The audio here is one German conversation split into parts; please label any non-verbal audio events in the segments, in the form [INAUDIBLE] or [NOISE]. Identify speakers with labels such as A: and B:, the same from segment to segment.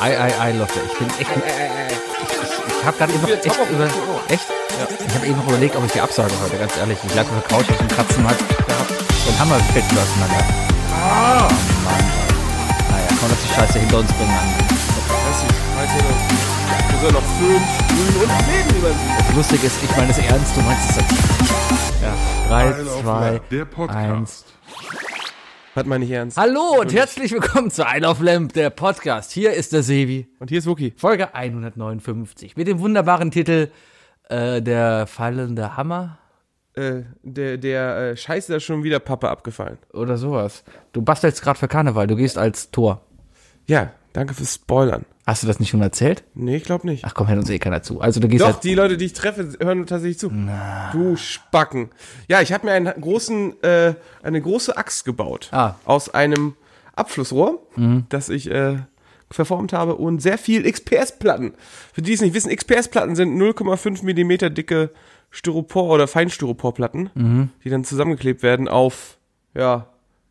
A: ei, ei, ei, Lotte. Ich bin echt. Ich, ich habe gerade eben noch echt über. Echt? Ich habe eben noch überlegt, ob ich die absage heute, ganz ehrlich. Ich lag auf der Couch, hab einen Katzenmarkt gehabt. Den Hammer fällt mir auseinander. Ah! Mann, ey. Naja, komm, lass die Scheiße hinter uns bringen. Mann.
B: Das ist heute noch, wir sollen noch Film, Grün und Leben über
A: Das Lustige ist, ich meine es ernst, du meinst es natürlich. Ja. Drei,
C: Ein auf
A: zwei,
C: Lamp, der Podcast.
A: eins.
B: Hat man Halt nicht ernst.
A: Hallo und herzlich willkommen zu I Love Lamp, der Podcast. Hier ist der Sebi.
B: Und hier ist Wookie.
A: Folge 159 mit dem wunderbaren Titel äh, Der fallende Hammer
B: Äh, der der äh, Scheiße, da ist schon wieder Papa abgefallen.
A: oder sowas. Du bastelst gerade für Karneval, du gehst als Tor.
B: Ja, danke fürs Spoilern.
A: Hast du das nicht schon erzählt?
B: Nee, ich glaube nicht.
A: Ach komm, hört uns eh keiner zu. Also du gehst
B: Doch,
A: als
B: die Leute, die ich treffe, hören tatsächlich zu. Du Spacken. Ja, ich habe mir einen großen, äh, eine große Axt gebaut.
A: Ah. Mhm.
B: Aus einem Abflussrohr, das ich äh, verformt habe und sehr viel XPS-Platten. Für die es nicht wissen, XPS-Platten sind 0,5 Millimeter dicke Styropor- oder Feinstyroporplatten,
A: Mhm.
B: die dann zusammengeklebt werden auf, ja,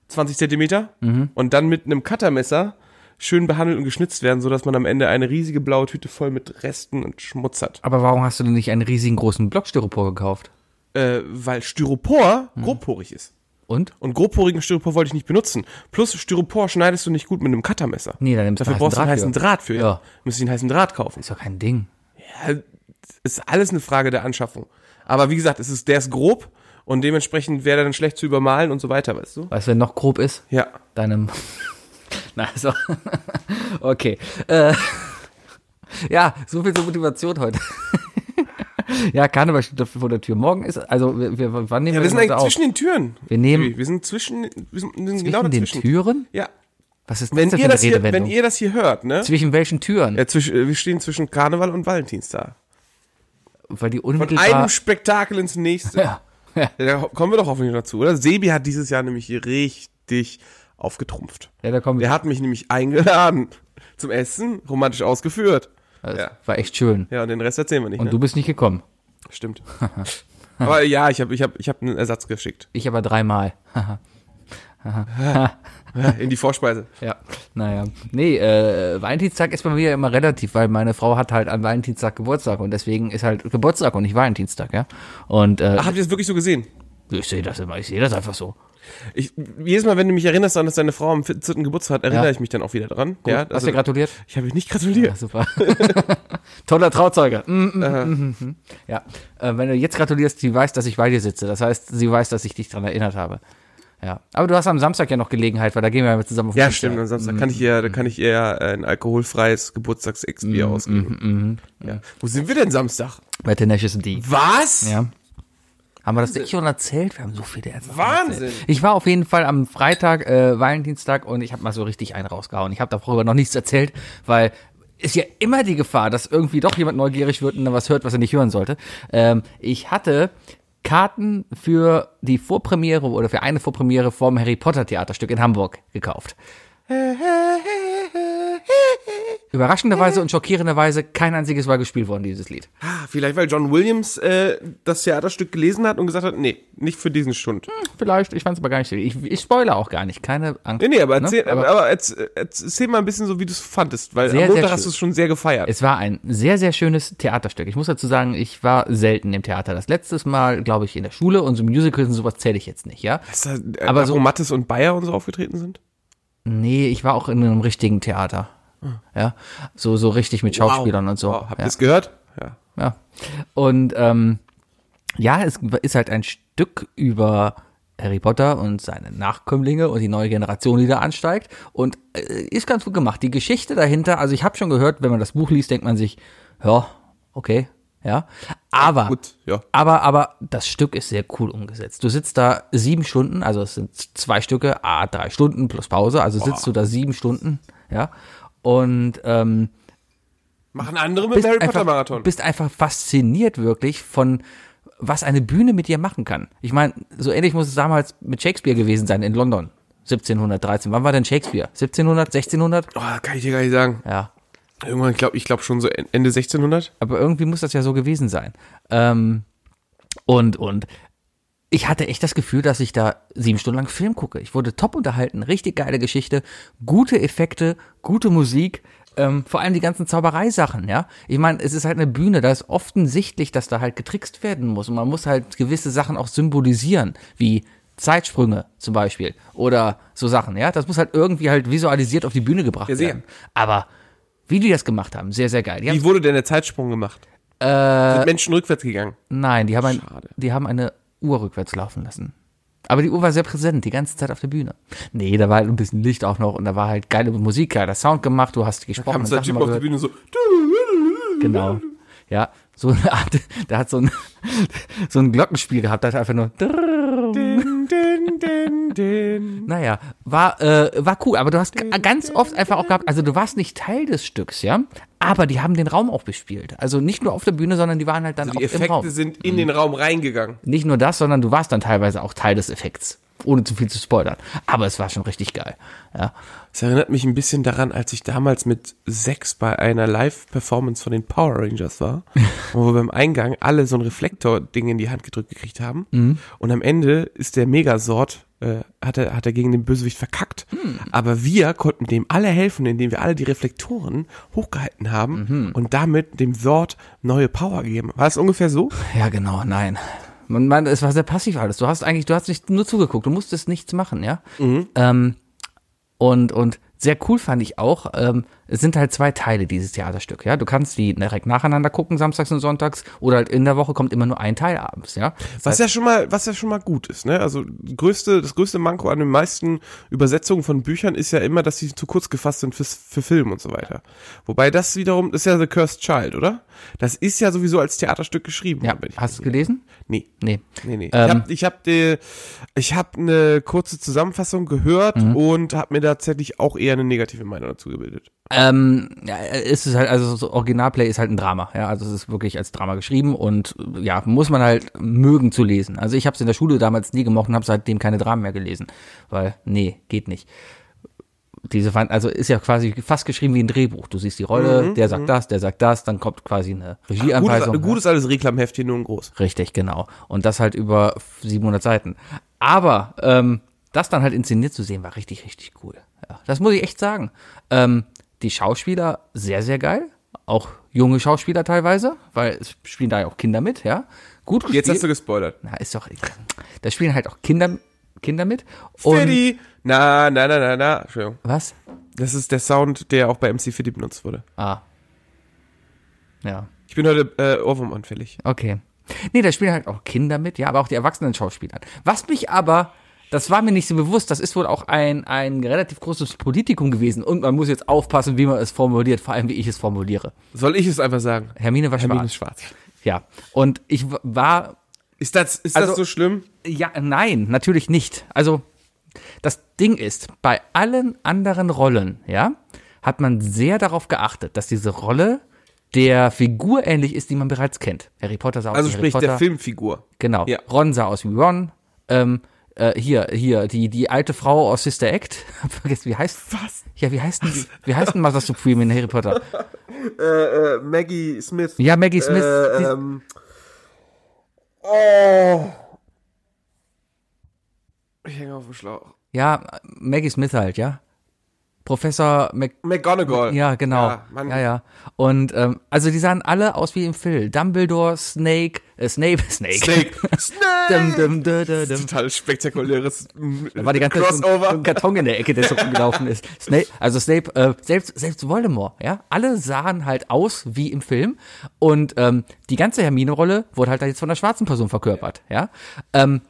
B: 20 Zentimeter
A: Mhm.
B: und dann mit einem Cuttermesser schön behandelt und geschnitzt werden, sodass man am Ende eine riesige blaue Tüte voll mit Resten und Schmutz hat.
A: Aber warum hast du denn nicht einen riesigen großen Block Styropor gekauft?
B: äh, weil Styropor
A: Hm.
B: grobporig ist.
A: Und?
B: Und grobporigen Styropor wollte ich nicht benutzen. Plus Styropor schneidest du nicht gut mit einem Cuttermesser.
A: Nee, dann nimmst du
B: Dafür
A: einen
B: brauchst du einen
A: heißen
B: heißen Draht für.
A: Ja.
B: Ja. Müsste ich einen heißen Draht kaufen.
A: Ist doch kein Ding.
B: Ja, ist alles eine Frage der Anschaffung. Aber wie gesagt, es ist, der ist grob und dementsprechend wäre der dann schlecht zu übermalen und so weiter, weißt du?
A: Weißt du, wer noch grob ist?
B: Ja.
A: Deinem. [LAUGHS] Na, also. [LAUGHS] okay. Äh, [LAUGHS] ja, so viel zur Motivation heute. [LAUGHS] ja, Karneval steht dafür vor der Tür. Morgen ist, also, wir, wir, wann nehmen
B: Ja, wir
A: wir
B: sind
A: denn
B: eigentlich
A: das auf?
B: zwischen den Türen.
A: Wir nehmen-
B: Wir sind zwischen, wir sind, wir sind genau
A: zwischen den
B: dazwischen.
A: Türen?
B: Ja.
A: Was ist
B: Wenn
A: das denn
B: ihr
A: für eine
B: das, hier,
A: Redewendung?
B: wenn ihr das hier hört, ne?
A: zwischen welchen Türen?
B: Ja, zwischen, äh, wir stehen zwischen Karneval und Valentinstag.
A: Weil die
B: Von
A: unmittelbar...
B: einem Spektakel ins
A: [LAUGHS]
B: nächste.
A: ja. Ja,
B: Ja, da kommen wir doch hoffentlich noch zu, oder? Sebi hat dieses Jahr nämlich richtig aufgetrumpft.
A: ja, da kommen wir.
B: Der hat mich nämlich eingeladen [LAUGHS] zum Essen, romantisch ausgeführt.
A: Das
B: ja.
A: War echt schön.
B: Ja, und den Rest erzählen wir nicht.
A: Also. Und
B: Ne?
A: du bist nicht gekommen. [LAUGHS]
B: Stimmt. Aber ja, ich habe ich hab, ich hab einen
A: [LAUGHS]
B: Ersatz geschickt
A: Ich aber dreimal.
B: in die Vorspeise.
A: Ja, naja. Nee, äh, Valentinstag ist bei mir ja immer relativ, weil meine Frau hat halt am Valentinstag Geburtstag und deswegen ist halt Geburtstag und nicht Valentinstag, ja. Und äh,
B: Ach, Ah, habt ihr das wirklich so gesehen?
A: ich sehe das immer, ich sehe das einfach so.
B: Ich, jedes Mal, wenn du mich erinnerst daran, dass deine Frau am 14. Geburtstag hat, erinnere
A: Ja.
B: ich mich dann auch wieder dran.
A: Gut,
B: ja, also
A: hast du dir gratuliert?
B: Ich habe mich nicht gratuliert.
A: Ja, super. [LAUGHS] Toller Trauzeuge. Mm, mm, mm, mm, mm. Ja, äh, wenn du jetzt gratulierst, sie weiß, dass ich bei dir sitze. Das heißt, sie weiß, dass ich dich daran erinnert habe. Ja, aber du hast am Samstag ja noch Gelegenheit, weil da gehen wir ja Mhm, zusammen auf den
B: Ja,
A: Konzert.
B: stimmt. Am Samstag kann ich ihr, da kann ich ihr ja ein alkoholfreies
A: Mhm,
B: Geburtstags-X-Bier ausgeben. ja. Wo sind wir denn Samstag?
A: Bei Tenacious D.
B: Was?
A: Ja. Haben wir das nicht schon erzählt? Wir haben so viele erzählt.
B: Wahnsinn.
A: Ich war auf jeden Fall am Freitag, äh, Valentinstag und ich habe mal so richtig einen rausgehauen. Ich habe darüber noch nichts erzählt, weil ist ja immer die Gefahr, dass irgendwie doch jemand neugierig wird und dann was hört, was er nicht hören sollte. Ähm, ich hatte Karten für die Vorpremiere oder für eine Vorpremiere vom Harry Potter Theaterstück in Hamburg gekauft. Überraschenderweise und schockierenderweise kein einziges Mal gespielt worden, dieses Lied.
B: Vielleicht, weil John Williams äh, das Theaterstück gelesen hat und gesagt hat, nee, nicht für diesen
A: Hm.
B: Stund.
A: Vielleicht, ich fand's aber gar nicht schlimm. Ich, ich spoilere auch gar nicht, keine Angst.
B: Nee, nee, aber, erzähl,
A: Ne?
B: aber, aber erz- erzähl mal ein bisschen so, wie du es fandest, weil
A: Sehr,
B: am Montag
A: sehr
B: hast
A: schön.
B: du es schon sehr gefeiert.
A: Es war ein sehr, sehr schönes Theaterstück. Ich muss dazu sagen, ich war selten im Theater. Das letztes Mal, glaube ich, in der Schule und so Musicals und sowas zähle ich jetzt nicht, ja?
B: Ist da, äh,
A: aber
B: aber
A: so-
B: so Mattes und Bayer und so aufgetreten sind?
A: Nee, ich war auch in einem richtigen Theater. Ja, so, so richtig mit Schauspielern und so.
B: Ah. Wow, habt
A: ja.
B: ihr es gehört? Ja.
A: Ja. Und ähm, ja, es ist halt ein Stück über Harry Potter und seine Nachkömmlinge und die neue Generation, die da ansteigt. Und äh, ist ganz gut gemacht. Die Geschichte dahinter, also ich habe schon gehört, wenn man das Buch liest, denkt man sich, ja, okay, ja. Aber
B: Gut, ja.
A: aber, aber das Stück ist sehr cool umgesetzt. Du sitzt da sieben Stunden, also es sind zwei Stücke, ah, drei Stunden plus Pause, also sitzt du da sieben Stunden, ja. Und ähm,
B: Machen andere mit dem Harry Potter
A: einfach,
B: Marathon.
A: Bist einfach fasziniert wirklich von was eine Bühne mit dir machen kann. Ich meine, so ähnlich muss es damals mit Shakespeare gewesen sein in London 1713. Wann war denn Shakespeare? 1700, 1600?
B: Oh, kann ich dir gar nicht sagen.
A: Ja,
B: Irgendwann, ich glaube ich glaub schon so en- Ende 1600.
A: aber irgendwie muss das ja so gewesen sein. Ähm, und und ich hatte echt das Gefühl, dass ich da sieben Stunden lang Film gucke. Ich wurde top unterhalten, richtig geile Geschichte, gute Effekte, gute Musik. Ähm, vor allem die ganzen Zaubereisachen, ja. Ich meine, es ist halt eine Bühne, da ist offensichtlich, dass da halt getrickst werden muss. Und man muss halt gewisse Sachen auch symbolisieren, wie Zeitsprünge zum Beispiel oder so Sachen, ja. Das muss halt irgendwie halt visualisiert auf die Bühne gebracht
B: Ja, sehr.
A: werden. Aber wie die das gemacht haben, sehr, sehr geil. Die haben,
B: Wie wurde denn der Zeitsprung gemacht? Äh, Sind Menschen rückwärts gegangen?
A: nein, die haben, ein,
B: Schade.
A: die haben eine Uhr rückwärts laufen lassen. Aber die Uhr war sehr präsent, die ganze Zeit auf der Bühne. Nee, da war halt ein bisschen Licht auch noch und da war halt geile Musik, geiler Sound gemacht, du hast gesprochen.
B: Kam
A: und
B: so ein
A: Sachen
B: Typ
A: mal
B: auf die
A: gehört.
B: Bühne so.
A: Genau. Ja, so eine Art, der hat so ein, [LAUGHS] so ein Glockenspiel gehabt, da hat einfach nur.
B: Din, din, din, din.
A: Naja, war, äh, war cool, aber du hast g- ganz oft einfach auch gehabt, also du warst nicht Teil des Stücks, ja, aber die haben den Raum auch bespielt. Also nicht nur auf der Bühne, sondern die waren halt dann
B: Also Die
A: auch im Raum.
B: Effekte sind in den Raum reingegangen.
A: Nicht nur das, sondern du warst dann teilweise auch Teil des Effekts, ohne zu viel zu spoilern. Aber es war schon richtig geil. Ja.
B: Das erinnert mich ein bisschen daran, als ich damals mit sechs bei einer Live-Performance von den Power Rangers war, wo wir beim Eingang alle so ein Reflektor-Ding in die Hand gedrückt gekriegt haben. Und am Ende ist der Megasort, äh, hat, er, hat er gegen den Bösewicht verkackt. Aber wir konnten dem alle helfen, indem wir alle die Reflektoren hochgehalten haben und damit dem Sort neue Power gegeben. War es ungefähr so?
A: Ja, genau, nein. Man, man, es war sehr passiv alles. Du hast eigentlich, du hast nicht nur zugeguckt, du musstest nichts machen, ja. Ähm, und, und sehr cool fand ich auch, ähm, es sind halt zwei Teile dieses Theaterstück, ja. Du kannst die direkt nacheinander gucken, samstags und sonntags, oder halt in der Woche kommt immer nur ein Teil abends, ja.
B: Was ja schon mal, was ja schon mal gut ist, ne? Also größte, das größte Manko an den meisten Übersetzungen von Büchern ist ja immer, dass sie zu kurz gefasst sind fürs, für Film und so weiter. Wobei das wiederum das ist ja The Cursed Child, oder? Das ist ja sowieso als Theaterstück geschrieben.
A: Ja,
B: worden, wenn ich
A: hast du
B: mich
A: gelesen?
B: nicht- Nee.
A: Nee.
B: Nee, nee.
A: Ähm.
B: ich habe ich hab die, ich hab eine kurze Zusammenfassung gehört
A: Mhm.
B: und habe mir tatsächlich auch eher eine negative Meinung dazu gebildet.
A: Ähm, ja, ist es ist halt, also so Originalplay ist halt ein Drama, ja, also es ist wirklich als Drama geschrieben und äh, ja, muss man halt mögen zu lesen. Also ich habe es in der Schule damals nie gemocht und habe seitdem keine Dramen mehr gelesen, weil nee, geht nicht. Diese Fan- also ist ja quasi fast geschrieben wie ein Drehbuch. Du siehst die Rolle, der sagt das, der sagt das, dann kommt quasi eine
B: Gutes,
A: Regieanweisung. ja.
B: gutes alles Reklamheft hier nur in groß.
A: Richtig, genau. Und das halt über 700 Seiten. Aber ähm, das dann halt inszeniert zu sehen, war richtig, richtig cool. Ja, das muss ich echt sagen. Ähm, die Schauspieler sehr, sehr geil. Auch junge Schauspieler teilweise, weil es spielen da ja auch Kinder mit, ja. Gut gespielt.
B: Jetzt hast du gespoilert.
A: Na, ist doch. Da spielen halt auch Kinder, Kinder mit. Und
B: Fiddy! Na, na, na, na, na. Entschuldigung.
A: was?
B: Das ist der Sound, der auch bei MC Fiddy benutzt wurde.
A: Ah. Ja.
B: Ich bin heute äh, Ohrwurmanfällig.
A: Okay. Nee, da spielen halt auch Kinder mit, ja, aber auch die erwachsenen Schauspieler. Was mich aber, das war mir nicht so bewusst, das ist wohl auch ein, ein relativ großes Politikum gewesen und man muss jetzt aufpassen, wie man es formuliert, vor allem wie ich es formuliere.
B: Soll ich es einfach sagen?
A: Hermine war
B: Hermine
A: schwarz.
B: Schwarz.
A: Ja. Und ich w- war
B: Ist das, ist
A: Also-
B: das so schlimm?
A: ja, nein, natürlich nicht. Also das Ding ist, bei allen anderen Rollen, ja, hat man sehr darauf geachtet, dass diese Rolle der Figur ähnlich ist, die man bereits kennt. Harry Potter sah aus
B: Also
A: wie Harry
B: sprich,
A: Potter.
B: der Filmfigur.
A: Genau.
B: Ja.
A: Ron sah aus wie Ron. Ähm, äh, hier, hier, die, die alte Frau aus Sister Act. [LAUGHS] Hab vergessen, wie heißt.
B: Was?
A: Ja, wie heißt denn, die- wie heißt denn Mother Supreme in Harry Potter?
B: Äh, äh, Maggie Smith.
A: Ja, Maggie Smith. die,
B: Äh, ähm, oh. Ich hänge auf dem Schlauch.
A: ja, Maggie Smith halt, ja. Professor Mac
B: McGonagall.
A: Ja, genau.
B: Ja, Mann.
A: ja, ja. Und ähm, also die sahen alle aus wie im Film. Dumbledore, Snake, äh, Snape, [LAUGHS] Snake.
B: Snake.
A: Dum,
B: Snake.
A: dum, dum, dum, dum.
B: Total spektakuläres
A: Da war die ganze Zeit so ein- so ein
B: Crossover.
A: Karton in der Ecke, der so rumgelaufen ist. Snape, also Snape, äh, selbst, selbst Voldemort, ja, alle sahen halt aus wie im Film und ähm, die ganze Hermine-Rolle wurde halt jetzt von einer schwarzen Person verkörpert, ja. Ähm,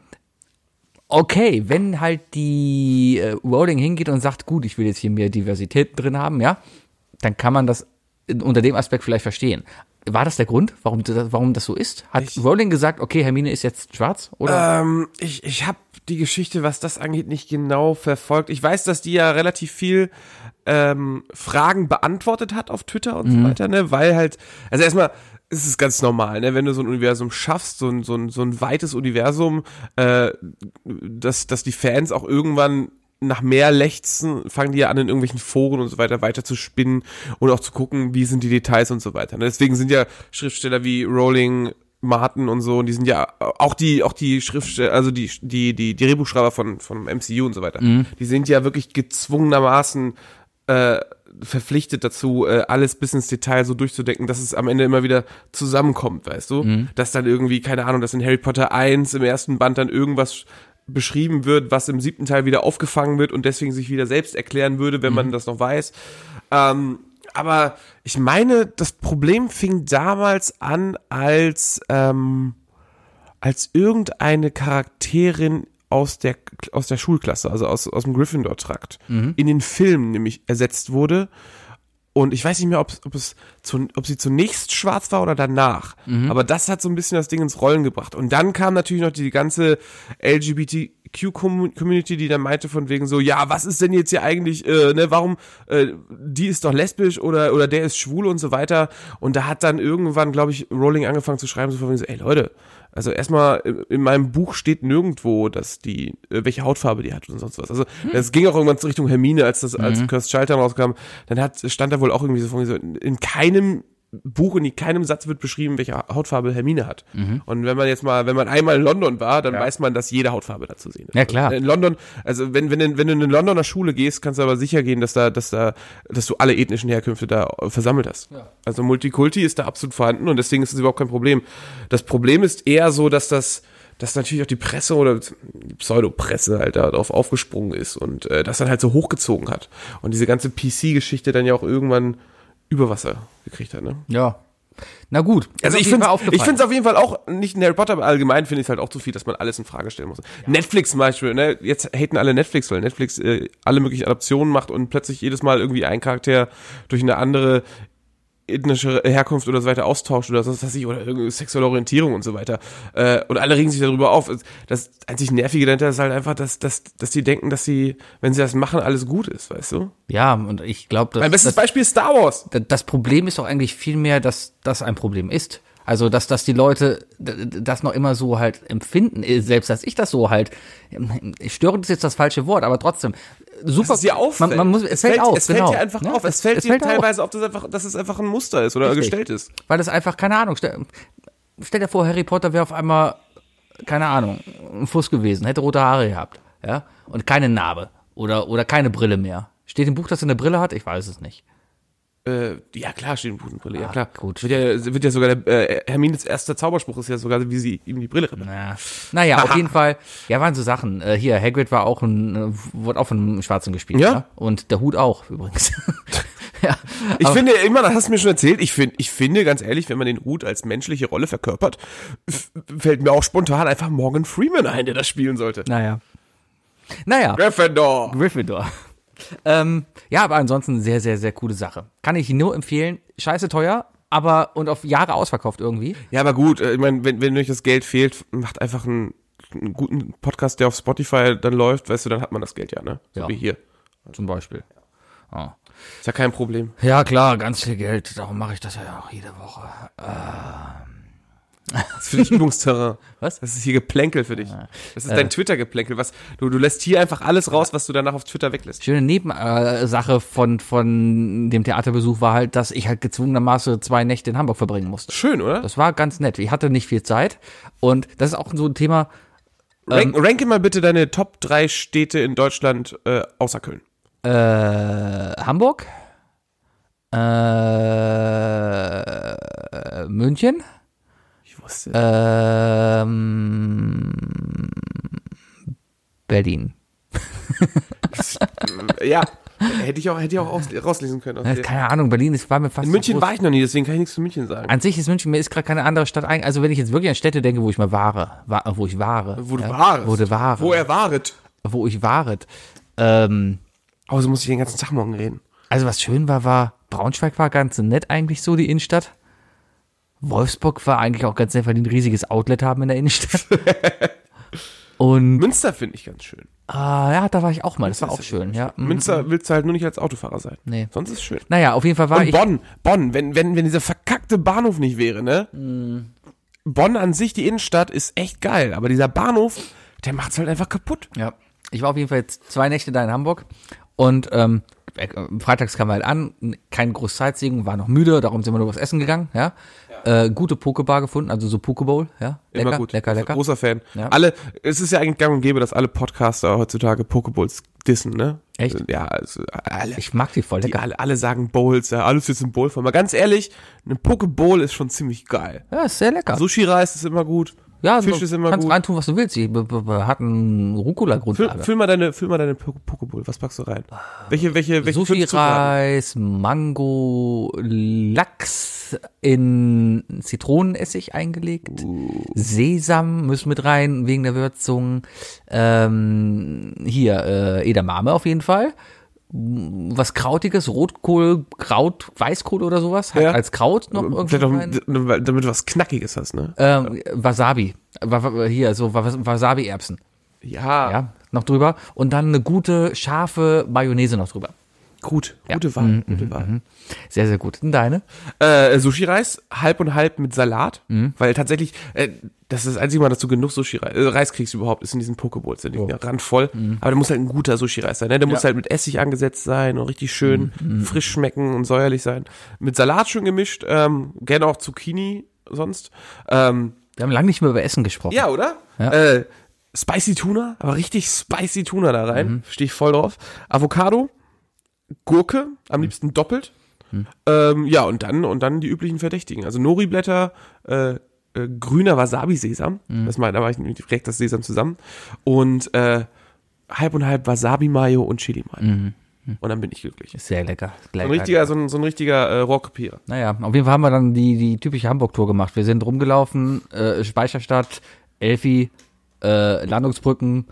A: okay, wenn halt die äh, Rowling hingeht und sagt, gut, ich will jetzt hier mehr Diversität drin haben, ja, dann kann man das in- unter dem Aspekt vielleicht verstehen. War das der Grund, warum das, warum das so ist? Hat Rowling gesagt, okay, Hermine ist jetzt schwarz? Oder?
B: Ähm, ich ich habe die Geschichte, was das angeht, nicht genau verfolgt. Ich weiß, dass die ja relativ viel ähm, Fragen beantwortet hat auf Twitter und so weiter, ne? Weil halt, also erstmal ist es ganz normal, ne? Wenn du so ein Universum schaffst, so ein, so ein, so ein weites Universum, äh, dass, dass die Fans auch irgendwann nach mehr lechzen, fangen die ja an, in irgendwelchen Foren und so weiter weiter zu spinnen und auch zu gucken, wie sind die Details und so weiter. ne? Deswegen sind ja Schriftsteller wie Rowling, Martin und so, und die sind ja auch die, auch die Schriftsteller, also die, die, die, die Drehbuchschreiber von, vom MCU und so weiter, die sind ja wirklich gezwungenermaßen verpflichtet dazu, äh, alles bis ins Detail so durchzudecken, dass es am Ende immer wieder zusammenkommt, weißt du? Dass dann irgendwie, keine Ahnung, dass in Harry Potter 1 im ersten Band dann irgendwas beschrieben wird, was im siebten Teil wieder aufgefangen wird und deswegen sich wieder selbst erklären würde, wenn man das noch weiß. Ähm, aber ich meine, das Problem fing damals an, als, ähm, als irgendeine Charakterin aus der, aus der Schulklasse, also aus, aus dem Gryffindor-Trakt, in den Film nämlich ersetzt wurde. Und ich weiß nicht mehr, ob's- ob, es zu, ob sie zunächst schwarz war oder danach. Aber das hat so ein bisschen das Ding ins Rollen gebracht. Und dann kam natürlich noch die ganze LGBTQ-Community, die dann meinte von wegen so, ja, was ist denn jetzt hier eigentlich, äh, ne, warum, äh, die ist doch lesbisch oder, oder der ist schwul und so weiter. Und da hat dann irgendwann, glaube ich, Rowling angefangen zu schreiben, so von wegen so, ey Leute, also erstmal, äh, in meinem Buch steht nirgendwo, dass die, äh, welche Hautfarbe die hat und sonst was. Also
A: Hm.
B: das ging auch irgendwann Richtung Hermine, als das,
A: Mhm.
B: als Cursed Child dann rauskam, dann hat, stand da wohl auch irgendwie so von so, in keinem Buch, in keinem Satz wird beschrieben, welche Hautfarbe Hermine hat.
A: Mhm.
B: Und wenn man jetzt mal, wenn man einmal in London war, dann weiß man, dass jede Hautfarbe da zu sehen ist.
A: Ja, klar.
B: Also in London, also wenn, wenn, du- wenn du in eine Londoner Schule gehst, kannst du aber sicher gehen, dass da, dass da, dass du alle ethnischen Herkünfte da äh, versammelt hast. Also Multikulti ist da absolut vorhanden und deswegen ist es überhaupt kein Problem. Das Problem ist eher so, dass das, dass natürlich auch die Presse oder die Pseudopresse halt da drauf aufgesprungen ist und äh, das dann halt so hochgezogen hat. Und diese ganze PC-Geschichte dann ja auch irgendwann über Wasser gekriegt hat, ne?
A: Ja. Na gut.
B: Also
A: Ist
B: ich
A: auf jeden
B: finde
A: Fall
B: ich
A: aufgefallen.
B: find's auf jeden Fall auch nicht in Harry Potter, aber allgemein finde ich es halt auch zu viel, dass man alles in Frage stellen muss. Netflix zum Beispiel, ne? Jetzt haten alle Netflix, weil Netflix äh, alle möglichen Adaptionen macht und plötzlich jedes Mal irgendwie einen Charakter durch eine andere ethnische Herkunft oder so weiter austauscht oder sonst was weiß ich oder irgendeine sexuelle Orientierung und so weiter. Äh, und alle regen sich darüber auf. Das einzig Nervige dahinter ist halt einfach, dass, dass, dass die denken, dass sie, wenn sie das machen, alles gut ist, weißt du?
A: ja, und ich glaube,
B: Mein
A: dass
B: bestes Beispiel ist Star Wars.
A: D- das Problem ist doch eigentlich vielmehr, dass das ein Problem ist. Also, dass, dass die Leute d- d- das noch immer so halt empfinden, äh, selbst dass ich das so halt, ähm, störend ist jetzt das falsche Wort, aber trotzdem, super.
B: dass es dir auffällt.
A: Man, man muss, es, fällt, auf,
B: es
A: genau.
B: fällt dir einfach
A: Ja,
B: auf. Es, fällt dir
A: auf.
B: teilweise auf, dass, einfach, dass es einfach ein Muster ist oder
A: Richtig.
B: gestellt ist.
A: Weil es einfach, keine Ahnung, stell, stell dir vor, Harry Potter wäre auf einmal, keine Ahnung, ein Fuß gewesen, hätte rote Haare gehabt, ja, und keine Narbe oder, oder keine Brille mehr. Steht im Buch, dass er eine Brille hat? Ich weiß es nicht.
B: Äh, ja, klar, steht in Budenbrille. Ja,
A: Ah,
B: klar.
A: gut.
B: Wird ja, wird ja sogar der, äh, Hermines erster Zauberspruch ist ja sogar, wie sie ihm die Brille rettet.
A: Ja. Naja, auf
B: [LAUGHS]
A: jeden Fall, ja, waren so Sachen. Äh, hier, Hagrid war auch ein, äh, wurde auch von einem Schwarzen gespielt.
B: Ja.
A: Ne? Und der Hut auch, übrigens. [LAUGHS] ja.
B: Ich finde immer, das hast du mir schon erzählt, ich, find, ich finde ganz ehrlich, wenn man den Hut als menschliche Rolle verkörpert, f- fällt mir auch spontan einfach Morgan Freeman ein, der das spielen sollte.
A: Naja. Naja,
B: Gryffindor.
A: Gryffindor. [LAUGHS] ähm, ja, aber ansonsten sehr, sehr, sehr coole Sache. Kann ich nur empfehlen. Scheiße teuer, aber und auf Jahre ausverkauft irgendwie.
B: Ja, aber gut, äh, ich meine, wenn, wenn euch das Geld fehlt, macht einfach einen, einen guten Podcast, der auf Spotify dann läuft, weißt du, dann hat man das Geld ja, ne? So
A: Ja.
B: wie hier.
A: Zum Beispiel. Ah. Ja,
B: Ist ja kein Problem. [LAUGHS]
A: ja klar, ganz viel Geld. Darum mache ich das ja auch jede Woche. Ähm.
B: Das ist für dich Übungsterrain.
A: [LAUGHS] Was? Ah. Äh.
B: Das ist hier Geplänkel für dich. Das ist dein Twitter-Geplänkel. Was, du, du lässt hier einfach alles raus, was du danach auf Twitter weglässt.
A: schöne Nebensache von, von dem Theaterbesuch war halt, dass ich halt gezwungenermaßen zwei Nächte in Hamburg verbringen musste.
B: Schön, oder?
A: Das war ganz nett. Ich hatte nicht viel Zeit. Und das ist auch so ein Thema. ähm,
B: Rank, ranke mal bitte deine Top 3 Städte in Deutschland äh, außer Köln.
A: Äh, Hamburg, äh, München,
B: Ich wusste.
A: ähm, Berlin.
B: Äh, Ja, [LAUGHS] hätte ich auch, hätte ich auch aus, rauslesen können. Aus
A: Äh,
B: dir.
A: Keine Ahnung, Berlin ist, war mir fast.
B: in
A: zu
B: München
A: groß.
B: war ich noch nie, deswegen kann ich nichts zu München sagen.
A: An sich ist München, mir ist gerade keine andere Stadt ein. Also wenn ich jetzt wirklich an Städte denke, wo ich mal wahre, wa- wo ich wahre.
B: Wo du
A: ja,
B: warest.
A: Wo du wahre.
B: Wo er waret.
A: wo ich wahret. Ähm,
B: Oh, so muss ich den ganzen Tag morgen reden.
A: also was schön war, war, Braunschweig war ganz nett eigentlich so, die Innenstadt. Wolfsburg war eigentlich auch ganz nett, weil die ein riesiges Outlet haben in der
B: [LAUGHS]
A: Innenstadt. Und
B: Münster finde ich ganz schön.
A: ah, ja, da war ich auch mal. Das war auch schön, ja. mm.
B: Münster willst du halt nur nicht als Autofahrer sein.
A: Nee.
B: Sonst ist schön.
A: Naja, auf jeden Fall war
B: Und
A: ich.
B: Bonn, Bonn, wenn, wenn, wenn dieser verkackte Bahnhof nicht wäre, ne?
A: Mm.
B: Bonn an sich, die Innenstadt, ist echt geil, aber dieser Bahnhof, der macht's halt einfach kaputt.
A: Ja. Ich war auf jeden Fall jetzt zwei Nächte da in Hamburg und ähm, äh, freitags kam er halt an, n- kein groß Sightseeing, war noch müde, darum sind wir nur was essen gegangen, ja. Äh, gute Pokebar gefunden, also so Pokebowl, ja. Lecker,
B: Immer gut.
A: lecker, lecker.
B: Großer Fan.
A: Ja.
B: Alle, es ist ja eigentlich gang und gäbe, dass alle Podcaster heutzutage Pokeballs dissen, ne?
A: Echt?
B: Ja, also alle.
A: Ich mag die voll
B: Die
A: lecker.
B: alle, alle sagen Bowls, ja, alles jetzt ein Bowl von. Aber ganz ehrlich, eine Pokeball ist schon ziemlich geil.
A: ja, ist sehr lecker.
B: Sushi-Reis ist immer gut.
A: ja,
B: Fisch
A: so,
B: ist immer
A: kannst
B: gut.
A: reintun, was du willst. Die b- b- b- hat einen
B: Füll,
A: Rucola-Grundlage.
B: füll mal deine, füll mal deine Poke- Pokeball. Was packst du rein?
A: Ah.
B: Welche, welche, welche fünf Zutaten?
A: Sushi-Reis, Mango, Lachs in Zitronenessig eingelegt,
B: Uh.
A: Sesam müssen mit rein wegen der Würzung, ähm, hier äh, Edamame auf jeden Fall, M, was Krautiges, Rotkohl, Kraut, Weißkohl oder sowas, halt
B: Ja. Äh,
A: als Kraut noch irgendwie
B: Vielleicht auch,
A: rein.
B: d- damit du was Knackiges hast, ne?
A: Ähm, Wasabi, Wa- wa- hier so Wa- Wasabi-Erbsen,
B: Ja,
A: ja, noch drüber und dann eine gute, scharfe Mayonnaise noch drüber.
B: gut. Gute Wahl. gute Wahl.
A: mhm. Sehr, sehr gut. Und deine?
B: Äh, Sushi-Reis, halb und halb mit Salat, weil tatsächlich, äh, das ist das einzige Mal, dass du genug Sushi-Reis äh, Reis kriegst überhaupt, ist in diesen Pokebowls, die sind ja randvoll, aber der muss halt ein guter Sushi-Reis sein, ne? der muss halt mit Essig angesetzt sein und richtig schön frisch schmecken und säuerlich sein, mit Salat schön gemischt, ähm, gerne auch Zucchini sonst, ähm,
A: Wir haben lange nicht mehr über Essen gesprochen.
B: ja, oder?
A: Ja.
B: Äh, spicy Tuna, aber richtig spicy Tuna da rein.
A: Mhm.
B: Stehe ich voll drauf. Avocado, Gurke,
A: Mhm.
B: am liebsten doppelt. Ähm, ja, und dann, und dann die üblichen Verdächtigen. Also Nori-Blätter, äh, äh, grüner Wasabi-Sesam.
A: Mhm.
B: Das meint, da war ich nämlich direkt das Sesam zusammen. Und äh, halb und halb Wasabi-Mayo und Chili-Mayo. Und dann bin ich glücklich.
A: Mhm. Ist sehr lecker.
B: So
A: Lecker.
B: ein richtiger, so ein, so ein richtiger äh, Rohrkopierer.
A: naja, auf jeden Fall haben wir dann die, die typische Hamburg-Tour gemacht. Wir sind rumgelaufen, äh, Speicherstadt, Elfi, äh, Landungsbrücken,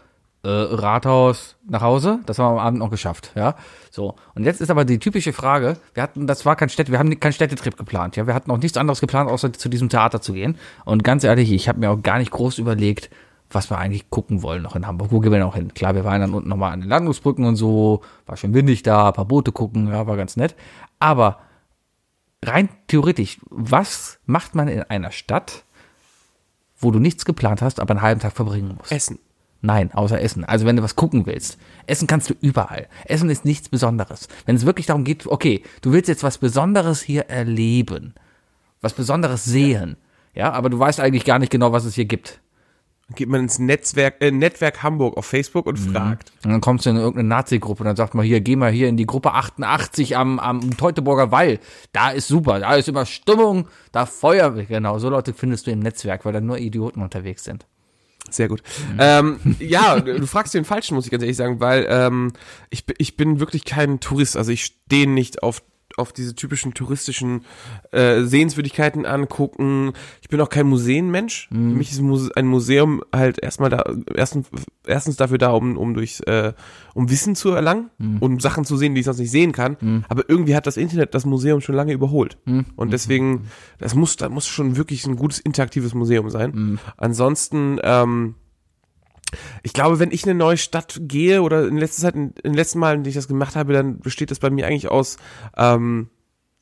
A: äh, Rathaus, nach Hause. Das haben wir am Abend noch geschafft, ja. So. Und jetzt ist aber die typische Frage, wir hatten, das war kein Städte, wir haben keinen Städtetrip geplant, ja. Wir hatten auch nichts anderes geplant, außer zu diesem Theater zu gehen. Und ganz ehrlich, ich habe mir auch gar nicht groß überlegt, was wir eigentlich gucken wollen noch in Hamburg. Wo gehen wir noch hin? Klar, wir waren dann unten nochmal an den Landungsbrücken und so, war schon windig da, ein paar Boote gucken, ja, war ganz nett. Aber rein theoretisch, was macht man in einer Stadt, wo du nichts geplant hast, aber einen halben Tag verbringen musst?
B: Essen.
A: Nein, außer Essen. Also wenn du was gucken willst. Essen kannst du überall. Essen ist nichts Besonderes. Wenn es wirklich darum geht, okay, du willst jetzt was Besonderes hier erleben, was Besonderes sehen, ja, aber du weißt eigentlich gar nicht genau, was es hier gibt.
B: Geht man ins Netzwerk, äh, Netzwerk Hamburg auf Facebook und
A: Mhm.
B: fragt.
A: Und dann kommst du in irgendeine Nazi-Gruppe und dann sagt man hier, geh mal hier in die Gruppe 88 am, am Teutoburger Wall. Da ist super, da ist immer Stimmung, da Feuer. Genau, so Leute findest du im Netzwerk, weil da nur Idioten unterwegs sind.
B: Sehr gut. Ähm, ja, du du fragst den Falschen, muss ich ganz ehrlich sagen, weil ähm, ich, bi- ich bin wirklich kein Tourist. Also ich stehe nicht auf, auf diese typischen touristischen äh, Sehenswürdigkeiten angucken. Ich bin auch kein Museenmensch. Für mich ist ein Muse- ein Museum halt erstmal da, erstens, erstens dafür da, um, um durch, äh, um Wissen zu erlangen und Sachen zu sehen, die ich sonst nicht sehen kann. Aber irgendwie hat das Internet das Museum schon lange überholt. Und deswegen, das muss, da muss schon wirklich ein gutes interaktives Museum sein. Ansonsten, ähm, ich glaube, wenn ich in eine neue Stadt gehe oder in letzter Zeit, in den letzten Malen, die ich das gemacht habe, dann besteht das bei mir eigentlich aus, ähm,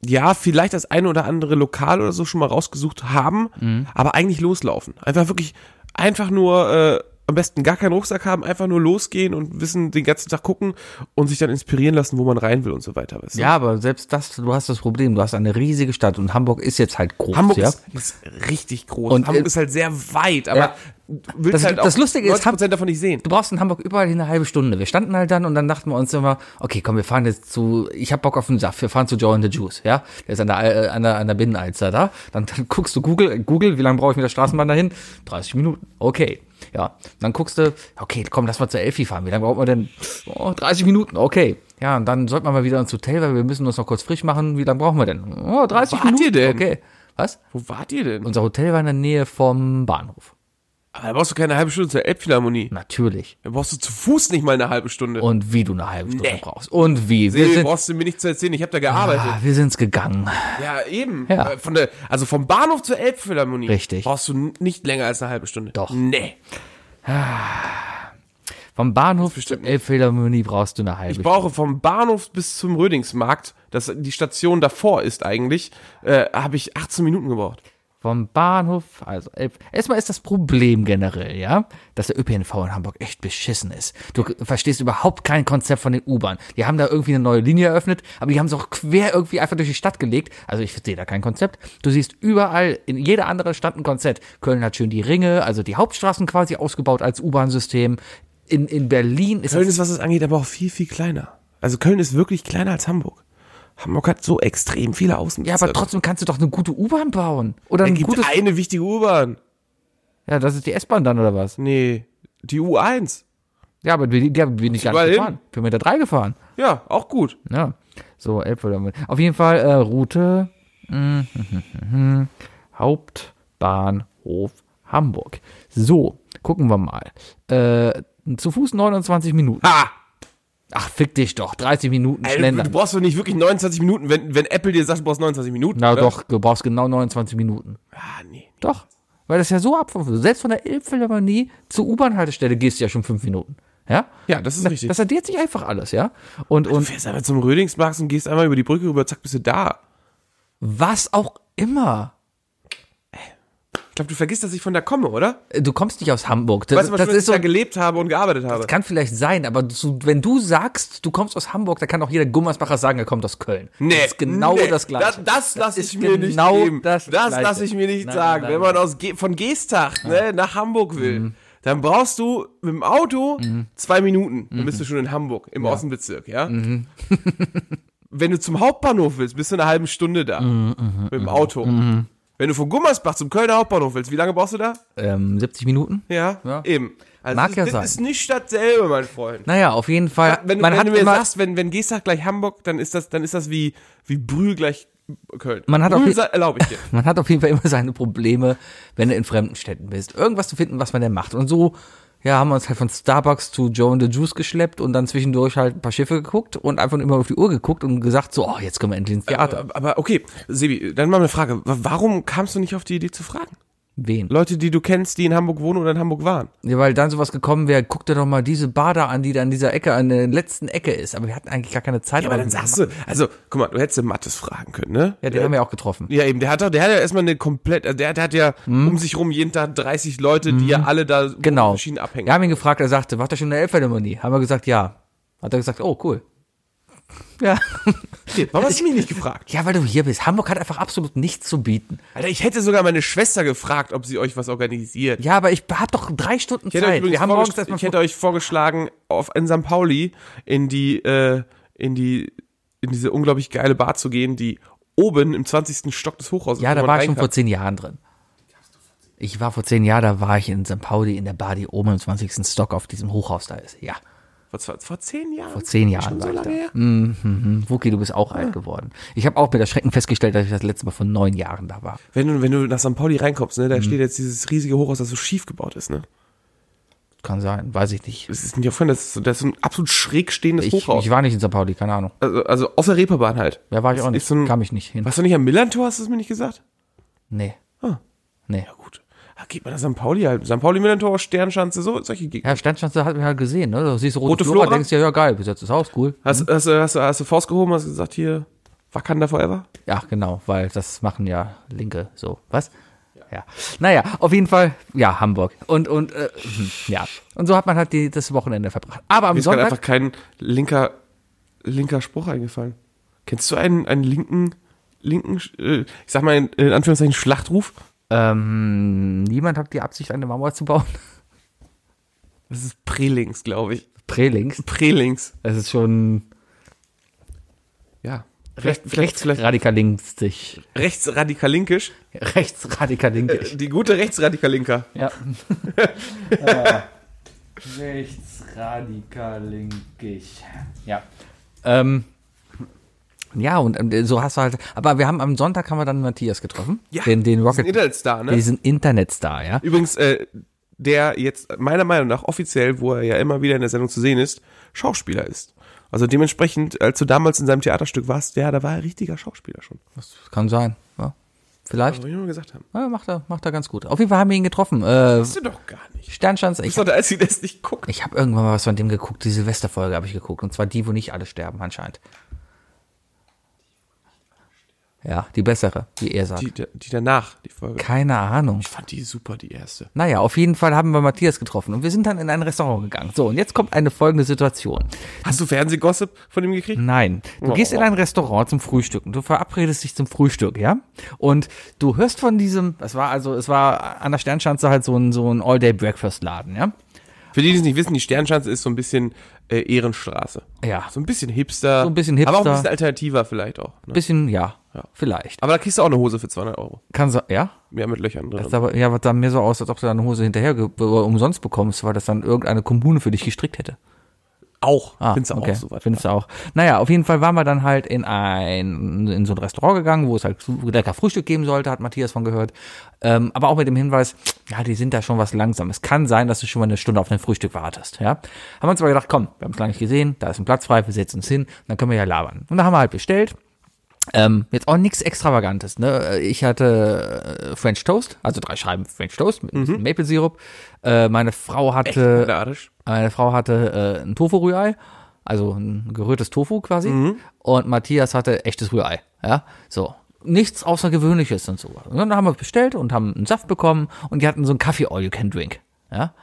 B: ja, vielleicht das eine oder andere Lokal oder so schon mal rausgesucht haben,
A: Mhm.
B: aber eigentlich loslaufen. Einfach wirklich, einfach nur, äh, am besten gar keinen Rucksack haben, einfach nur losgehen und wissen, den ganzen Tag gucken und sich dann inspirieren lassen, wo man rein will und so weiter. Weißt du?
A: Ja, aber selbst das, du hast das Problem, du hast eine riesige Stadt und Hamburg ist jetzt halt groß.
B: Hamburg
A: ja?
B: ist, ist richtig groß.
A: Und,
B: Hamburg
A: äh,
B: ist halt sehr weit, aber
A: ja.
B: du willst
A: Das-
B: halt auch
A: das Lustige ist,
B: 90% davon nicht sehen.
A: du brauchst in Hamburg überall eine halbe Stunde. Wir standen halt dann und dann dachten wir uns immer, okay, komm, wir fahren jetzt zu, ich hab Bock auf den Saft, wir fahren zu Joe and the Juice, ja? Der ist an der, äh, an der, an der Binnenalster da. Dann, dann guckst du Google, äh, Google, wie lange brauche ich mit der Straßenbahn dahin? 30 Minuten, okay. Ja, dann guckst du, okay, komm, lass mal zur Elfi fahren. Wie lange braucht man denn? Oh, 30 Minuten, okay. Ja, und dann sollten wir mal wieder ins Hotel, weil wir müssen uns noch kurz frisch machen. Wie lange brauchen wir denn? Oh, 30
B: Wart
A: Minuten.
B: ihr denn?
A: Okay. Was?
B: Wo wart ihr denn?
A: Unser Hotel war in der Nähe vom Bahnhof.
B: Aber da brauchst du keine halbe Stunde zur Elbphilharmonie.
A: Natürlich.
B: Da brauchst du zu Fuß nicht mal eine halbe Stunde.
A: Und wie du eine halbe Stunde
B: Nee.
A: brauchst. Und wie. Wir
B: nee,
A: sind
B: brauchst du mir nicht zu erzählen, ich habe da gearbeitet.
A: Ah, wir sind's gegangen.
B: Ja, eben.
A: Ja.
B: Äh, Von der, also vom Bahnhof zur Elbphilharmonie
A: Richtig.
B: brauchst du n- nicht länger als eine halbe Stunde.
A: Doch.
B: Nee.
A: Vom Bahnhof zur
B: bestimmt-
A: Elbphilharmonie brauchst du eine
B: Ich
A: halbe.
B: brauche vom Bahnhof bis zum Rödingsmarkt, das die Station davor ist eigentlich, äh, habe ich 18 Minuten gebraucht.
A: vom Bahnhof, also elf- erstmal ist das Problem generell, ja, dass der ÖPNV in Hamburg echt beschissen ist. Du k- verstehst überhaupt kein Konzept von den U-Bahn. Die haben da irgendwie eine neue Linie eröffnet, aber die haben es auch quer irgendwie einfach durch die Stadt gelegt. Also ich sehe da kein Konzept. Du siehst überall in jeder anderen Stadt ein Konzept. Köln hat schön die Ringe, also die Hauptstraßen quasi ausgebaut als U-Bahn-System. In, in Berlin ist
B: Köln
A: das-
B: ist, was es angeht, aber auch viel, viel kleiner. Also Köln ist wirklich kleiner als Hamburg. Hamburg hat so extrem viele
A: ja,
B: Außenbezirke.
A: aber trotzdem kannst du doch eine gute U-Bahn bauen oder
B: Es
A: ein
B: gibt
A: gutes
B: eine wichtige U-Bahn.
A: Ja, das ist die S-Bahn dann oder was?
B: Nee, die U1.
A: Ja, aber die, die bin ich gar
B: überall
A: nicht
B: hin.
A: gefahren. Bin mit der 3 gefahren.
B: Ja, auch gut.
A: Ja. So, Elbphilharmonie. Auf jeden Fall äh, Route mm, [LAUGHS] Hauptbahnhof Hamburg. So, gucken wir mal. Äh, zu Fuß 29 Minuten.
B: Ha!
A: Ach, fick dich doch. 30 Minuten
B: Ey, du,
A: schneller.
B: du brauchst doch nicht wirklich 29 Minuten, wenn, wenn Apple dir sagt, du brauchst 29 Minuten.
A: Na
B: oder?
A: doch, du brauchst genau 29 Minuten.
B: Ah, nee.
A: Doch. Weil das ja so ab. Selbst von der Elbphilharmonie zur U-Bahn-Haltestelle gehst du ja schon 5 Minuten. Ja?
B: Ja, das ist richtig.
A: Das addiert sich einfach alles, ja? Und,
B: du
A: und
B: fährst einfach zum Rödingsmarkt und gehst einmal über die Brücke rüber, zack, bist du da.
A: was auch immer.
B: Ich glaube, du vergisst, dass ich von da komme, oder?
A: Du kommst nicht aus Hamburg.
B: Weißt
A: Das,
B: du, was
A: Also das
B: ich
A: ist so,
B: da gelebt habe und gearbeitet habe?
A: kann vielleicht sein, aber du, wenn du sagst, du kommst aus Hamburg, dann kann auch jeder Gummersbacher sagen, er kommt aus Köln. das ist genau
B: nee,
A: das Gleiche.
B: Das, das lasse
A: ist
B: ich mir
A: genau
B: nicht geben.
A: das
B: Das,
A: Gleiche.
B: lasse ich mir nicht
A: Nein,
B: sagen.
A: nein, Mhm.
B: Wenn man aus Ge von Geesthacht ne, nach Hamburg will, dann brauchst du mit dem Auto zwei Minuten.
A: Mhm.
B: Dann bist du schon in Hamburg, im Außenbezirk, ja? [LAUGHS] Wenn du zum Hauptbahnhof willst, bist du in einer halben Stunde da.
A: Mhm,
B: mit dem Auto. Wenn du von Gummersbach zum Kölner Hauptbahnhof willst, wie lange brauchst du da?
A: Ähm, 70 Minuten?
B: Ja,
A: Ja.
B: eben. Also
A: Mag
B: das,
A: ja
B: das
A: sein.
B: ist nicht dasselbe, mein Freund.
A: Naja, auf jeden Fall.
B: Wenn,
A: man
B: wenn
A: hat
B: du mir
A: immer,
B: sagst, wenn, wenn Geestag gleich Hamburg, dann ist das, dann ist das wie, wie Brühl gleich Köln.
A: Man hat auch
B: Brühl
A: viel-
B: sa- erlaube
A: [LAUGHS]
B: ich dir.
A: man hat auf jeden Fall immer seine Probleme, wenn du in fremden Städten bist. Irgendwas zu finden, was man denn macht. Und so, ja, haben wir uns halt von Starbucks zu Joe and the Juice geschleppt und dann zwischendurch halt ein paar Schiffe geguckt und einfach immer auf die Uhr geguckt und gesagt, so, oh, jetzt können wir endlich ins Theater.
B: Aber, aber okay, Sebi, dann mal eine Frage. Wa- Warum kamst du nicht auf die Idee zu fragen?
A: Wen?
B: Leute, die du kennst, die in Hamburg wohnen oder in Hamburg waren.
A: Ja, weil dann sowas gekommen wäre, guck dir doch mal diese Bar da an, die da an dieser Ecke, an der letzten Ecke ist. Aber wir hatten eigentlich gar keine Zeit.
B: Ja, aber dann sagst du, also, guck mal, du hättest den Mattes fragen können, ne?
A: Ja, den haben wir auch getroffen.
B: Ja, eben, der hat, doch- der hat ja erstmal eine komplett, also der, der hat ja um sich rum jeden Tag 30 Leute, die ja alle da
A: Hm? Genau.
B: verschieden abhängen.
A: Wir haben ihn gefragt, er sagte, war das schon in der Elbphilharmonie? Haben wir gesagt, ja. Hat er gesagt, oh, cool. [LAUGHS] Ja.
B: Okay, warum hast du mich nicht gefragt?
A: ja, weil du hier bist. Hamburg hat einfach absolut nichts zu bieten.
B: Alter, ich hätte sogar meine Schwester gefragt, ob sie euch was organisiert.
A: Ja, aber ich hab doch drei Stunden
B: Ich hätte, euch,
A: Zeit.
B: übrigens
A: Wir haben
B: vorgeschl-
A: morgens erstmal
B: ich hätte euch vorgeschlagen, auf, in St. Pauli in die, äh, in die, in diese unglaublich geile Bar zu gehen, die oben im 20. Stock des Hochhauses
A: Ja,
B: wo
A: da
B: man
A: war ich schon
B: rein kann.
A: vor zehn Jahren drin. Ich war vor zehn Jahren, da war ich in St. Pauli in der Bar, die oben im 20. Stock auf diesem Hochhaus da ist. Ja.
B: Vor, vor, vor zehn Jahren. Vor
A: zehn Jahren
B: Schon
A: war
B: so
A: ich
B: lange
A: da. Mhm.
B: her?
A: Wookie, du bist auch
B: Ah.
A: alt geworden. Ich habe auch mit Erschrecken festgestellt, dass ich das letzte Mal vor neun Jahren da war.
B: Wenn du, wenn du nach St. Pauli reinkommst, ne, da
A: Mhm.
B: steht jetzt dieses riesige Hochhaus, das so schief gebaut ist, ne.
A: Kann sein, weiß ich nicht.
B: Das ist nicht aufgefallen, das ist, so- das ist so ein absolut schräg stehendes
A: Ich,
B: Hochhaus.
A: ich war nicht in St. Pauli, keine Ahnung.
B: also, also auf der Reeperbahn halt.
A: Ja, war ich
B: Das
A: auch
B: ist
A: nicht.
B: So ein,
A: Kam ich nicht hin.
B: warst du nicht am Millantor, hast du es mir nicht gesagt?
A: Nee. Nee.
B: Ah. Ja, gut. Ah, geht man nach St. Pauli halt. St. Pauli, Millantor, Sternschanze, so, solche Gegenden.
A: Ja, Standschanze hat man halt gesehen, ne? Du siehst rote,
B: Rote
A: Flora,
B: Flora?
A: denkst dir, ja geil, besetztes Haus, cool.
B: Hast, hast, hast, hast du Faust gehoben, hast gesagt, hier, Wakanda Forever?
A: Ja, genau, weil das machen ja Linke so. Was? Ja. Naja, auf jeden Fall, ja, Hamburg. Und, und, äh, hm, ja. Und so hat man halt die, das Wochenende verbracht. Aber am
B: Mir ist gerade einfach
A: Sonntag,
B: kein linker, linker Spruch eingefallen. Kennst du einen, einen linken, linken, äh, ich sag mal in, in Anführungszeichen Schlachtruf?
A: ähm, niemand hat die Absicht, eine Mauer zu bauen. [LAUGHS]
B: Das ist Prelings, glaube ich.
A: Prelings.
B: Prelings.
A: Das ist schon
B: Ja. Vielleicht,
A: recht,
B: vielleicht,
A: rechts,
B: vielleicht
A: radikalistisch.
B: rechtsradikalinkisch.
A: Rechtsradikal linkisch.
B: Äh, Die gute Rechtsradikalinker.
A: [LAUGHS]
B: [LAUGHS]
A: Ja. Äh, Rechtsradikal linkisch. Ja. Ähm, ja, und ähm, so hast du halt. Aber wir haben am Sonntag haben wir dann Matthias getroffen.
B: Ja,
A: Den, den
B: Ein
A: Rocket.
B: Internetstar, ne?
A: Diesen Internetstar, ja.
B: Übrigens, äh, der jetzt meiner Meinung nach offiziell, wo er ja immer wieder in der Sendung zu sehen ist, Schauspieler ist. Also dementsprechend, als du damals in seinem Theaterstück warst, ja, da war er richtiger Schauspieler schon.
A: Das kann sein. Ja. Vielleicht.
B: Wollte ich nur mal gesagt haben.
A: Ja, macht, er, macht er ganz gut. Auf jeden Fall haben wir ihn getroffen. Äh,
B: Bist du doch gar nicht.
A: Sternschanz.
B: Bist
A: Ich,
B: doch der Einzige, der es nicht guckt.
A: ich habe irgendwann mal was von dem geguckt. Die Silvesterfolge habe ich geguckt. Und zwar die, wo nicht alle sterben, anscheinend. Ja, die bessere, wie er sagt.
B: Die, die danach, die Folge.
A: Keine Ahnung.
B: Ich fand die super, die erste.
A: Naja, auf jeden Fall haben wir Matthias getroffen und wir sind dann in ein Restaurant gegangen. So, und jetzt kommt eine folgende Situation.
B: Hast du Fernsehgossip von ihm gekriegt?
A: Nein, du
B: Oh.
A: gehst in ein Restaurant zum Frühstücken. Du verabredest dich zum Frühstück, ja? Und du hörst von diesem, das war also, es war an der Sternschanze halt so ein, so ein All-Day-Breakfast-Laden, ja?
B: Für die, die es nicht wissen, die Sternschanze ist so ein bisschen äh, Ehrenstraße.
A: Ja.
B: So ein bisschen hipster.
A: So ein bisschen hipster.
B: Aber auch ein bisschen alternativer vielleicht auch. Ne?
A: Bisschen, ja, vielleicht.
B: Aber da kriegst du auch eine Hose für 200 Euro.
A: Kann so, ja?
B: Ja, mit Löchern drin.
A: Das aber, ja, was sah mir so aus, als ob du deine Hose hinterher ge- umsonst bekommst, weil das dann irgendeine Kommune für dich gestrickt hätte.
B: auch. Ah, Findest du
A: Ah, okay.
B: auch so ne? weit.
A: Findest du auch. Naja, auf jeden Fall waren wir dann halt in ein, in so ein Restaurant gegangen, wo es halt su- lecker Frühstück geben sollte, hat Matthias von gehört. Ähm, aber auch mit dem Hinweis, ja, die sind da schon was langsam. Es kann sein, dass du schon mal eine Stunde auf dein Frühstück wartest, ja. Haben wir uns aber gedacht, komm, wir haben es lange nicht gesehen, da ist ein Platz frei, wir setzen uns hin, dann können wir ja labern. Und da haben wir halt bestellt. Ähm, jetzt auch nichts Extravagantes. Ne? Ich hatte äh, French Toast, also drei Scheiben French Toast mit ein
B: Mhm.
A: bisschen Maple Sirup. Äh, meine Frau
B: Äh,
A: hatte
B: Kanadisch.
A: meine Frau hatte äh, ein Tofu-Rührei, also ein gerührtes Tofu quasi.
B: Mhm.
A: Und Matthias hatte echtes Rührei. Ja, so. Nichts Außergewöhnliches und so. Und dann haben wir bestellt und haben einen Saft bekommen und die hatten so einen Kaffee-All-You-Can-Drink. Ja.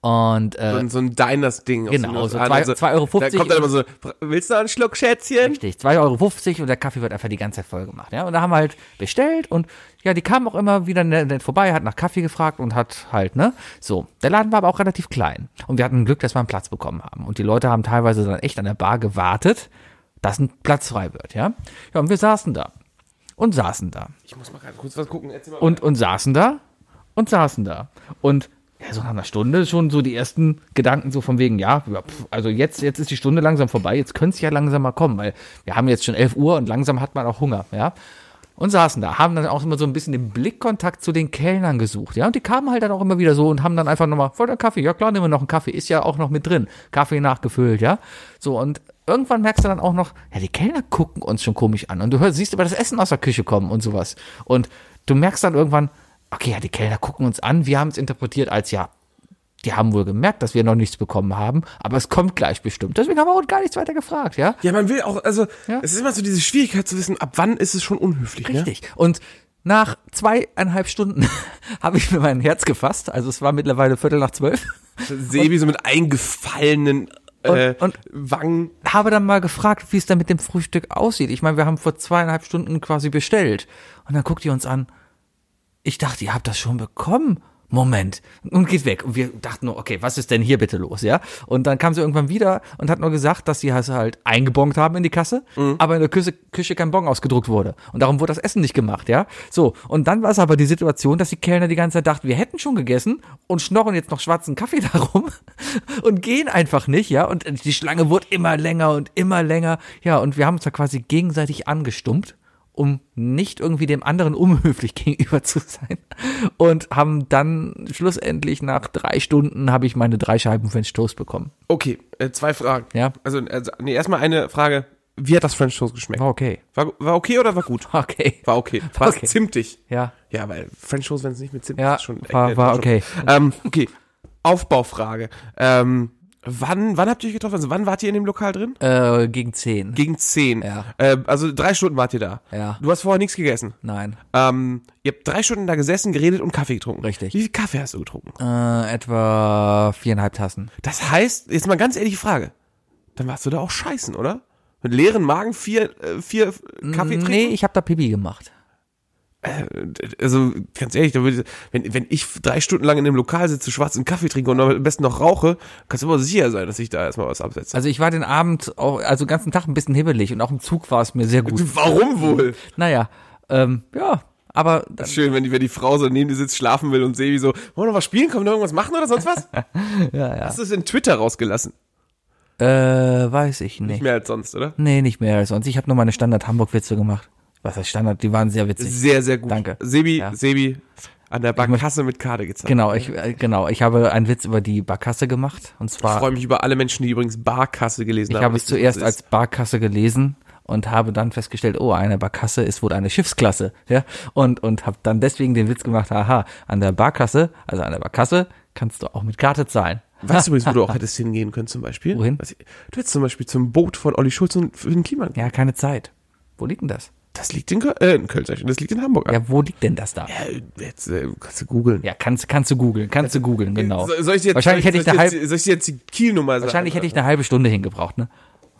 A: Und äh,
B: Und so ein Diners-Ding. aus
A: Genau,
B: den USA.
A: so zwei-
B: Also,
A: 2,50
B: Da kommt dann immer so, willst du einen Schluck, Schätzchen?
A: Richtig, 2,50 Euro und der Kaffee wird einfach die ganze Zeit voll gemacht. Ja? Und da haben wir halt bestellt und ja, die kamen auch immer wieder nett nett vorbei, hat nach Kaffee gefragt und hat halt, ne? So, der Laden war aber auch relativ klein. Und wir hatten Glück, dass wir einen Platz bekommen haben. Und die Leute haben teilweise dann echt an der Bar gewartet, dass ein Platz frei wird, ja? Ja, und wir saßen da. Und saßen da
B: Ich muss mal gerade kurz was gucken. Erzähl mal.
A: und, und saßen da und saßen da. Und ja, so nach einer Stunde schon so die ersten Gedanken so von wegen, ja, ja, pf, also jetzt, jetzt ist die Stunde langsam vorbei, jetzt könnte es ja langsam mal kommen, weil wir haben jetzt schon 11 Uhr und langsam hat man auch Hunger, ja. Und saßen da, haben dann auch immer so ein bisschen den Blickkontakt zu den Kellnern gesucht, ja. Und die kamen halt dann auch immer wieder so und haben dann einfach nochmal, wollt ihr einen Kaffee? Ja klar, nehmen wir noch einen Kaffee, ist ja auch noch mit drin. Kaffee nachgefüllt, ja. So, und irgendwann merkst du dann auch noch, ja, die Kellner gucken uns schon komisch an. Und du hörst, siehst aber das Essen aus der Küche kommen und sowas. Und du merkst dann irgendwann, okay, ja, die Kellner gucken uns an, wir haben es interpretiert als ja, die haben wohl gemerkt, dass wir noch nichts bekommen haben, aber es kommt gleich bestimmt. Deswegen haben wir auch gar nichts weiter gefragt, ja?
B: Ja, man will auch, also,
A: Ja.
B: es ist immer so diese Schwierigkeit zu wissen, ab wann ist es schon unhöflich, ne?
A: Richtig. Und nach zweieinhalb Stunden [LAUGHS] habe ich mir mein Herz gefasst. Also es war mittlerweile Viertel nach zwölf. [LAUGHS]
B: Sebi so mit eingefallenen äh,
A: und-
B: Wangen.
A: Habe dann mal gefragt, wie es denn mit dem Frühstück aussieht. Ich meine, wir haben vor zweieinhalb Stunden quasi bestellt. Und dann guckt die uns an. Ich dachte, ihr habt das schon bekommen. Moment. Und geht weg. Und wir dachten nur, okay, was ist denn hier bitte los, ja? Und dann kam sie irgendwann wieder und hat nur gesagt, dass sie es halt eingebongt haben in die Kasse, aber in der Küche, Küche kein Bon ausgedruckt wurde. Und darum wurde das Essen nicht gemacht, ja? So. Und dann war es aber die Situation, dass die Kellner die ganze Zeit dachten, wir hätten schon gegessen und schnorren jetzt noch schwarzen Kaffee [LAUGHS] darum und gehen einfach nicht, ja? Und die Schlange wurde immer länger und immer länger. Ja, und wir haben uns da quasi gegenseitig angestummt um nicht irgendwie dem anderen unhöflich [LAUGHS] gegenüber zu sein. Und haben dann schlussendlich nach drei Stunden habe ich meine drei Scheiben French Toast bekommen.
B: Okay, äh, zwei Fragen.
A: Ja.
B: Also, also nee, erstmal eine Frage. Wie hat das French Toast geschmeckt?
A: War Oh, okay.
B: War, war okay oder war gut?
A: Okay.
B: War okay.
A: War
B: War
A: okay.
B: zimtig.
A: Ja.
B: Ja, weil French Toast, wenn es nicht mit Zimt
A: Ja,
B: ist, schon
A: war-
B: äh,
A: war
B: schon-
A: okay.
B: [LAUGHS] Ähm, okay, Aufbaufrage. Ähm, wann, wann habt ihr euch getroffen? Also wann wart ihr in dem Lokal drin?
A: Äh, gegen zehn.
B: Gegen 10.
A: Ja.
B: Äh, also drei Stunden wart ihr da.
A: Ja.
B: Du hast vorher nichts gegessen.
A: Nein.
B: Ähm, ihr habt drei Stunden da gesessen, geredet und Kaffee getrunken.
A: Richtig.
B: Wie viel Kaffee hast du getrunken?
A: Äh, etwa viereinhalb Tassen.
B: Das heißt, jetzt mal ganz ehrliche Frage. Dann warst du da auch scheißen, oder? Mit leeren Magen vier, äh, vier Kaffee trinken?
A: Nee, ich habe da Pipi gemacht.
B: also ganz ehrlich, da würde ich, wenn, wenn ich drei Stunden lang in einem Lokal sitze, schwarzen Kaffee trinke und am besten noch rauche, kannst du immer sicher sein, dass ich da erstmal was absetze.
A: Also ich war den Abend, auch, also den ganzen Tag ein bisschen hibbelig und auch im Zug war es mir sehr [LAUGHS] gut.
B: Also, [LAUGHS] Warum wohl?
A: Naja, ähm, ja, aber
B: Das ist schön, wenn die, wenn die Frau so neben dir sitzt, schlafen will und Sebi so, wollen wir noch was spielen? Können wir noch irgendwas machen oder sonst [LAUGHS] was?
A: ja, ja.
B: Hast du es in Twitter rausgelassen?
A: Äh, weiß ich nicht.
B: Mehr als sonst, oder?
A: Nee, nicht mehr als sonst. Ich habe nur meine Standard-Hamburg-Witze gemacht. Was heißt Standard? Die waren sehr witzig.
B: Sehr, sehr gut.
A: Danke.
B: Sebi,
A: Ja.
B: Sebi an der Backkasse mit Karte gezeigt.
A: Genau, ich, äh, genau, ich habe einen Witz über die Barkasse gemacht. Und
B: Ich
A: zwar,
B: freue mich über alle Menschen, die übrigens Barkasse gelesen
A: ich
B: haben.
A: habe es
B: Nicht, dass
A: zuerst
B: ist.
A: als Barkasse gelesen und habe dann festgestellt, oh, eine Barkasse ist wohl eine Schiffsklasse. Ja? Und, und habe dann deswegen den Witz gemacht, haha, an der Barkasse, also an der Barkasse, kannst du auch mit Karte zahlen.
B: Weißt du übrigens, wo [LAUGHS] du auch hättest hingehen können zum Beispiel?
A: Wohin?
B: Weiß ich- Du hättest zum Beispiel zum Boot von Olli Schulz und für den Kliman.
A: Ja, keine Zeit. Wo liegt denn das?
B: Das liegt in Köln, äh, in Köln, sag ich schon, das liegt in Hamburg.
A: Ja, wo liegt denn das da? Ja,
B: Äh, Jetzt äh, kannst du googeln.
A: kannst, kannst du googeln, kannst du googeln, genau.
B: So, soll ich dir jetzt,
A: Wahrscheinlich
B: soll
A: hätte ich eine
B: jetzt,
A: halbe,
B: soll ich dir jetzt die Kielnummer sagen?
A: wahrscheinlich hätte ich eine halbe Stunde hingebraucht, ne?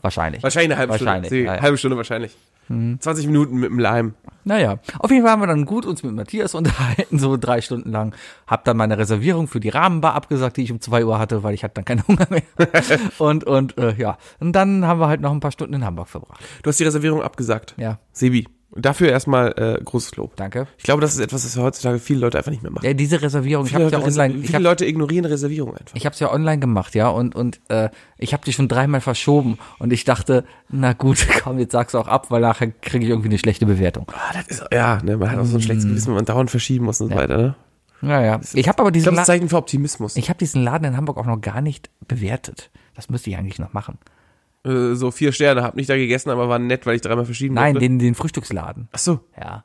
A: Wahrscheinlich.
B: Wahrscheinlich eine halbe
A: Wahrscheinlich,
B: Stunde.
A: ja, Mhm. ja.
B: Halbe Stunde wahrscheinlich. 20 Minuten mit dem Leim.
A: Naja, auf jeden Fall haben wir dann gut uns mit Matthias [LAUGHS] unterhalten, so drei Stunden lang. Hab dann meine Reservierung für die Rahmenbar abgesagt, die ich um zwei Uhr hatte, weil ich hatte dann keinen [LAUGHS] Hunger mehr. und und äh, ja, und dann haben wir halt noch ein paar Stunden in Hamburg verbracht.
B: Du hast die Reservierung abgesagt.
A: Ja,
B: Sebi. Und dafür erstmal äh, großes Lob.
A: danke.
B: Ich glaube, das ist etwas, was heutzutage viele Leute einfach nicht mehr machen.
A: Ja, diese Reservierung, ich
B: viele
A: habe ja
B: Leute,
A: online,
B: reser-
A: ich
B: viele
A: hab,
B: Leute ignorieren Reservierung einfach.
A: ich hab's ja online gemacht, ja, und und äh, ich habe die schon dreimal verschoben und ich dachte, na gut, [LAUGHS] komm, jetzt sag's auch ab, weil nachher kriege ich irgendwie eine schlechte Bewertung.
B: Ah, das ist, ja, ne, man hat auch so ein schlechtes
A: Mhm.
B: Gewissen, wenn man dauernd verschieben muss und so weiter. Ne?
A: Naja, ich habe aber
B: Ich
A: diesen
B: glaube, das ist
A: La-
B: Zeichen für Optimismus.
A: ich habe diesen Laden in Hamburg auch noch gar nicht bewertet. Das müsste ich eigentlich noch machen.
B: Äh, so vier Sterne, hab nicht da gegessen, aber war nett, weil ich dreimal verschieben
A: Nein,
B: durfte.
A: den, den Frühstücksladen.
B: Ach so.
A: Ja.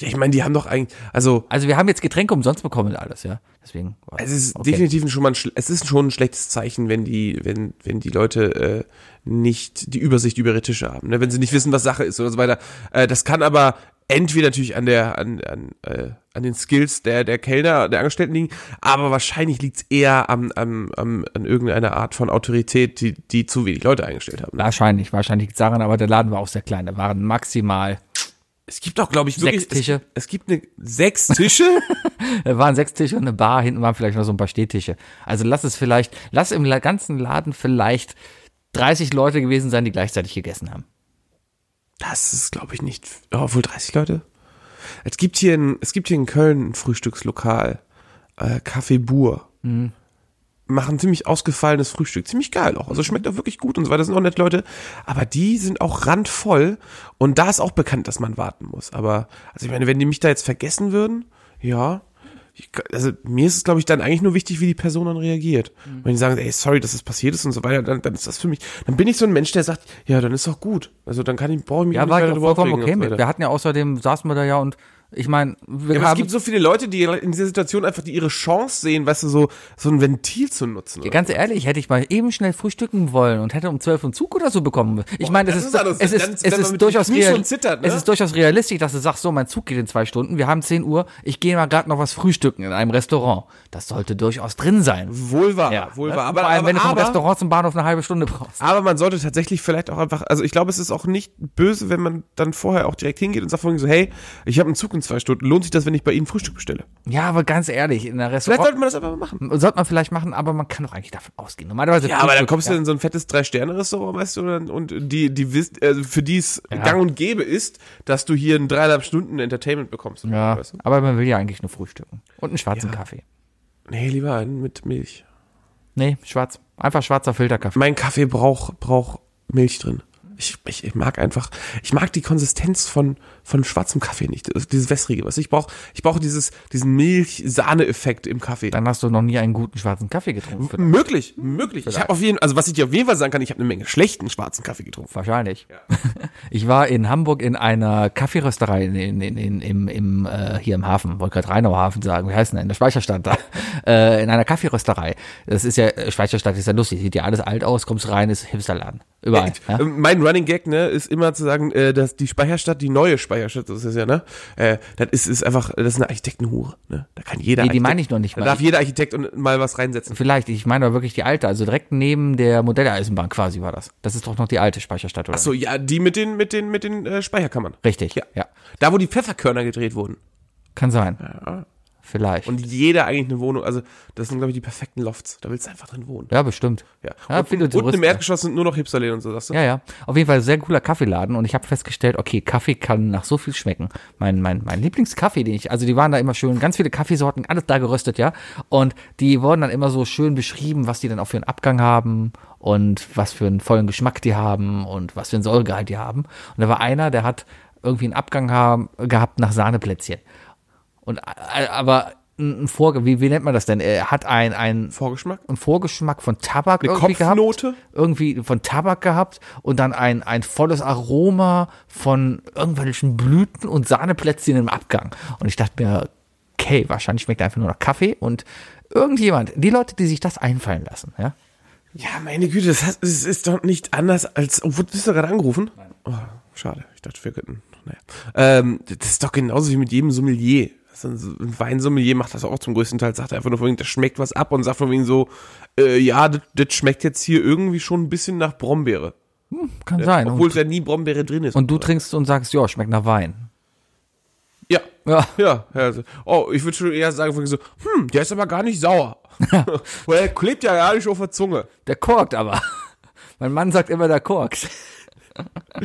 B: Ja, ich meine, die haben doch eigentlich, also
A: Also wir haben jetzt Getränke umsonst bekommen und alles, ja. Deswegen.
B: Es ist
A: okay.
B: definitiv schon mal ein, schl- es ist schon ein schlechtes Zeichen, wenn die, wenn, wenn die Leute äh, nicht die Übersicht über ihre Tische haben, ne? wenn sie nicht wissen, was Sache ist oder so weiter. Äh, das kann aber entweder natürlich an der, an, an, äh, an den Skills der, der Kellner, der Angestellten liegen, aber wahrscheinlich liegt's eher am, am, am, an irgendeiner Art von Autorität, die, die zu wenig Leute eingestellt haben. Ne?
A: Wahrscheinlich, wahrscheinlich liegt's daran, aber der Laden war auch sehr klein. Da waren maximal,
B: Es gibt doch, glaube ich, wirklich.
A: Sechs Tische.
B: Es, es gibt eine sechs Tische? [LAUGHS]
A: da waren sechs Tische und eine Bar, hinten waren vielleicht noch so ein paar Stehtische. Also lass es vielleicht, lass im La- ganzen Laden vielleicht 30 Leute gewesen sein, die gleichzeitig gegessen haben.
B: Das ist, glaube ich, nicht. Oh, obwohl 30 Leute? Es gibt hier in, es gibt hier in Köln ein Frühstückslokal. Äh, Café Bur.
A: Mhm.
B: Machen ziemlich ausgefallenes Frühstück. Ziemlich geil auch. Also schmeckt auch wirklich gut und so weiter. Sind auch nett Leute. Aber die sind auch randvoll. Und da ist auch bekannt, dass man warten muss. Aber, also ich meine, wenn die mich da jetzt vergessen würden, ja. Ich, also mir ist es, glaube ich, dann eigentlich nur wichtig, wie die Person dann reagiert.
A: Mhm.
B: Wenn die sagen, ey, sorry, dass das passiert ist und so weiter, dann, dann ist das für mich, dann bin ich so ein Mensch, der sagt, ja, dann ist doch gut. Also dann kann ich, brauche ich mich
A: Ja,
B: nicht
A: war ich
B: weiter
A: auch
B: drüber
A: vollkommen
B: aufregen
A: okay
B: und so
A: mit.
B: weiter.
A: Wir hatten ja außerdem, saßen wir da ja und ich meine, wir
B: Ja, aber es
A: haben
B: gibt so viele Leute, die in dieser Situation einfach die ihre Chance sehen, weißt du, so, so ein Ventil zu nutzen.
A: Ja,
B: Oder?
A: Ganz ehrlich, hätte ich mal eben schnell frühstücken wollen und hätte um 12 einen Zug oder so bekommen. Ich meine, es
B: das
A: ist,
B: ist alles-
A: es
B: dann-
A: ist, es
B: wenn man
A: ist
B: mit
A: durchaus
B: dem Knie schon
A: real-
B: zittert, ne?
A: es ist durchaus realistisch, dass du sagst, so mein Zug geht in zwei Stunden, wir haben 10 Uhr, ich gehe mal gerade noch was frühstücken in einem Restaurant. Das sollte durchaus drin sein.
B: Wohl wahr, wohl
A: ne?
B: wahr. Aber,
A: Vor allem,
B: aber,
A: wenn du vom
B: aber,
A: Restaurant zum Bahnhof eine halbe Stunde brauchst.
B: aber man sollte tatsächlich vielleicht auch einfach, also ich glaube, es ist auch nicht böse, wenn man dann vorher auch direkt hingeht und sagt vorhin so, hey, ich habe einen Zug in zwei Stunden, lohnt sich das, wenn ich bei Ihnen Frühstück bestelle?
A: Ja, aber ganz ehrlich, in der
B: Vielleicht
A: Restaurant
B: sollte man das einfach mal machen.
A: sollte man vielleicht machen, aber man kann doch eigentlich davon ausgehen. Normalerweise
B: Ja, aber dann
A: Frühstück-
B: kommst du in so ein fettes Drei-Sterne-Restaurant, weißt du, und, und die, die wisst, also für die es gang und gäbe ist, dass du hier in dreieinhalb Stunden Entertainment bekommst.
A: ja,
B: Weißt du?
A: aber man will ja eigentlich nur frühstücken und einen schwarzen Kaffee.
B: Nee, lieber einen mit Milch.
A: Nee, schwarz. Einfach schwarzer Filterkaffee.
B: mein Kaffee braucht brauch Milch drin. Ich, ich, ich mag einfach, ich mag die Konsistenz von, von schwarzem Kaffee nicht. Also dieses wässrige, was ich brauche. Ich brauche dieses, diesen Milch-Sahne-Effekt im Kaffee.
A: Dann hast du noch nie einen guten schwarzen Kaffee getrunken. Vielleicht.
B: möglich, möglich. Ich habe auf jeden also was ich dir auf jeden Fall sagen kann, ich habe eine Menge schlechten schwarzen Kaffee getrunken.
A: Wahrscheinlich. [LAUGHS] Ich war in Hamburg in einer Kaffeerösterei in, in, in, in, im, im, äh, hier im Hafen, wollte gerade Rheinauer Hafen sagen, wie heißt denn der? in der Speicherstadt
B: [LAUGHS]
A: da, äh, in einer Kaffeerösterei. Das ist ja, äh, Speicherstadt ist ja lustig, sieht ja alles alt aus, kommst rein, ist Hipsterladen. Überall. Ja?
B: Ähm, Mein Running Gag, ne, ist immer zu sagen, äh, dass die Speicherstadt, die neue Speicherstadt, das ist es ja, ne? Äh, das ist, ist einfach, das ist eine Architektenhure, ne? Da kann jeder
A: Nee, die
B: Architekt-
A: meine ich noch nicht
B: Da
A: mal.
B: darf jeder Architekt und mal was reinsetzen.
A: [LAUGHS] Vielleicht, ich meine aber wirklich die alte, also direkt neben der Modelleisenbahn quasi war das. Das ist doch noch die alte Speicherstadt, oder?
B: Ach so, ja, die mit den, mit den, mit den äh, Speicherkammern.
A: Richtig,
B: Ja.
A: ja.
B: Da, wo die Pfefferkörner gedreht wurden.
A: Kann sein. Vielleicht.
B: Und jeder eigentlich eine Wohnung, also das sind, glaube ich, die perfekten Lofts. Da willst du einfach drin wohnen.
A: ja, bestimmt.
B: Ja.
A: Ja,
B: und,
A: viele
B: und,
A: Touristen.
B: im Erdgeschoss sind nur noch Hipsterläden und so, sagst du?
A: Ja, ja. Auf jeden Fall sehr cooler Kaffeeladen und ich habe festgestellt, okay, Kaffee kann nach so viel schmecken. Mein, mein, mein Lieblingskaffee, den ich, also die waren da immer schön, ganz viele Kaffeesorten, alles da geröstet, ja. Und die wurden dann immer so schön beschrieben, was die dann auch für einen Abgang haben und was für einen vollen Geschmack die haben und was für einen Säuregehalt die haben. Und da war einer, der hat irgendwie einen Abgang haben, gehabt nach Sahneplätzchen. Und, äh, aber ein ein Vorge, wie, wie nennt man das denn? Er hat ein, ein
B: Vorgeschmack?
A: einen Vorgeschmack von Tabak irgendwie
B: Kopfnote?
A: gehabt. Irgendwie von Tabak gehabt und dann ein, ein volles Aroma von irgendwelchen Blüten und Sahneplätzchen im Abgang. Und ich dachte mir, okay, wahrscheinlich schmeckt er einfach nur nach Kaffee und irgendjemand, die Leute, die sich das einfallen lassen, ja.
B: Ja, meine Güte, das, heißt, es ist doch nicht anders als. Oh, wurdest du gerade angerufen? Nein. Oh, schade. Ich dachte, wir könnten naja. Ähm, das ist doch genauso wie mit jedem Sommelier. Das ist ein ein Weinsommelier macht das auch zum größten Teil, sagt einfach nur von wegen, das schmeckt was ab und sagt von wegen so, äh, ja, das das schmeckt jetzt hier irgendwie schon ein bisschen nach Brombeere.
A: Kann sein.
B: Obwohl
A: Und,
B: es ja nie Brombeere drin ist.
A: und du trinkst und sagst, ja, schmeckt nach Wein.
B: ja.
A: Ja.
B: Ja, ja, also, oh, ich würde schon eher sagen, von wegen so, hm, der ist aber gar nicht sauer. [LAUGHS] Weil er klebt ja gar nicht auf der Zunge.
A: Der korkt aber. [LAUGHS] mein Mann sagt immer, der korkt. [LAUGHS]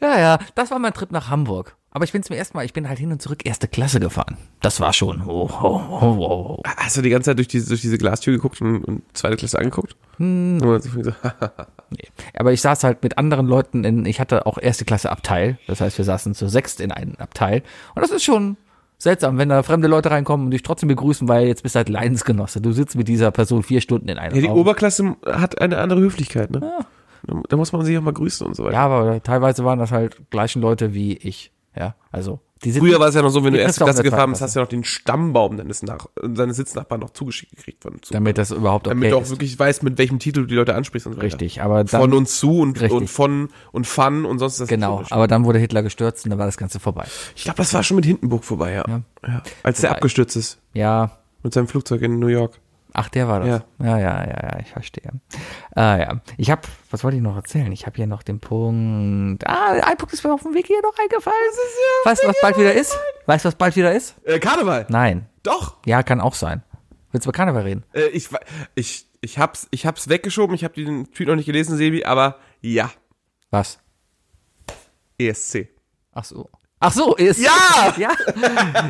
A: ja, ja, das war mein Trip nach Hamburg. Aber ich bin's mir erstmal, ich bin halt hin und zurück erste Klasse gefahren. Das war schon. Oh, oh, oh, oh, oh.
B: Hast du die ganze Zeit durch diese, durch diese Glastür geguckt und, und zweite Klasse angeguckt? Hm. Und so, [LAUGHS] von wegen so,
A: Nee. Aber ich saß halt mit anderen Leuten in, ich hatte auch erste Klasse Abteil. Das heißt, wir saßen zu sechst in einem Abteil. Und das ist schon seltsam, wenn da fremde Leute reinkommen und dich trotzdem begrüßen, weil jetzt bist du halt Leidensgenosse. Du sitzt mit dieser Person vier Stunden in einem
B: Ja, die
A: Raum.
B: Oberklasse hat eine andere Höflichkeit, ne? Da- Da muss man sich auch mal grüßen und so weiter.
A: Ja, aber teilweise waren das halt gleichen Leute wie ich. Ja, also die sind
B: Früher war es ja noch so, wenn du
A: Die kriegst
B: erste
A: du auch
B: Klasse
A: in der
B: gefahren bist,
A: zweiten
B: hast du ja noch den Stammbaum deines, Nach deines Sitznachbarn noch zugeschickt gekriegt von zu.
A: damit das überhaupt okay
B: Damit du auch
A: ist.
B: wirklich weißt, mit welchem Titel du die Leute ansprichst und so weiter.
A: Richtig, aber dann
B: Von und zu und,
A: Richtig.
B: und von und fun und sonst ist das.
A: genau,
B: nicht so
A: aber dann wurde Hitler gestürzt und dann war das Ganze vorbei.
B: schlimm. Ich glaube, das war schon mit Hindenburg vorbei, ja. ja. Als der
A: Wobei-
B: abgestürzt ist
A: Ja,
B: mit seinem Flugzeug in New York.
A: ach, der war das. Ja, ja, ja, ja, ich verstehe. Ah ja, ich habe, was wollte ich noch erzählen? Ich habe hier noch den Punkt. Ah, ein Punkt ist mir auf dem Weg hier noch eingefallen. Weißt du, was bald wieder ist? Weißt du, was bald wieder ist?
B: Äh, Karneval!
A: Nein.
B: Doch!
A: Ja, kann auch sein. Willst du über Karneval reden?
B: Äh, ich, wa- ich, ich, hab's, ich hab's weggeschoben, ich habe den Tweet noch nicht gelesen, Sebi, aber ja, E
A: Was?
B: ESC.
A: Ach so. Ach so, ESC.
B: Ja!
A: ja.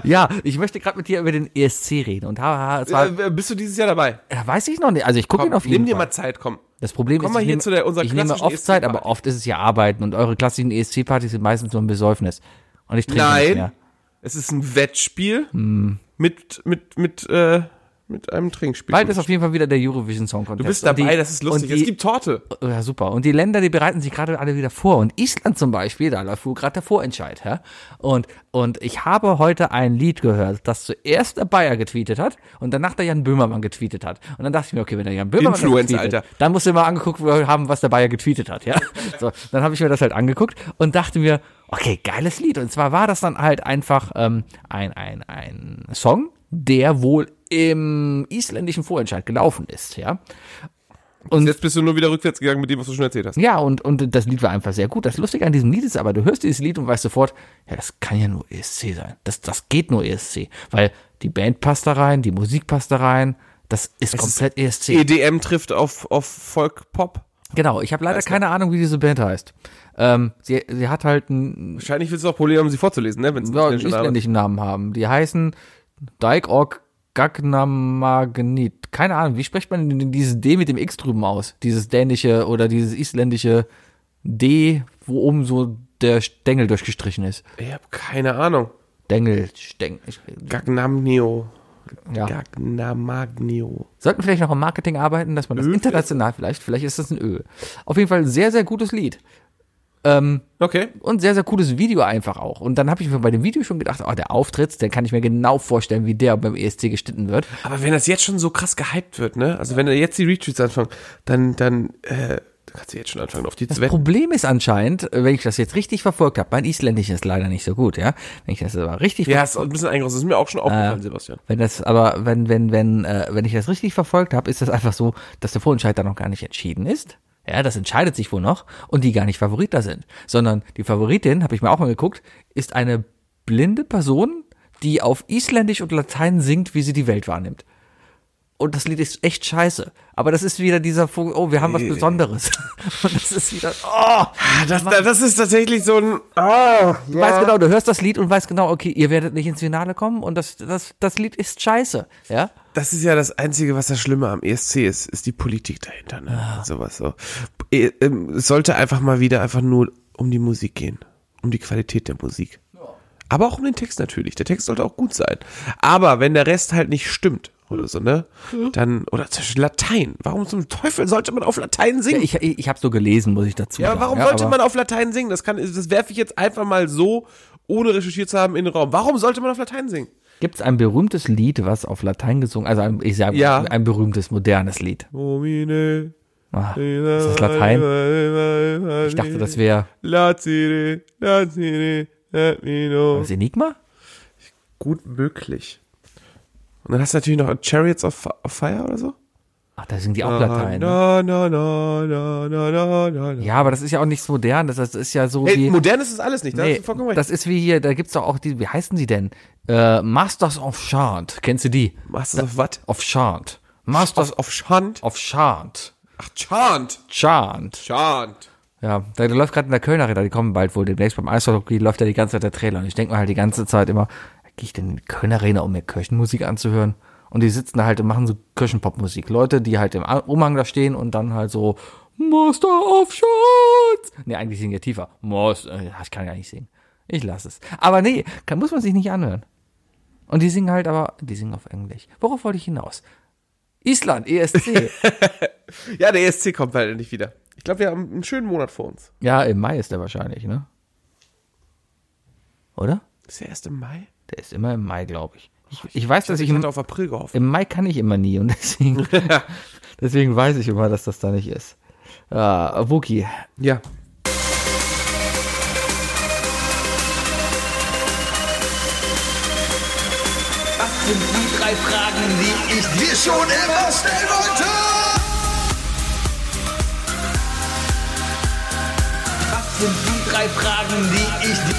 A: [LAUGHS] Ja, ich möchte gerade mit dir über den ESC reden und ha, ha, es war,
B: Äh, bist du dieses Jahr dabei?
A: Ja, weiß ich noch nicht. Also ich gucke ihn auf jeden
B: nimm dir
A: Fall.
B: mal Zeit, komm.
A: Das Problem
B: Komm
A: ist,
B: mal
A: ich
B: hier
A: nehme,
B: zu der- unserer
A: ich nehme
B: klassischen E
A: oft Zeit, aber
B: ESC-Party.
A: oft ist es ja Arbeiten und eure klassischen E ESC-Partys sind meistens nur ein Besäufnis. Und ich trinke nicht
B: Nein,
A: mehr.
B: es ist ein Wettspiel
A: Hm.
B: mit, mit, mit, äh, mit einem Trinkspiel.
A: Bald ist auf jeden Fall wieder der Eurovision Song Contest.
B: du bist
A: Und
B: dabei,
A: die-
B: das ist lustig.
A: Und
B: es
A: die,
B: gibt Torte.
A: ja, super. Und die Länder, die bereiten sich gerade alle wieder vor. Und Island zum Beispiel, da läuft wohl gerade der Vorentscheid. Ja? Und, und ich habe heute ein Lied gehört, das zuerst der Bayer getweetet hat und danach der Jan Böhmermann getweetet hat. Und dann dachte ich mir, okay, wenn der Jan Böhmermann das
B: Influencer,
A: tweetet,
B: Alter.
A: dann musst du mal angeguckt haben, was der Bayer getweetet hat. Ja? [LAUGHS] So, dann habe ich mir das halt angeguckt und dachte mir, okay, geiles Lied. Und zwar war das dann halt einfach ähm, ein, ein, ein Song, der wohl im isländischen Vorentscheid gelaufen ist, ja.
B: Und jetzt bist du nur wieder rückwärts gegangen mit dem, was du schon erzählt hast.
A: Ja, und, und das Lied war einfach sehr gut. Das Lustige an diesem Lied ist aber, du hörst dieses Lied und weißt sofort, ja, das kann ja nur ESC sein. Das, das geht nur ESC. Weil die Band passt da rein, die Musik passt da rein. Das ist komplett E ESC.
B: EDM E trifft auf, auf Folk Pop.
A: genau, ich habe leider keine Ahnung, wie diese Band heißt. Ähm, sie, sie hat halt einen
B: Wahrscheinlich willst du auch Probleme haben, sie vorzulesen, ne? Wenn's
A: ja, einen
B: isländischer Name ist.
A: isländischen Namen haben. Die heißen Daikorg Gagnamagnit. Keine Ahnung, wie spricht man denn dieses D mit dem X drüben aus? Dieses dänische oder dieses isländische D, wo oben so der Stängel durchgestrichen ist.
B: Ich habe keine Ahnung.
A: Dengel, Stängel.
B: Gagnamnio.
A: Ja.
B: Gagnamagnio.
A: Sollten vielleicht noch im Marketing arbeiten, dass man das international vielleicht, vielleicht ist das ein Öl. Auf jeden Fall ein sehr, sehr gutes Lied. Ähm,
B: Okay.
A: und sehr, sehr cooles Video einfach auch. Und dann habe ich mir bei dem Video schon gedacht, oh, der Auftritt, den kann ich mir genau vorstellen, wie der beim ESC geschnitten wird.
B: Aber wenn das jetzt schon so krass gehypt wird, ne? Also wenn da jetzt die Retweets anfangen, dann, dann, äh, da kannst du jetzt schon anfangen, auf die zu
A: Das
B: wetten.
A: Problem ist anscheinend, wenn ich das jetzt richtig verfolgt habe, mein Isländisch ist leider nicht so gut, ja. Wenn ich das aber richtig
B: Ja, ist ein bisschen eingerost. Das ist mir auch
A: Ah,
B: schon aufgefallen, Sebastian.
A: Wenn das aber, wenn, wenn, wenn, äh, wenn ich das richtig verfolgt habe, ist das einfach so, dass der Vorentscheid da noch gar nicht entschieden ist. Ja, das entscheidet sich wohl noch und die gar nicht Favorit da sind. Sondern die Favoritin, habe ich mir auch mal geguckt, ist eine blinde Person, die auf Isländisch und Latein singt, wie sie die Welt wahrnimmt. Und das Lied ist echt scheiße. Aber das ist wieder dieser, Vogel, oh, wir haben was Besonderes. [LAUGHS] Und das ist wieder, oh,
B: Ah, Das, das ist tatsächlich so ein, ah,
A: Du weißt genau, du hörst das Lied und weißt genau, okay, ihr werdet nicht ins Finale kommen und das, das, das Lied ist scheiße. Ja?
B: Das ist ja das Einzige, was das Schlimme am ESC ist, ist die Politik dahinter, ne? Sowas so. Eh, ähm, Es sollte einfach mal wieder einfach nur um die Musik gehen. Um die Qualität der Musik. Aber auch um den Text natürlich. Der Text sollte auch gut sein. Aber wenn der Rest halt nicht stimmt oder so, ne? Dann, oder zum Beispiel Latein. Warum zum Teufel sollte man auf Latein singen?
A: Ich, ich, ich habe so gelesen, muss ich dazu
B: Ja,
A: sagen.
B: aber warum sollte man auf Latein singen? Das kann, das werfe ich jetzt einfach mal so, ohne recherchiert zu haben, in den Raum. Warum sollte man auf Latein singen?
A: Gibt es ein berühmtes Lied, was auf Latein gesungen, also ein, ich sage
B: Ja.
A: ein berühmtes, modernes Lied?
B: Domine,
A: Ah, ist das Latein? Ich dachte, das wäre
B: Lazire, Lazire, let me know.
A: das Enigma?
B: Gut möglich. Und dann hast du natürlich noch Chariots of, Fi- of Fire oder so.
A: Ach, da singen die
B: Ah,
A: auch Latein. Ne?
B: Na, na, na, na, na, na, na, na.
A: Ja, aber das ist ja auch nichts modern. Das, das ist ja so
B: Ey,
A: wie.
B: modern ist es alles nicht, da
A: Nee,
B: hast du vollkommen recht.
A: das ist wie hier, da gibt's doch auch die, wie heißen die denn? Äh, Masters of Shant. Kennst du die?
B: Masters of what?
A: Of Shant. Masters
B: Auf, auf Chant.
A: of Shant.
B: Ach, Chant.
A: Shant.
B: Chant.
A: Ja, da läuft gerade in der Kölner Arena, die kommen bald wohl demnächst beim Eishockey, läuft ja die ganze Zeit der Trailer. Und ich denke mir halt die ganze Zeit immer, gehe ich denn in die Kölner Arena, um mir Kirchenmusik anzuhören? Und die sitzen da halt und machen so Kirchenpopmusik. Leute, die halt im A- Umhang da stehen und dann halt so Master of Shant. Nee, eigentlich singen ja tiefer. Master, ja, ich kann gar nicht singen. Ich lasse es. Aber nee, kann, muss man sich nicht anhören. Und die singen halt aber, die singen auf Englisch. Worauf wollte ich hinaus? Island, E ESC.
B: Ja, der ESC kommt bald endlich wieder. Ich glaube, wir haben einen schönen Monat vor uns.
A: Ja, im Mai ist der wahrscheinlich, ne? Oder?
B: Ist der erst im Mai?
A: Der ist immer im Mai, glaube ich. ich. Ich weiß, dass ich
B: Ich
A: im,
B: hatte auf April gehofft.
A: im Mai kann ich immer nie und [LAUGHS] deswegen, deswegen weiß ich immer, dass das da nicht ist. Ah, Wookie,
B: Ja.
C: Das sind die drei Fragen, die ich dir schon immer stellen wollte. Was sind die drei Fragen, die ich dir...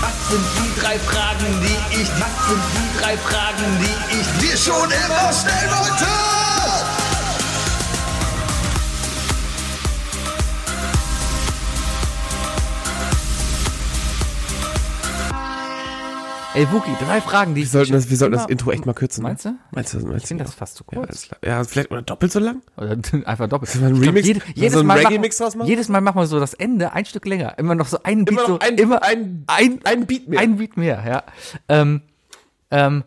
C: Was sind die drei Fragen, die ich... Was sind die drei Fragen, die ich dir schon immer stellen wollte?
A: Ey, Wookie, drei Fragen, die
B: Wir sollten das, wir sollten das
A: immer-
B: Intro echt mal kürzen. ne?
A: Meinst du?
B: Meinst du, meinst du?
A: Ich finde das fast zu
B: ja,
A: kurz.
B: alles klar. ja, vielleicht oder doppelt so lang?
A: Oder [LAUGHS] einfach doppelt.
B: wir einen
A: Ich glaub,
B: Remix-
A: jede-
B: sollen wir
A: jedes,
B: so einen
A: Mal
B: Reggae-Mix draus
A: machen,
B: machen?
A: jedes Mal machen wir so das Ende ein Stück länger. Immer noch so ein Beat,
B: Immer
A: so,
B: noch ein-
A: immer
B: ein- ein Beat mehr.
A: Ein Beat mehr, ja. Ähm, ähm,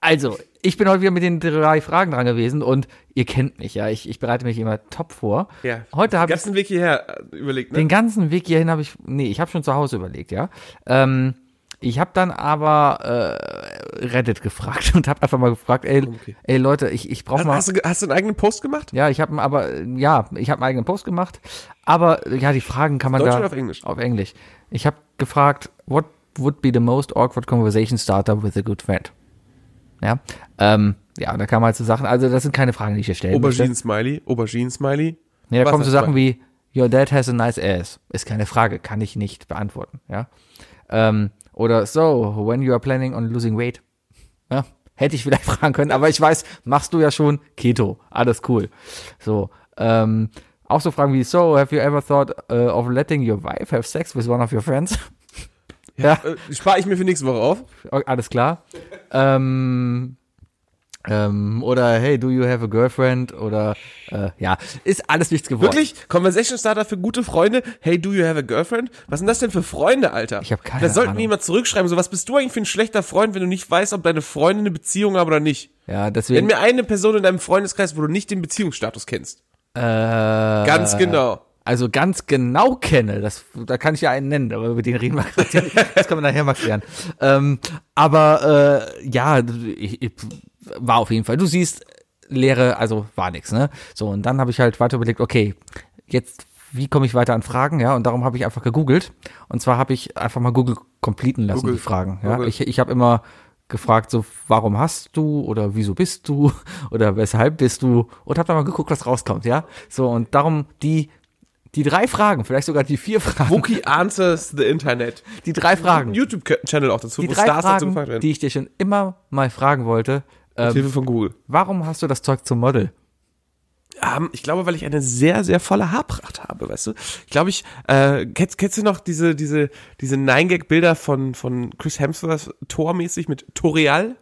A: also, ich bin heute wieder mit den drei Fragen dran gewesen und ihr kennt mich, ja. Ich, ich bereite mich immer top vor. Heute habe
B: Den
A: ich
B: ganzen Weg hierher äh, überlegt, ne?
A: den ganzen Weg hierhin habe ich, nee, ich habe schon zu Hause überlegt, ja. Ähm, ich habe dann aber äh, Reddit gefragt [LAUGHS] und habe einfach mal gefragt, ey, ey Leute, ich, ich brauche mal.
B: Hast du, ge- hast du einen eigenen Post gemacht?
A: Ja, ich habe aber äh, ja, ich habe einen eigenen Post gemacht, aber äh, ja, die Fragen kann man
B: Deutsch
A: da
B: oder auf Englisch?
A: Auf Englisch. Ich habe gefragt, what would be the most awkward conversation starter with a good friend? Ja, ähm, ja, und da kamen halt so Sachen. Also das sind keine Fragen, die ich hier stellen möchte.
B: Auberginen-Smiley, Auberginen-Smiley.
A: Nee, da kommen so
B: Wasser-
A: Sachen wie Your dad has a nice ass. Ist keine Frage, kann ich nicht beantworten. Ja, ähm, oder so when you are planning on losing weight. Ja, hätte ich vielleicht [LAUGHS] fragen können, aber ich weiß, machst du ja schon Keto. Alles cool. So, ähm, auch so Fragen wie, so, have you ever thought äh, of letting your wife have sex with one of your friends? [LAUGHS] ja,
B: Äh, Spare ich mir für nächste Woche auf.
A: o- alles klar. ähm, ähm, oder, hey, do you have a girlfriend? Oder, äh, ja, ist alles nichts geworden.
B: Wirklich? Conversation Starter für gute Freunde? Hey, do you have a girlfriend? Was sind das denn für Freunde, Alter?
A: Ich hab keine
B: Da sollten
A: Ahnung.
B: wir jemand zurückschreiben. So, was bist du eigentlich für ein schlechter Freund, wenn du nicht weißt, ob deine Freunde eine Beziehung haben oder nicht?
A: Ja,
B: Nenn
A: deswegen,
B: mir eine Person in deinem Freundeskreis, wo du nicht den Beziehungsstatus kennst. Ganz genau.
A: Äh, also ganz genau kenne, das, da kann ich ja einen nennen, aber über den reden wir gerade nicht. Das kann man nachher mal klären. Ähm, aber äh, ja, ich, ich, war auf jeden Fall. Du siehst, Lehre, also war nix, ne? So, und dann habe ich halt weiter überlegt, okay, jetzt, wie komme ich weiter an Fragen, ja? Und darum habe ich einfach gegoogelt. Und zwar habe ich einfach mal Google completen lassen,
B: Google.
A: die Fragen. Ja?
B: Google.
A: Ich, ich habe immer gefragt, so, warum hast du oder wieso bist du [LAUGHS] oder weshalb bist du und habe dann mal geguckt, was rauskommt, ja? So, und darum die die drei Fragen, vielleicht sogar die vier Fragen,
B: Wookie answers the Internet.
A: die drei Fragen,
B: YouTube-Channel auch
A: [LAUGHS]
B: dazu,
A: die drei
B: gefragt
A: Fragen,
B: werden.
A: die ich dir schon immer mal fragen wollte.
B: Mit
A: Ähm,
B: Hilfe von Google.
A: warum hast du das Zeug zum Model?
B: Ähm, ich glaube, weil ich eine sehr, sehr volle Haarpracht habe, weißt du? Ich glaube, ich, äh, kennst, kennst du noch diese, diese, diese 9-Gag-Bilder von, von Chris Hemsworth tormäßig mit Toreal?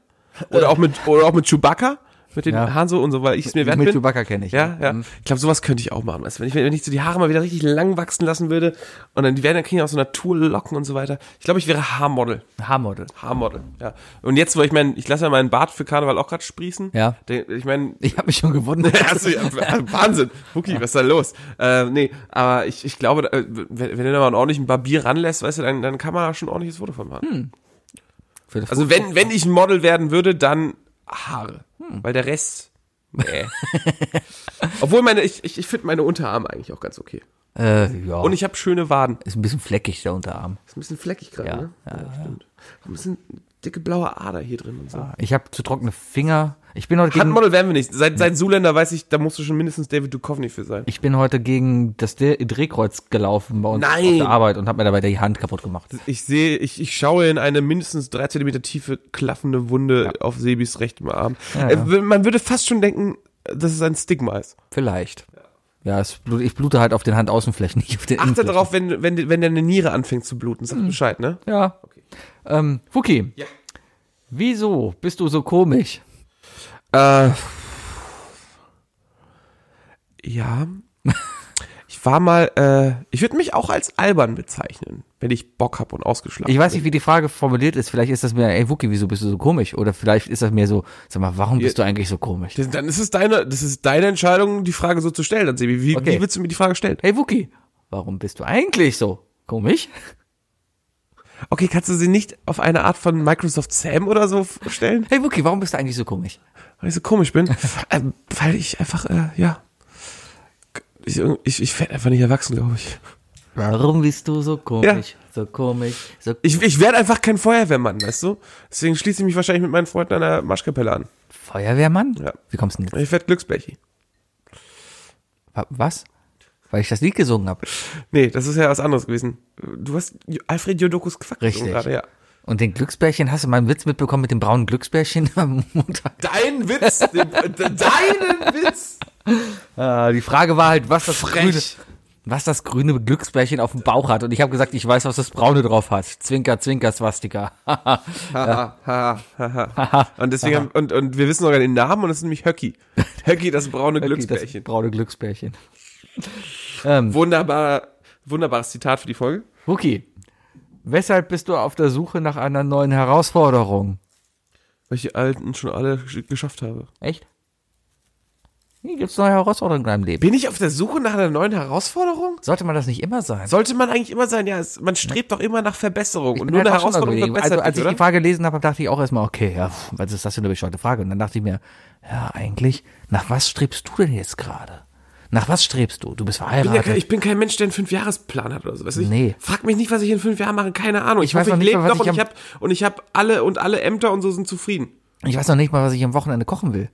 B: Oder auch mit, oder auch mit Chewbacca? Mit den
A: Ja.
B: Haaren so und so, weil ich es mir wert
A: Mit
B: bin.
A: Chewbacca kenne ich. Mhm.
B: Ja, ja. Ich glaube, sowas könnte ich auch machen. Weißt du, wenn ich, wenn ich so die Haare mal wieder richtig lang wachsen lassen würde und dann die werden dann kriegen auch so Naturlocken und so weiter. Ich glaube, ich wäre Haarmodel.
A: Haarmodel.
B: Haarmodel, ja. Und jetzt, wo ich mein, ich lasse ja meinen Bart für Karneval auch gerade sprießen.
A: Ja.
B: Der- Ich meine,
A: [LAUGHS] Ich habe mich schon gewundert.
B: also, [LAUGHS] ja, Wahnsinn. Huki, was ist da los? Äh, nee, aber ich, ich glaube, da- äh, wenn, wenn du da mal einen ordentlichen Barbier ranlässt, weißt du, dann, dann kann man da schon ein ordentliches Foto von
A: Hm.
B: machen.
A: Für das Hm.
B: Also wenn, wenn ich ein Model werden würde, dann Haare. Weil der Rest
A: [LAUGHS]
B: Nee. Obwohl meine, ich, ich, ich finde meine Unterarme eigentlich auch ganz okay.
A: Äh, ja.
B: Und ich habe schöne Waden.
A: ist ein bisschen fleckig der Unterarm.
B: Ist ein bisschen fleckig gerade,
A: Ja,
B: ne?
A: ja, Ah,
B: stimmt. Ein bisschen dicke blaue Ader hier drin und so.
A: Ich habe zu trockene Finger. Ich bin heute gegen
B: Handmodel werden wir nicht. Seit, seit Zuländer weiß ich, da musst du schon mindestens David Duchovny für sein.
A: ich bin heute gegen das Dreh- Drehkreuz gelaufen bei uns auf
B: Nein.
A: der Arbeit und habe mir dabei die Hand kaputt gemacht.
B: Ich sehe, ich, ich schaue in eine mindestens drei Zentimeter tiefe, klaffende Wunde auf Sebis rechtem Arm.
A: Ja,
B: Äh,
A: ja.
B: w- Man würde fast schon denken, dass es ein Stigma ist.
A: Vielleicht. Ja, es blut, ich blute halt auf den Handaußenflächen, [LAUGHS] nicht auf den
B: Achte
A: Innenflächen.
B: darauf, wenn, wenn, wenn deine Niere anfängt zu bluten. Sag
A: Hm.
B: Bescheid, ne?
A: Ja. Ähm, Fuki.
B: Ja.
A: Wieso bist du so komisch?
B: Äh, ja. ich war mal, äh, ich würde mich auch als albern bezeichnen, wenn ich Bock habe und ausgeschlafen
A: Ich weiß nicht, wie die Frage formuliert ist. Vielleicht ist das mehr, ey Wuki, wieso bist du so komisch? Oder vielleicht ist das mehr so, sag mal, warum bist du eigentlich so komisch?
B: bin. Dann ist es deine, das ist deine Entscheidung, die Frage so zu stellen, dann Sebi. Wie,
A: Okay.
B: wie willst du mir die Frage stellen?
A: Hey Wuki, warum bist du eigentlich so komisch?
B: Okay, kannst du sie nicht auf eine Art von Microsoft Sam oder so f- stellen?
A: Hey Wuki, warum bist du eigentlich so komisch?
B: Weil ich so
A: [LAUGHS]
B: komisch bin. ähm, weil ich einfach, äh, ja. Ich, ich, ich werde einfach nicht erwachsen, glaube ich.
A: Warum bist du so komisch? So komisch, so
B: Ich, ich werde einfach kein Feuerwehrmann, weißt du? Deswegen schließe ich mich wahrscheinlich mit meinen Freunden an der Marschkapelle an.
A: Feuerwehrmann?
B: Ja.
A: Wie kommst du denn?
B: Ich werde Glücksbärchen.
A: Wa- Was? Weil ich das Lied gesungen habe.
B: Nee, das ist ja was anderes gewesen. Du hast Jo- Alfred Jodokus Quack gesungen
A: Richtig.
B: gerade, ja.
A: Und den Glücksbärchen, hast du meinen Witz mitbekommen mit dem braunen Glücksbärchen [LAUGHS] am Montag?
B: Dein Witz! den- [LAUGHS] deinen Witz!
A: Äh, die Frage war halt, was das
B: Frech.
A: grüne, was das grüne Glücksbärchen auf dem Bauch hat. Und ich habe gesagt, ich weiß, was das braune drauf hat. Zwinker, Zwinker, Swastika. [LAUGHS]
B: Haha, haha, haha. Und deswegen, haben- und, und wir wissen sogar den Namen und das ist
A: [LAUGHS]
B: nämlich Höcki. Höcki, das braune
A: Das
B: Glücksbärchen.
A: braune Glücksbärchen.
B: Wunderbar, wunderbares Zitat für die Folge.
A: Wookie, weshalb bist du auf der Suche nach einer neuen Herausforderung?
B: Weil ich die alten schon alle gesch- geschafft habe.
A: Echt? Hier gibt's neue Herausforderungen in deinem Leben.
B: Bin ich auf der Suche nach einer neuen Herausforderung?
A: Sollte man das nicht immer sein?
B: Sollte man eigentlich immer sein, ja, es, man strebt doch immer nach Verbesserung. Und
A: Bin
B: nur eine
A: halt auch schon mal so
B: Herausforderung
A: gegen-
B: verbessert
A: also, als
B: dich,
A: ich
B: oder?
A: die Frage gelesen habe, dachte ich auch erstmal, okay, ja, pff, was ist das für eine bescheuerte Frage? Und dann dachte ich mir, ja, eigentlich, nach was strebst du denn jetzt gerade? Nach was strebst du? Du bist
B: Ich bin, ja,
A: verheiratet.
B: kein- ich bin kein Mensch, der einen Fünfjahresplan hat oder so. Weißt du?
A: Nee.
B: Ich frag mich nicht, was ich in fünf Jahren mache. Keine Ahnung. Ich,
A: weiß
B: hoffe,
A: noch
B: ich
A: nicht
B: lebe
A: mal, was
B: noch und
A: ich
B: ich
A: am-
B: habe und ich habe alle und alle Ämter und so sind zufrieden.
A: ich weiß noch nicht mal, was ich am Wochenende kochen will.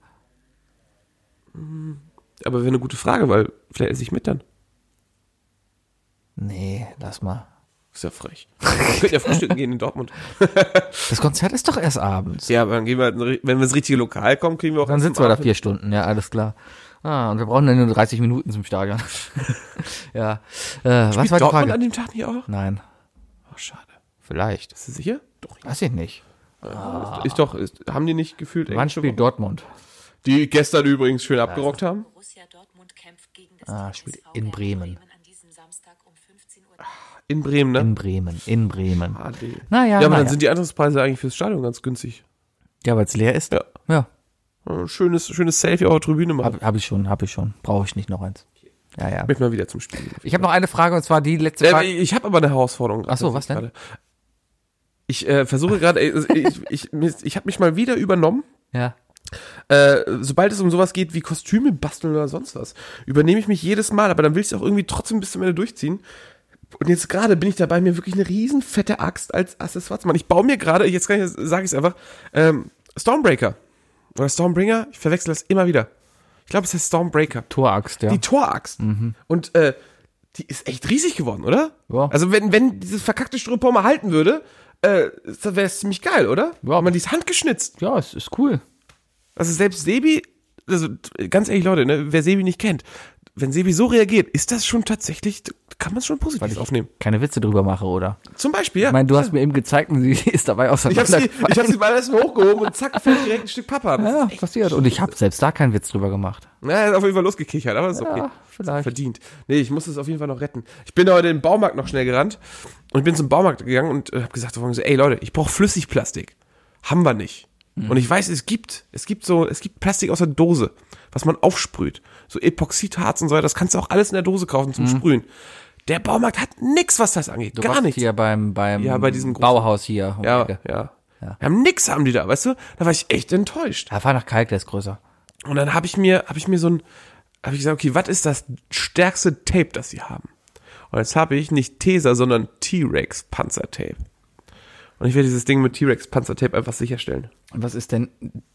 B: Aber wäre eine gute Frage, weil vielleicht esse ich mit dann.
A: Nee, lass mal.
B: Ist ja frech. Wir könnten ja frühstücken gehen in Dortmund.
A: Das Konzert ist doch erst abends.
B: Ja, aber dann gehen wir, halt in ri- wenn wir ins richtige Lokal kommen, kriegen wir auch.
A: Dann
B: erst
A: sitzen
B: am
A: wir da
B: Abend-
A: vier Stunden, ja, alles klar. Ah, und wir brauchen dann nur 30 Minuten zum [LAUGHS] Stadion. ja. Äh, was war die
B: Dortmund an
A: Frage?
B: dem Tag nicht auch?
A: Nein,
B: Oh, schade.
A: vielleicht.
B: Bist du sicher? Doch.
A: Weiß ich nicht.
B: Ist doch, ist, haben die nicht
A: Ah.
B: gefühlt?
A: Wann
B: englische
A: spielt
B: Woche?
A: Dortmund?
B: Die gestern übrigens schön abgerockt haben.
D: Borussia Dortmund kämpft gegen das
A: Ah,
D: TSV
A: spielt in
D: Werder
A: Bremen.
D: an diesem Samstag um 15 Uhr.
B: In Bremen, ne?
A: In Bremen, in Bremen.
B: Ah, die-
A: Naja,
B: ja, aber
A: naja.
B: dann sind die Eintrittspreise eigentlich fürs Stadion ganz günstig.
A: ja weil es leer ist. ne?
B: Ja.
A: ja.
B: Äh, Schönes, schönes Selfie auf der Tribüne machen.
A: Habe hab ich schon, habe ich schon. Brauche ich nicht noch eins. Ja, ja.
B: Ich möchte mal wieder zum Spiel. gehen.
A: Ich habe noch eine Frage und zwar die letzte
B: Äh,
A: Frage.
B: ich habe aber eine Herausforderung.
A: Ach so, was denn?
B: Gerade. Ich äh, versuche gerade, äh, ich, ich, ich, ich habe mich mal wieder übernommen.
A: ja.
B: Äh, sobald es um sowas geht wie Kostüme basteln oder sonst was, übernehme ich mich jedes Mal, aber dann will ich es auch irgendwie trotzdem bis zum Ende durchziehen. Und jetzt gerade bin ich dabei, mir wirklich eine riesen fette Axt als Accessoire zu machen. Ich baue mir gerade, jetzt kann ich, sage ich es einfach, ähm, Stormbreaker. Oder Stormbringer, ich verwechsel das immer wieder. Ich glaube, es heißt Stormbreaker.
A: Toraxt, ja.
B: Die Toraxt. Und äh, die ist echt riesig geworden, oder?
A: Mhm. Ja.
B: Also wenn, wenn dieses verkackte Styropor mal halten würde, äh, wäre es ziemlich geil, oder?
A: Ja.
B: Man, die ist handgeschnitzt.
A: ja, es ist cool.
B: Also selbst Sebi, also t- ganz ehrlich Leute, ne, wer Sebi nicht kennt, wenn Sebi so reagiert, ist das schon tatsächlich, kann man es schon positiv aufnehmen.
A: Keine Witze drüber mache, oder?
B: Zum Beispiel, ja.
A: Ich meine, du hast mir eben gezeigt und sie [LAUGHS] ist dabei
B: ich habe
A: auseinander.
B: sie, ich hab sie mal erstmal hochgehoben und zack, fällt direkt ein Stück Papa. Das
A: ja,
B: ist echt,
A: passiert. Und ich habe selbst da keinen Witz drüber gemacht.
B: na, er ist auf jeden Fall losgekichert, aber ist okay.
A: vielleicht.
B: Verdient. Nee, ich muss es auf jeden Fall noch retten. Ich bin heute im Baumarkt noch schnell gerannt und bin zum Baumarkt gegangen und äh, habe gesagt, so, ey Leute, ich brauche Flüssigplastik. Haben wir nicht. Und ich weiß, es gibt, es gibt so, es gibt Plastik aus der Dose, was man aufsprüht. So Epoxidharz und so weiter, das kannst du auch alles in der Dose kaufen zum Sprühen. Der Baumarkt hat nix, was das angeht. Gar
A: warst
B: nichts.
A: Hier beim, beim
B: Ja, bei diesem großen-
A: Bauhaus hier. um die
B: Ja,
A: Ecke.
B: ja. Ja, nix haben die da, weißt du? Da war ich echt enttäuscht.
A: Da war nach Kalk, der ist größer.
B: Und dann habe ich mir, habe ich mir so ein, habe ich gesagt, okay, was ist das stärkste Tape, das sie haben? Und jetzt habe ich nicht Tesa, sondern T-Rex Panzertape. Und ich werde dieses Ding mit T-Rex Panzertape einfach sicherstellen.
A: Was ist denn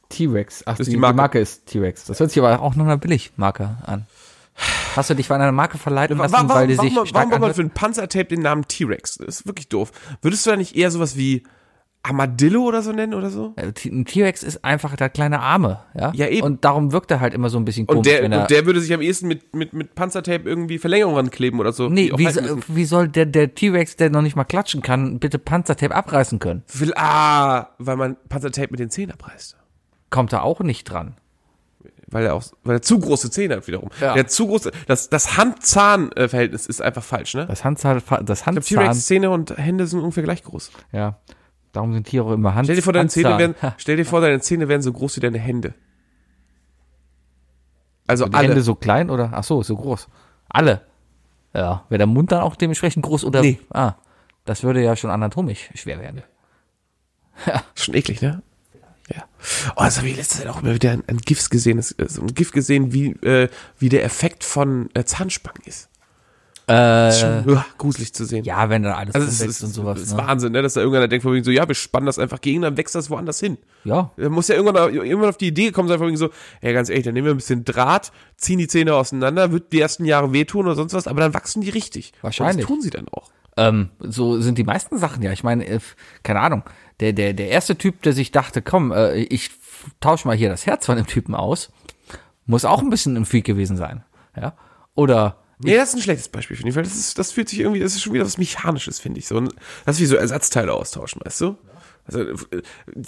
A: T-Rex? Ach,
B: Das ist
A: die,
B: die
A: die, Marke.
B: Marke.
A: ist T-Rex. Das hört sich aber auch nach einer Billigmarke an. Hast du dich von einer Marke verleiten lassen,
B: Warum,
A: weil
B: warum,
A: die sich
B: warum, warum
A: stark
B: braucht man für
A: anhört?
B: ein Panzertape den Namen T-Rex? Das ist wirklich doof. Würdest du da nicht eher sowas wie Armadillo oder so nennen oder so?
A: Äh, T- Ein T-Rex ist einfach der kleine Arme, ja?
B: Ja, eben.
A: Und darum wirkt er halt immer so ein bisschen komisch,
B: Und der,
A: wenn er...
B: und der würde sich am ehesten mit, mit, mit Panzertape irgendwie Verlängerung rankleben oder so.
A: nee,
B: die auch
A: wie,
B: halten
A: so-
B: müssen.
A: wie soll der der T-Rex, der noch nicht mal klatschen kann, bitte Panzertape abreißen können?
B: Will- Ah, weil man Panzertape mit den Zähnen abreißt.
A: Kommt er auch nicht dran.
B: Weil er auch, weil er zu große Zähne hat wiederum.
A: Ja.
B: Ja. Der hat zu große, das, das Hand-Zahn-Verhältnis ist einfach falsch, ne?
A: Das Handzahl, das
B: Ich glaube,
A: Handzahn,
B: T-Rex Zähne und Hände sind ungefähr gleich groß.
A: ja. Darum sind Tiere immer Hand.
B: Stell dir vor, deine Zähne
A: Handzahn.
B: werden,
A: [LAUGHS]
B: stell dir vor, deine Zähne wären so groß wie deine Hände. Also
A: Die
B: alle.
A: Hände so klein oder? Ach so, so groß. Alle. Ja, wäre der Mund dann auch dementsprechend groß oder?
B: Nee.
A: Ah, das würde ja schon anatomisch schwer werden.
B: Ist schon eklig, ne? Ja. Oh, das habe ich letztes Jahr auch immer wieder ein, ein GIF gesehen, das, äh, so ein GIF gesehen, wie, äh, wie der Effekt von äh, Zahnspangen ist.
A: Äh,
B: Ist schon uah, gruselig zu sehen.
A: ja, wenn dann alles
B: Also es
A: zuwächst
B: ist,
A: und sowas.
B: ist
A: ne?
B: Wahnsinn, ne? dass da irgendeiner denkt von wegen so, ja, wir spannen das einfach gegen, dann wächst das woanders hin.
A: Ja.
B: Da muss ja irgendwann, irgendwann auf die Idee gekommen sein, von wegen so, ja, ganz ehrlich, dann nehmen wir ein bisschen Draht, ziehen die Zähne auseinander, wird die ersten Jahre wehtun oder sonst was, aber dann wachsen die richtig. Und
A: Wahrscheinlich.
B: das tun sie dann auch.
A: Ähm, so sind die meisten Sachen ja. Ich meine, äh, keine Ahnung. Der, der, der erste Typ, der sich dachte, komm, äh, ich tausche mal hier das Herz von dem Typen aus, muss auch ein bisschen ein Freak gewesen sein. Ja. Oder
B: Nee, das ist ein schlechtes Beispiel, finde ich, weil das, ist, das fühlt sich irgendwie, das ist schon wieder was Mechanisches, finde ich. So, ein- das ist wie so Ersatzteile austauschen, weißt du? Also, äh,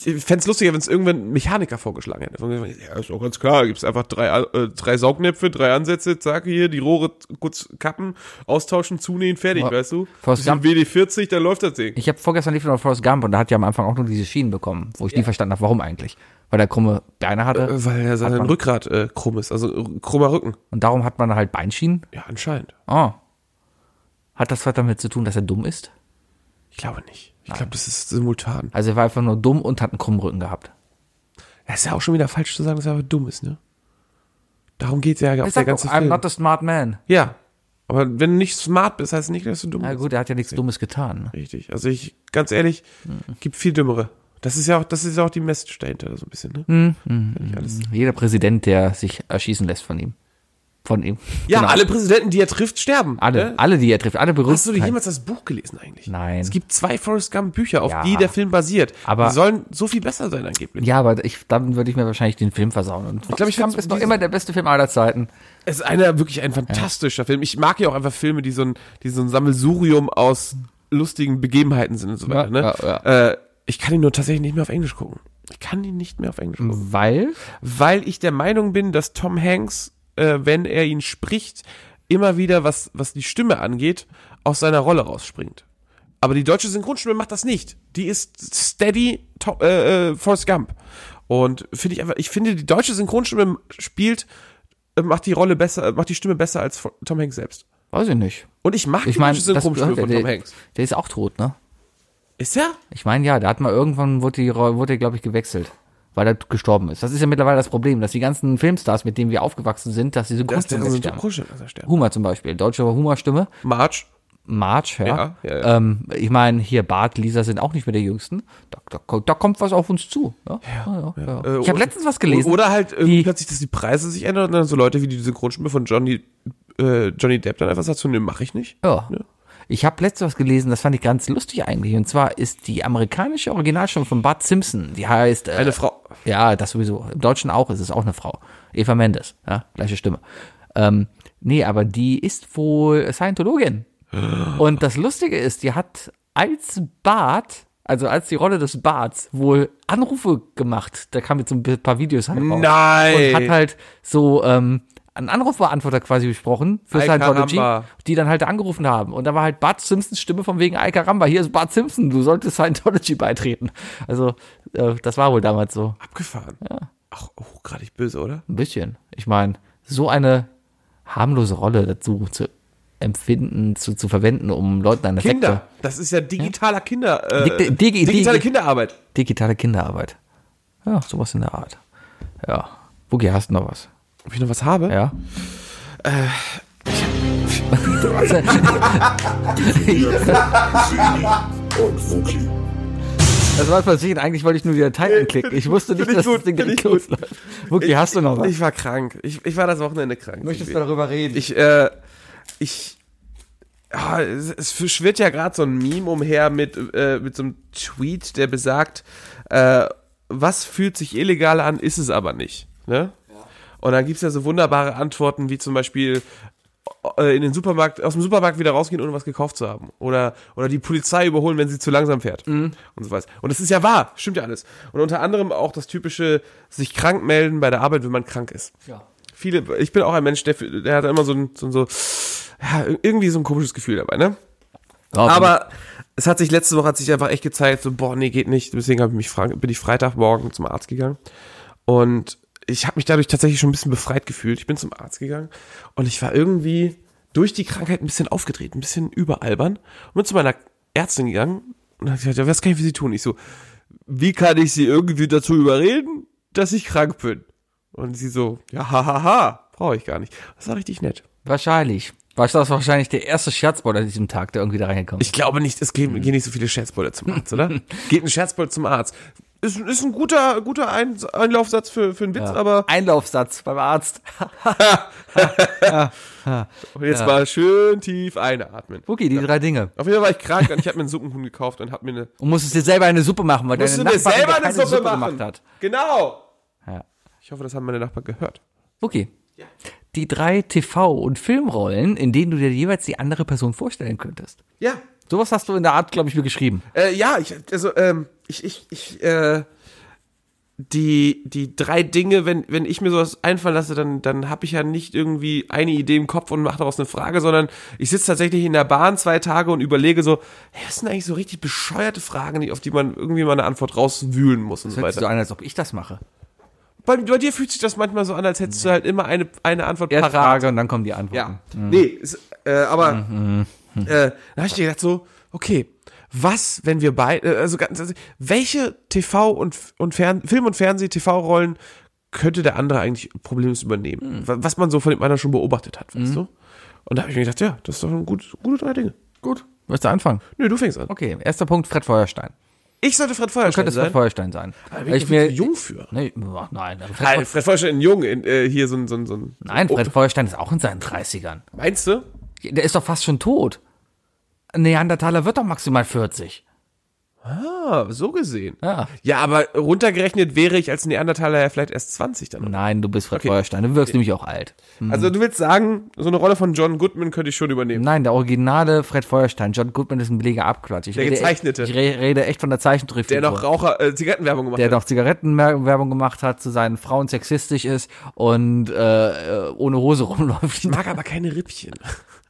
B: ich fänd's lustiger, wenn es irgendwann ein Mechaniker vorgeschlagen hätte. Ja, ist auch ganz klar, gibt's einfach drei, äh, drei Saugnäpfe, drei Ansätze, zack, hier, die Rohre kurz kappen, austauschen, zunähen, fertig,
A: Ja.
B: weißt du?
A: Forrest
B: Bisschen WD-40, dann läuft das Ding.
A: Ich habe vorgestern lief noch Forrest Gump und da hat ja am Anfang auch nur diese Schienen bekommen, wo ich nie verstanden habe, warum eigentlich. Weil der krumme Beine hatte
B: Äh, Weil er sein
A: man-
B: Rückgrat äh, krumm ist, also äh, krummer Rücken.
A: und darum hat man halt Beinschienen.
B: Ja, anscheinend.
A: Oh. Hat das was damit zu tun, dass er dumm ist?
B: Ich glaube nicht. Ich glaube, das ist simultan.
A: Also er war einfach nur dumm und hat einen krummen Rücken gehabt.
B: Das ist ja auch schon wieder falsch zu sagen, dass er aber dumm ist, ne? Darum geht's ja auf
A: Ich
B: der
A: sag doch,
B: ganzen
A: I'm not a smart man.
B: Ja. Aber wenn du nicht smart bist, heißt nicht, dass du dumm
A: Na
B: bist.
A: gut, er hat ja nichts Dummes getan. ne?
B: Richtig. Also ich, ganz ehrlich,
A: Mhm.
B: gibt viel dümmere. Das ist ja auch, das ist ja auch die Message dahinter, so ein bisschen, ne?
A: Mhm.
B: Kann ich alles.
A: Jeder Präsident, der sich erschießen lässt von ihm. Von ihm.
B: Ja,
A: Genau.
B: alle Präsidenten, die er trifft, sterben.
A: Alle,
B: Ne?
A: alle, die er trifft, alle berühmt.
B: Hast du dir jemals das Buch gelesen eigentlich?
A: Nein.
B: Es gibt zwei Forrest Gump Bücher, auf
A: Ja.
B: die der Film basiert.
A: Aber-
B: die sollen so viel besser sein angeblich.
A: Ja, aber ich, dann würde ich mir wahrscheinlich den Film versauen. Und ich
B: glaub, ich
A: Gump
B: find's-
A: ist noch immer der beste Film aller Zeiten.
B: Es ist einer wirklich ein fantastischer Film. Ich mag ja auch einfach Filme, die so ein, die so ein Sammelsurium aus lustigen Begebenheiten sind und so weiter. ne?
A: ja,
B: Äh, ich kann ihn nur tatsächlich nicht mehr auf Englisch gucken. Ich kann ihn nicht mehr auf Englisch gucken.
A: Weil?
B: Weil ich der Meinung bin, dass Tom Hanks, äh, wenn er ihn spricht, immer wieder, was, was die Stimme angeht, aus seiner Rolle rausspringt. Aber die deutsche Synchronstimme macht das nicht. Die ist steady to äh, äh, Forrest Gump. Und finde ich einfach, ich finde, die deutsche Synchronstimme spielt, äh, macht die Rolle besser, äh, macht die Stimme besser als Fo- Tom Hanks selbst.
A: Weiß ich nicht.
B: Und ich mag
A: Ich
B: die
A: meine,
B: deutsche Synchronstimme von Tom
A: der,
B: Hanks.
A: der ist auch tot, ne?
B: Ist er?
A: Ich meine, ja, der hat mal irgendwann, wurde, die, Rolle- wurde glaube ich, gewechselt, weil er gestorben ist. Das ist ja mittlerweile das Problem, dass die ganzen Filmstars, mit denen wir aufgewachsen sind, dass sie so
B: Das ist der
A: grundsätzlich sterben.
B: Synchronstimme.
A: Humor zum Beispiel, deutsche Humorstimme,
B: March.
A: March, ja.
B: Ja, ja, ja.
A: Ähm, ich meine, hier Bart, Lisa sind auch nicht mehr der Jüngsten. Da, da, ko- da kommt was auf uns zu. Ja? Ja, ja, ja.
B: Äh,
A: ich habe letztens was gelesen.
B: Oder halt irgendwie
A: Die-
B: plötzlich, dass die Preise sich ändern und dann so Leute wie die Synchronstimme von Johnny, äh, Johnny Depp dann einfach sagt so, ne, mache ich nicht.
A: Ja. Ich habe letztens was gelesen, das fand ich ganz lustig eigentlich. Und zwar ist die amerikanische Originalstimme von Bart Simpson, die heißt äh,
B: Eine Frau.
A: Ja, das sowieso. Im Deutschen auch ist es auch eine Frau. Eva Mendes, ja, gleiche Stimme. Ähm, nee, aber die ist wohl Scientologin. Und das Lustige ist, die hat als Bart, also als die Rolle des Barts, wohl Anrufe gemacht. Da kamen jetzt so ein paar Videos halt raus.
B: Nein.
A: Und hat halt so ähm, einen Anrufbeantworter quasi besprochen für
B: Ay
A: Scientology,
B: caramba.
A: die dann halt da angerufen haben. Und da war halt Bart Simpsons Stimme von wegen Ay caramba, hier ist Bart Simpson, du solltest Scientology beitreten. Also äh, das war wohl damals so.
B: Abgefahren. Ach, oh, gerade ich böse, oder?
A: Ein bisschen. Ich meine, so eine harmlose Rolle dazu zu empfinden, zu, zu verwenden, um Leuten eine
B: Kinder. Das ist ja digitaler Kinder. Äh,
A: Dig- dig-
B: digitale
A: dig-
B: Kinderarbeit.
A: digitale Kinderarbeit. Ja, sowas in der Art. Ja. Boogie, hast du noch was?
B: Ob ich noch was habe?
A: Ja.
B: Äh,
A: Das war passiert. Eigentlich wollte ich nur die Datei anklicken. Ich wusste nicht,
B: Finde
A: dass
B: ich gut,
A: das Ding
B: finde
A: direkt
B: ich gut.
A: losläuft. Boogie, hast du noch was?
B: Ich war krank. Ich, ich war das Wochenende krank.
A: Möchtest du
B: Irgendwie.
A: darüber reden?
B: Ich, äh, ich, ah, es, es schwirrt ja gerade so ein Meme umher mit, äh, mit so einem Tweet, der besagt, äh, was fühlt sich illegal an, ist es aber nicht. Ne? Und dann gibt es ja so wunderbare Antworten, wie zum Beispiel äh, in den Supermarkt, aus dem Supermarkt wieder rausgehen, ohne was gekauft zu haben. Oder, oder die Polizei überholen, wenn sie zu langsam fährt. Und so was. Und das ist ja wahr, stimmt ja alles. Und unter anderem auch das typische, sich krank melden bei der Arbeit, wenn man krank ist
A: ja.
B: viele, ich bin auch ein Mensch, der, der hat immer so ein, so, ein- so ja, irgendwie so ein komisches Gefühl dabei, ne? Aber es hat sich letzte Woche hat sich einfach echt gezeigt, so boah, nee, geht nicht. Deswegen hab ich mich Frank- bin ich Freitagmorgen zum Arzt gegangen und ich habe mich dadurch tatsächlich schon ein bisschen befreit gefühlt. Ich bin zum Arzt gegangen und ich war irgendwie durch die Krankheit ein bisschen aufgedreht, ein bisschen überalbern und bin zu meiner Ärztin gegangen und habe gesagt, ja, was kann ich für Sie tun? Ich so, wie kann ich Sie irgendwie dazu überreden, dass ich krank bin? Und sie so, ja, hahaha, brauche ich gar nicht. Das war richtig nett.
A: Wahrscheinlich. War das wahrscheinlich der erste Scherzbot an diesem Tag, der irgendwie da reingekommen ist?
B: Ich glaube nicht, es
A: Hm.
B: gehen, gehen nicht so viele Scherzbolle zum Arzt,
A: [LAUGHS]
B: oder? Geht ein Scherzbold zum Arzt. Ist, ist ein guter, guter ein Einlaufsatz für, für einen Witz, aber
A: Einlaufsatz beim
B: [LAUGHS]
A: Arzt.
B: und jetzt mal schön tief einatmen.
A: Boogie, die drei Dinge.
B: Auf jeden Fall war ich krank und ich habe mir einen Suppenhuhn gekauft und habe mir eine.
A: Und musstest dir selber eine Suppe machen, weil
B: Musst du
A: deine
B: mir
A: Nachbarin
B: selber
A: dir
B: eine
A: keine
B: Suppe, machen?
A: gemacht hat.
B: Genau!
A: Ja.
B: Ich hoffe, das haben meine Nachbarn gehört.
A: Boogie. Die drei TV- und Filmrollen, in denen du dir jeweils die andere Person vorstellen könntest.
B: Ja.
A: Sowas hast du in der Art, glaube ich, mir geschrieben.
B: Äh, ja, ich, also, ähm, ich, ich, ich, äh, die, die drei Dinge, wenn, wenn ich mir sowas einfallen lasse, dann, dann habe ich ja nicht irgendwie eine Idee im Kopf und mache daraus eine Frage, sondern ich sitze tatsächlich in der Bahn zwei Tage und überlege so, hey, was sind eigentlich so richtig bescheuerte Fragen, die, auf die man irgendwie mal eine Antwort rauswühlen muss und so
A: Hört sich
B: weiter.
A: so an, als ob ich das mache.
B: bei, bei dir fühlt sich das manchmal so an, als hättest du halt immer eine, eine Antwort
A: Erst
B: parat.
A: Frage und dann kommen die Antworten.
B: Ja. Nee, ist, äh, aber äh, da habe ich dir gedacht so, okay, was, wenn wir beide, äh, also ganz, also, welche TV und, und Fern, Film- und Fernseh-TV-Rollen könnte der andere eigentlich problemlos übernehmen? Wa- Was man so von dem anderen schon beobachtet hat, weißt du? Und da habe ich mir gedacht, ja, das ist doch ein gut, gute drei Dinge. Gut.
A: Möchtest du anfangen?
B: Nö, du fängst an.
A: Okay, erster Punkt, Fred Feuerstein.
B: Ich sollte Fred Feuerstein
A: Könnte es Fred
B: sein.
A: Feuerstein sein.
B: bin ich mir zu jung für.
A: Nee, ach, nein. also Fred
B: Nein, Fred Feuerstein, jung, in, äh, hier so ein, so ein, so ein
A: Nein, Fred Feuerstein ist auch in seinen 30ern.
B: Oh, meinst du?
A: Der ist doch fast schon tot. Ein Neandertaler wird doch maximal 40.
B: Ah, so gesehen.
A: Ja.
B: Ja, aber runtergerechnet wäre ich als Neandertaler ja vielleicht erst 20 dann. oder?
A: Nein, du bist Fred Feuerstein. Du wirkst nämlich auch alt.
B: Also du willst sagen, so eine Rolle von John Goodman könnte ich schon übernehmen.
A: Mhm. Nein, der originale Fred Feuerstein. John Goodman ist ein billiger Abklatsch. Ich
B: Der
A: rede
B: gezeichnete.
A: Echt, ich re- rede echt von der Zeichentrift.
B: Der noch Raucher, äh, Zigarettenwerbung gemacht
A: der
B: hat.
A: noch Zigarettenwerbung gemacht hat, zu seinen Frauen sexistisch ist und äh, äh, ohne Hose [LAUGHS] rumläuft.
B: Mag aber keine Rippchen. [LAUGHS]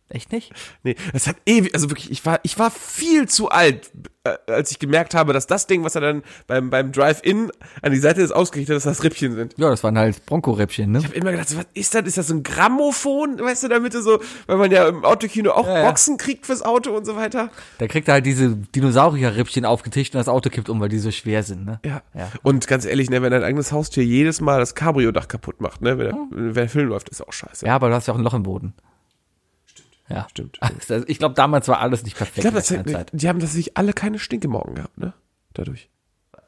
A: Echt nicht?
B: Nee, das hat ewig, also wirklich, ich war, ich war viel zu alt, äh, als ich gemerkt habe, dass das Ding, was er dann beim, beim Drive-In an die Seite ist, ausgerichtet hat, dass das Rippchen sind.
A: Ja, das waren halt Bronco-Räppchen, ne?
B: Ich habe immer gedacht, so, was ist das? Ist das so ein Grammophon? Weißt du, damit du so, weil man ja im Autokino auch
A: ja.
B: Boxen kriegt fürs Auto und so weiter.
A: Da kriegt er halt diese Dinosaurier-Rippchen aufgetischt und das Auto kippt um, weil die so schwer sind, ne?
B: Ja.
A: Ja.
B: Und ganz ehrlich, ne, wenn dein eigenes Haustier jedes Mal das Cabrio-Dach kaputt macht, ne, wenn der, wenn der Film läuft, ist auch scheiße.
A: Oh. Ja, aber du hast ja auch ein Loch im Boden. Ja.
B: Stimmt.
A: Also ich glaube, damals war alles nicht perfekt.
B: Ich glaube, das-
A: in der Zeit.
B: die haben tatsächlich alle keine Stinkemorgen gehabt, ne? Dadurch.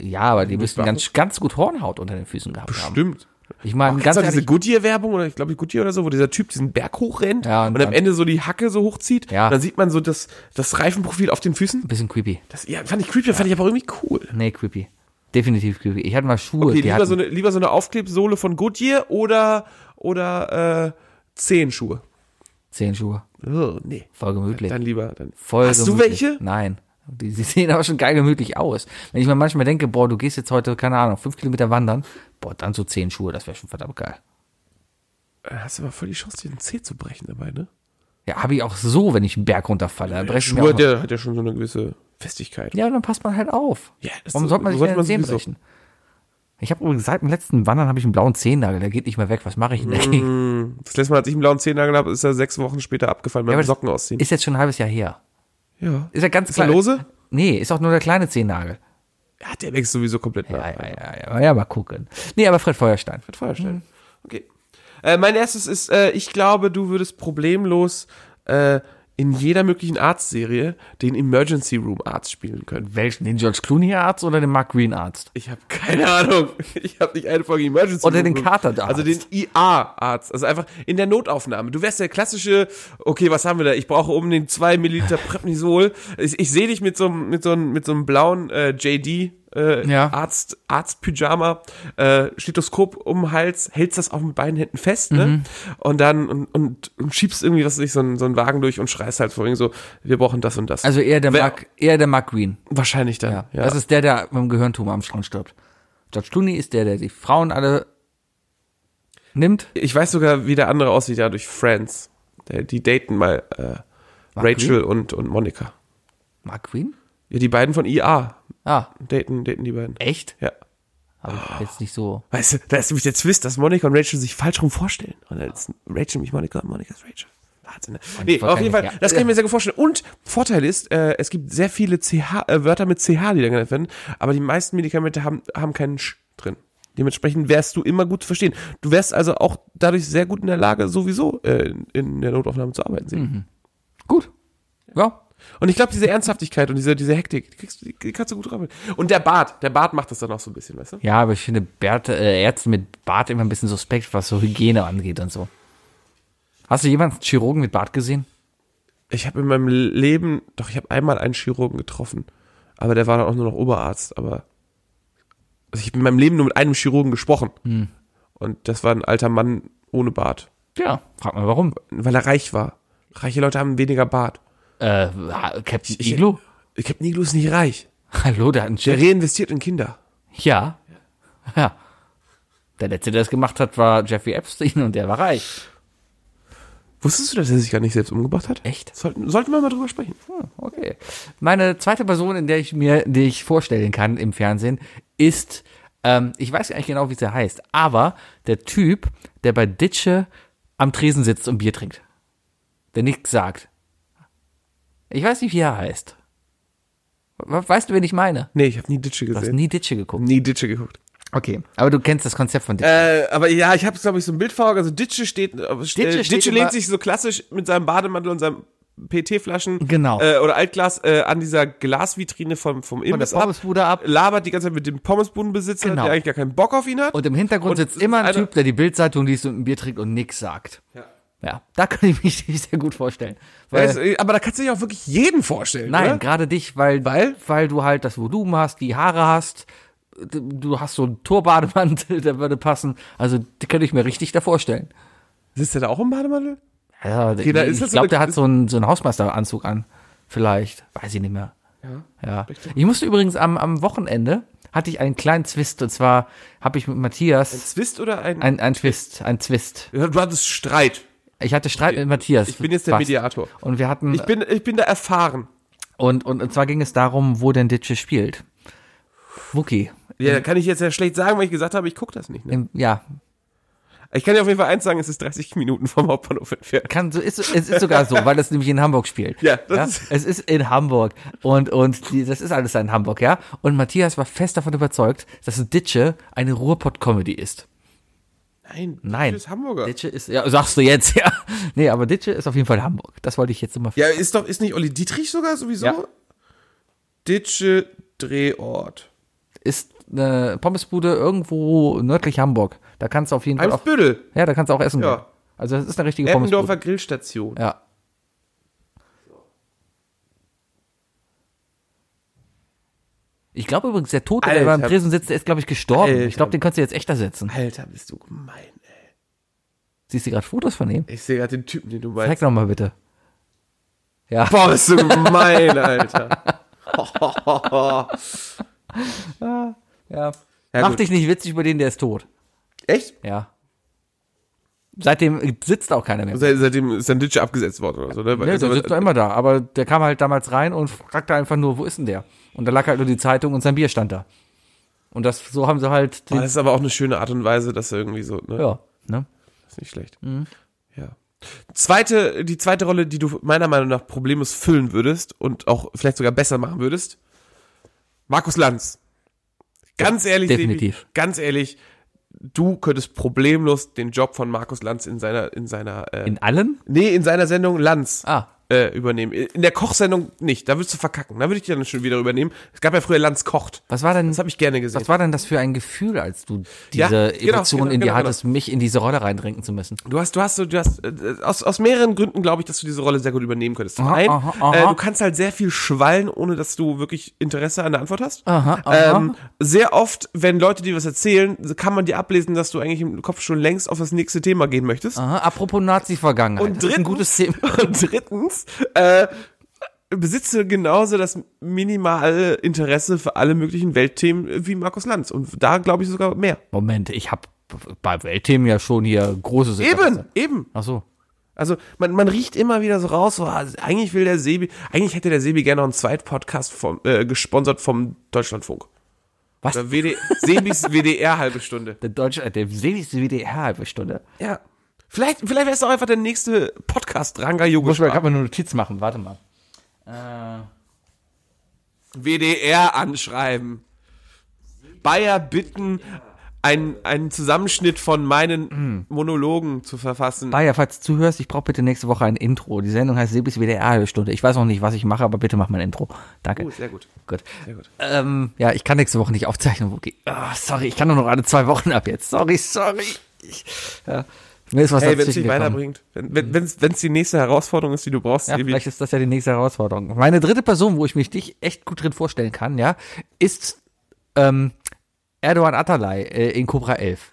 A: Ja, aber die müssen
B: waren-
A: ganz, ganz gut Hornhaut unter den Füßen gehabt haben.
B: Stimmt.
A: Ich meine,
B: Ganz
A: ganz
B: auch diese
A: ehrlich,
B: Goodyear-Werbung, oder ich glaube Goodyear oder so, wo dieser Typ diesen Berg hochrennt
A: Ja, und
B: und, am
A: dann-
B: Ende so die Hacke so hochzieht.
A: Ja.
B: Und dann sieht man so das, das Reifenprofil auf den Füßen.
A: ein bisschen creepy.
B: Das ja, fand ich creepy, fand ich aber irgendwie cool.
A: Nee, creepy. Definitiv creepy. Ich hatte mal Schuhe,
B: Okay,
A: die
B: lieber,
A: hatten,
B: so eine, lieber so eine Aufklebsohle von Goodyear oder, oder äh, Zehenschuhe.
A: zehn Schuhe.
B: Oh, nee.
A: Voll gemütlich.
B: Dann lieber. Dann.
A: Voll
B: Hast du
A: gemütlich.
B: welche?
A: Nein. Die, die sehen aber schon geil gemütlich aus. Wenn ich mir manchmal denke, boah, du gehst jetzt heute, keine Ahnung, fünf Kilometer wandern, boah, dann so zehn Schuhe, das wäre schon verdammt geil.
B: Äh, Hast du aber voll die Chance, dir den Zeh zu brechen dabei, ne?
A: Ja, habe ich auch so, wenn ich einen Berg runterfalle. Dann breche ich mir
B: Schuhe,
A: auch-
B: der hat ja schon so eine gewisse Festigkeit.
A: Ja, dann passt man halt auf.
B: Ja, das-
A: Warum sollte man sich
B: sollte
A: denn
B: man
A: den Zehen
B: sowieso.
A: brechen? Ich habe übrigens seit dem letzten Wandern habe ich einen blauen Zehennagel, der geht nicht mehr weg. Was mache ich [LAUGHS]
B: Mm,
A: denn? dagegen?
B: Das letzte Mal, als ich einen blauen Zehennagel habe, ist er sechs Wochen später abgefallen beim
A: aber das
B: Socken ausziehen.
A: Ist jetzt schon ein halbes Jahr her.
B: ja.
A: Ist ja ganz
B: Ist er
A: klein-
B: lose?
A: Nee, ist auch nur der kleine Zehennagel.
B: Ja, der wächst sowieso komplett nach.
A: Ja, Mhm. ja, ja, ja, ja, mal gucken. Nee, aber Fred Feuerstein.
B: Mit Feuerstein. Okay. Äh, mein erstes ist, äh, ich glaube, du würdest problemlos äh, in jeder möglichen Arztserie den Emergency Room Arzt spielen können.
A: Welchen? Den George Clooney-Arzt oder den Mark Green-Arzt?
B: Ich habe keine Ahnung. Ich habe nicht eine Folge Emergency
A: Oder den
B: Room.
A: Katerarzt.
B: Also den IA-Arzt. Also einfach in der Notaufnahme. Du wärst der klassische, okay, was haben wir da? Ich brauche oben den 2 Milliliter Prednisol. Ich, ich sehe dich mit so, einem- mit, so, einem- mit so einem blauen äh, JD. Äh,
A: Ja.
B: Arzt, Arztpyjama, äh, Stethoskop um den Hals, hältst das auch mit beiden Händen fest,
A: Mhm.
B: ne? Und dann und, und, und schiebst irgendwie was weiß ich, so einen, so einen Wagen durch und schreist halt vorhin so, wir brauchen das und das.
A: Also eher der
B: Wer-
A: Mark, eher der Mark Green.
B: wahrscheinlich dann.
A: Ja. Also Das ist der, der mit dem Gehirntumor am Strand stirbt. George Clooney ist der, der die Frauen alle nimmt.
B: Ich weiß sogar, wie der andere aussieht, ja, durch Friends. Der, die daten mal äh, Rachel und, und Monika.
A: Mark Green?
B: Ja, die beiden von IA.
A: Ah,
B: Daten, daten die beiden.
A: echt?
B: Ja.
A: Aber ich jetzt nicht so.
B: Weißt du, da ist nämlich der Twist, dass Monika und Rachel sich falsch rum vorstellen. Und dann ist Rachel mich Monika und Monika ist Rachel. Wahnsinn. ne? Nee, auf jeden Fall,
A: ja.
B: das kann ich mir sehr gut vorstellen. Und Vorteil ist, äh, es gibt sehr viele CH, äh, Wörter mit CH, die da genannt werden, aber die meisten Medikamente haben, haben keinen Sch drin. Dementsprechend wärst du immer gut zu verstehen. Du wärst also auch dadurch sehr gut in der Lage, sowieso äh, in, in der Notaufnahme zu arbeiten. Sehen.
A: Gut. Ja.
B: Und ich glaube, diese Ernsthaftigkeit und diese, diese Hektik, die, kriegst, du- die kannst du gut drauf. Und der Bart, der Bart macht das dann auch so ein bisschen, weißt du?
A: Ja, aber ich finde Bärte, äh, Ärzte mit Bart immer ein bisschen suspekt, was so Hygiene angeht und so. Hast du jemanden Chirurgen mit Bart gesehen?
B: Ich habe in meinem Leben, doch ich habe einmal einen Chirurgen getroffen, aber der war dann auch nur noch Oberarzt, aber also ich habe in meinem Leben nur mit einem Chirurgen gesprochen.
A: Hm.
B: Und das war ein alter Mann ohne Bart,
A: Ja, frag mal warum.
B: weil er reich war. Reiche Leute haben weniger Bart.
A: Äh, ha- Captain
B: Ich-
A: Iglo?
B: Ich glaube, Niglo ist nicht reich.
A: Hallo, der hat einen
B: Der
A: Jet.
B: reinvestiert in Kinder.
A: Ja. Ja. Der letzte, der das gemacht hat, war Jeffrey Epstein und der war reich.
B: Wusstest du, dass er sich gar nicht selbst umgebracht hat?
A: Echt?
B: Sollten, sollten wir mal drüber sprechen.
A: Hm, Okay. Meine zweite Person, in der ich mir dich vorstellen kann im Fernsehen, ist, ähm, ich weiß gar nicht genau, wie sie heißt, aber der Typ, der bei Ditsche am Tresen sitzt und Bier trinkt. Der nichts sagt. Ich weiß nicht, wie er heißt. We- Weißt du, wen ich meine?
B: Nee, ich habe nie Ditsche
A: Du hast
B: gesehen.
A: nie Ditsche geguckt.
B: nie Ditsche geguckt.
A: Okay. Aber du kennst das Konzept von Ditsche.
B: Äh, aber ja, ich habe glaube ich so ein Bild vor Augen. Also Ditsche steht, äh,
A: Ditsche
B: äh,
A: steht
B: Ditsche
A: immer-
B: lehnt sich so klassisch mit seinem Bademantel und seinem PT-Flaschen
A: Genau.
B: äh, oder Altglas äh, an dieser Glasvitrine vom vom Imbiss
A: Pommesbude ab.
B: labert die ganze Zeit mit dem Pommesbudenbesitzer,
A: Genau.
B: der eigentlich gar keinen Bock auf ihn hat.
A: Und im Hintergrund
B: Und
A: sitzt immer ein
B: einer-
A: Typ, der die Bildzeitung liest und ein Bier trinkt und nichts sagt.
B: Ja.
A: Ja, da kann ich mich [LAUGHS] sehr gut vorstellen. Weil,
B: Weißt du, aber da kannst du dich auch wirklich jeden vorstellen.
A: äh, nein,
B: oder?
A: gerade dich, weil,
B: Weil?
A: weil du halt das Volumen hast, die Haare hast, du du hast so einen Turbademantel, [LAUGHS] der würde passen. Also, die könnte ich mir richtig da vorstellen.
B: sitzt er da auch im Bademantel?
A: Ja,
B: da
A: ich
B: ist das so
A: glaube,
B: eine-
A: der hat so einen, so einen Hausmeisteranzug an. Vielleicht. Weiß ich nicht mehr. Ja. Ich musste übrigens am, am Wochenende, hatte ich einen kleinen Zwist. Und zwar habe ich mit Matthias
B: Zwist oder ein?
A: ein, ein Twist, ein Twist.
B: Ja, du hattest Streit.
A: Ich hatte Streit mit Matthias.
B: Ich bin jetzt der
A: Bast.
B: Mediator.
A: Und wir hatten,
B: Ich bin ich bin da erfahren.
A: und, und, und zwar ging es darum, wo denn Ditsche spielt. Wookie.
B: Ja, kann ich jetzt ja schlecht sagen, weil ich gesagt habe, ich gucke das nicht. Ne?
A: Im, ja,
B: Ich kann dir auf jeden Fall eins sagen, es ist 30 Minuten vom Hauptbahnhof entfernt.
A: kann so ist es ist sogar so, weil es nämlich in Hamburg spielt.
B: Ja, das ist-
A: es ist in Hamburg und und die, das ist alles in Hamburg, ja. Und Matthias war fest davon überzeugt, dass Ditsche eine Ruhrpott-Comedy ist.
B: Nein,
A: Nein,
B: Das ist Hamburger.
A: Ditsche ist ja sagst du jetzt [LAUGHS] ja. Nee, aber Ditsche ist auf jeden Fall Hamburg. Das wollte ich jetzt nochmal.
B: Ja, ist doch, ist nicht Olli Dietrich sogar sowieso?
A: Ja.
B: Ditsche Drehort.
A: Ist eine Pommesbude irgendwo nördlich Hamburg. Da kannst du auf jeden Fall auch
B: Eimsbüttel.
A: Ja, da kannst du auch essen
B: Ja.
A: gehen. Also das ist eine richtige Pommesbude.
B: Eppendorfer Grillstation.
A: Ja. Ich glaube übrigens, der Tote, der
B: Alter.
A: beim Tresen sitzt, der ist, glaube ich, gestorben. Ich
B: Alter.
A: glaube, den könntest du jetzt echt ersetzen.
B: Alter, bist du gemein, ey.
A: Siehst du gerade Fotos von ihm?
B: Ich sehe gerade den Typen, den du meinst.
A: Zeig doch mal bitte. Ja,
B: Boah, bist [LAUGHS] du gemein, Alter.
A: ja.
B: Ja,
A: Mach
B: gut.
A: dich nicht witzig über den, der ist tot.
B: Echt?
A: Ja. Seitdem sitzt auch keiner mehr.
B: Seit, seitdem ist dann Ditsche abgesetzt worden oder so, ne? Weil-
A: Ne,
B: also,
A: der sitzt doch immer da, aber der kam halt damals rein und fragte einfach nur, wo ist denn der? Und da lag halt nur die Zeitung und sein Bier stand da. Und das, so haben sie halt,
B: Boah,
A: den,
B: das ist aber auch eine schöne Art und Weise, dass er irgendwie so, ne?
A: ja, ne?
B: Ist nicht schlecht.
A: Mhm.
B: Ja. Zweite, die zweite Rolle, die du meiner Meinung nach problemlos füllen würdest und auch vielleicht sogar besser machen würdest, Markus Lanz. Ganz ehrlich,
A: definitiv.
B: Sebi, ganz ehrlich, du könntest problemlos den Job von Markus Lanz in seiner, in seiner, äh,
A: In allen?
B: nee, in seiner Sendung Lanz
A: Ah.
B: äh, übernehmen. In der Kochsendung nicht, da würdest du verkacken. Da würde ich dir dann schon wieder übernehmen. Es gab ja früher Lanz kocht.
A: Was war denn,
B: Das habe ich gerne gesehen.
A: was war denn das für ein Gefühl, als du
B: Ja,
A: diese
B: genau,
A: Emotion
B: genau,
A: in dir
B: genau,
A: hattest, mich in diese Rolle reindrinken zu müssen?
B: Du hast, du hast, so- du hast, äh, aus, aus mehreren Gründen glaube ich, dass du diese Rolle sehr gut übernehmen könntest. Zum
A: Aha,
B: einen,
A: aha, aha.
B: Äh, du kannst halt sehr viel schwallen, ohne dass du wirklich Interesse an der Antwort hast.
A: Aha, aha.
B: Ähm, sehr oft, wenn Leute dir was erzählen, kann man dir ablesen, dass du eigentlich im Kopf schon längst auf das nächste Thema gehen möchtest.
A: Aha, apropos Nazi-Vergangenheit.
B: Und
A: Ah, Das ist ein
B: drittens-
A: gutes Thema.
B: [LAUGHS] Und drittens, äh, besitze genauso das minimale Interesse für alle möglichen Weltthemen wie Markus Lanz. Und da glaube ich sogar mehr.
A: Moment, ich habe bei Weltthemen ja schon hier großes
B: Eben, eben.
A: Ach so.
B: Also man, man riecht immer wieder so raus, so, ah, eigentlich will der Sebi, eigentlich hätte der Sebi gerne noch einen Zweitpodcast vom, äh, gesponsert vom Deutschlandfunk.
A: Was?
B: Oder WD,
A: [LAUGHS]
B: Sebis WDR halbe Stunde.
A: Der deutsche, äh, der seligste WDR halbe Stunde.
B: Ja. Vielleicht, vielleicht wäre es auch einfach der nächste Podcast, Ranga Yoga.
A: Muss ich mal gerade mal eine Notiz machen, warte mal.
B: WDR anschreiben. Bayer bitten, einen, einen Zusammenschnitt von meinen Monologen zu verfassen.
A: Mhm. Bayer, falls du zuhörst, ich brauche bitte nächste Woche ein Intro. Die Sendung heißt Sebis WDR halbe Stunde. Ich weiß noch nicht, was ich mache, aber bitte mach mein Intro. Danke.
B: Oh, sehr gut.
A: Gut.
B: Sehr gut.
A: Ähm, ja, ich kann nächste Woche nicht aufzeichnen, Wookie. Ah, sorry, ich kann nur noch alle zwei Wochen ab jetzt. Sorry, sorry. Ich, ja. Mir ist was
B: Hey, wenn es
A: dazwischen
B: dich
A: gekommen.
B: weiterbringt, wenn es wenn's, wenn's die nächste Herausforderung ist, die du brauchst,
A: Ja,
B: Sebi.
A: vielleicht ist das ja die nächste Herausforderung. Meine dritte Person, wo ich mich dich echt gut drin vorstellen kann, ja, ist ähm, Erdogan Atalay äh, in Cobra 11.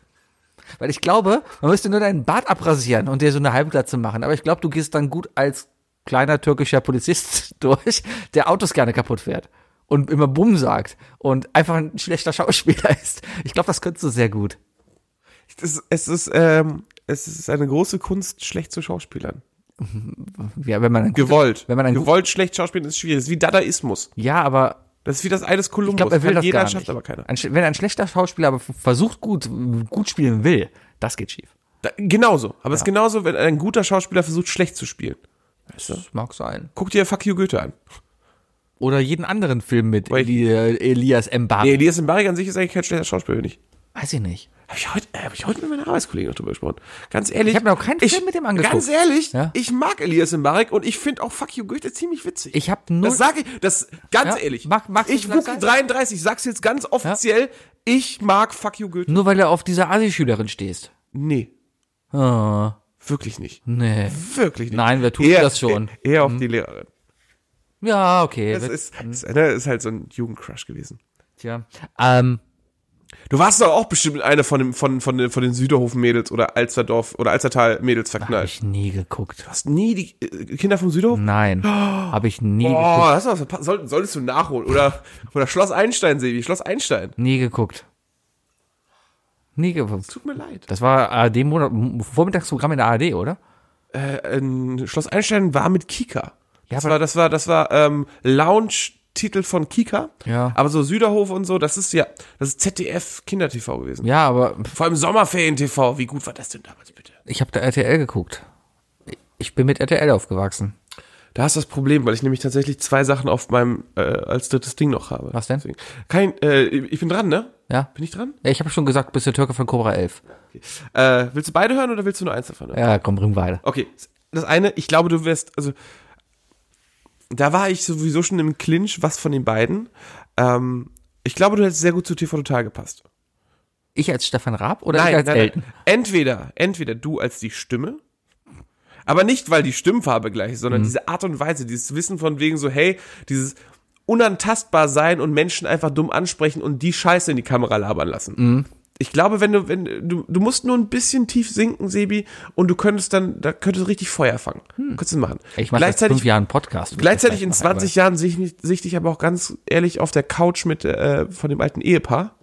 A: Weil ich glaube, man müsste nur deinen Bart abrasieren und dir so eine Halbglatze machen. Aber ich glaube, du gehst dann gut als kleiner türkischer Polizist [LAUGHS] durch, der Autos gerne kaputt fährt und immer Bumm sagt und einfach ein schlechter Schauspieler [LAUGHS] ist. Ich glaube, das könntest du sehr gut.
B: Es ist, es ist, ähm, es ist eine große Kunst, schlecht zu schauspielern.
A: Ja, wenn man ein guter-
B: Gewollt.
A: Wenn man ein gut-
B: Gewollt schlecht schauspielen ist schwierig. Das ist wie Dadaismus.
A: Ja, aber
B: Das ist wie das Ei des Kolumbus.
A: Ich glaube, er will
B: Kann
A: das
B: halt jeder,
A: gar
B: schafft
A: nicht.
B: aber keiner.
A: Ein, sch- wenn ein schlechter Schauspieler aber f- versucht gut, gut spielen will, das geht schief.
B: Da, genauso. Aber es ist genauso, wenn ein guter Schauspieler versucht, schlecht zu spielen.
A: Das mag sein.
B: Guck dir Fuck You Goethe an.
A: Oder jeden anderen Film mit
B: Weil-
A: Eli Elias M. Bar.
B: Nee, Elias Mbarik an sich ist eigentlich kein schlechter Schauspieler, nicht?
A: Weiß ich nicht.
B: Habe ich, heute- äh, hab ich heute mit meiner Arbeitskollegen noch drüber gesprochen. Ganz ehrlich.
A: Ich hab mir auch keinen Film mit dem angeguckt.
B: Ganz ehrlich,
A: Ja.
B: ich mag Elias Mbarik und ich finde auch Fuck You Goethe ziemlich witzig.
A: Ich hab null-
B: Das sage ich, das,
A: Ja,
B: ganz ehrlich.
A: mag- magst du
B: ich
A: vielleicht
B: Wookie
A: sagen?
B: 33, sag's jetzt ganz offiziell, ich mag Fuck You Goethe.
A: Nur weil du auf dieser Asi-Schülerin stehst.
B: Nee,
A: Oh,
B: wirklich nicht.
A: nee.
B: Wirklich nicht.
A: Nein, wer tut das schon? Hm.
B: Eher, eher auf die Lehrerin.
A: Ja, okay.
B: Das
A: wird-
B: ist, ist, eine, ist halt so ein Jugendcrush gewesen.
A: tja. Ähm,
B: Du warst doch auch bestimmt mit einer von, dem, von, von, den- von den Süderhof-Mädels oder Alsterdorf oder Alstertal-Mädels
A: hab
B: verknallt.
A: ich nie geguckt.
B: Du hast nie die äh, Kinder vom Süderhof? [GASPS]
A: Nein, habe ich nie geguckt.
B: Boah, Oh, das ist was verpasst. Soll, solltest du nachholen. Oder, oder Schloss Einstein, Sebi. Schloss Einstein.
A: Nie geguckt. Nie geguckt.
B: Tut mir leid.
A: Das war ARD-Monat, Vormittagsprogramm in der ARD, oder?
B: Äh, ähm, Schloss Einstein war mit Kika.
A: Ja,
B: das
A: aber-
B: war, das war, das war ähm, Lounge-Titel von Kika.
A: Ja.
B: Aber so Süderhof und so, das ist ja, das ist ZDF Kinder-TV gewesen.
A: Ja, aber
B: Vor allem Sommerferien-TV. Wie gut war das denn damals, bitte?
A: Ich habe da RTL geguckt. Ich bin mit RTL aufgewachsen.
B: Da hast du das Problem, weil ich nämlich tatsächlich zwei Sachen auf meinem äh, als drittes Ding noch habe.
A: Was denn?
B: Deswegen. Kein, äh, ich bin dran, ne?
A: Ja?
B: Bin ich dran?
A: Ja, Ich habe schon gesagt, bist der Türke von Cobra 11.
B: Äh, willst du beide hören oder willst du nur eins davon hören?
A: Ja, komm, bring weiter.
B: Okay, das eine, ich glaube, du wirst, also da war ich sowieso schon im Clinch, was von den beiden. Ähm, ich glaube, du hättest sehr gut zu TV Total gepasst.
A: Ich als Stefan Raab oder ich als Elton?
B: Entweder, entweder du als die Stimme, aber nicht, weil die Stimmfarbe gleich ist,
A: Mhm.
B: sondern diese Art und Weise, dieses Wissen von wegen so, hey, dieses unantastbar sein und Menschen einfach dumm ansprechen und die Scheiße in die Kamera labern lassen.
A: Mhm.
B: Ich glaube, wenn du, wenn du, du musst nur ein bisschen tief sinken, Sebi, und du könntest dann, da könntest du richtig Feuer fangen. Könntest du machen.
A: Hm. Ich mache seit fünf Jahren Podcast.
B: Gleichzeitig in 20 Jahren sehe ich, mich- sehe ich dich aber auch ganz ehrlich auf der Couch mit äh, von dem alten Ehepaar.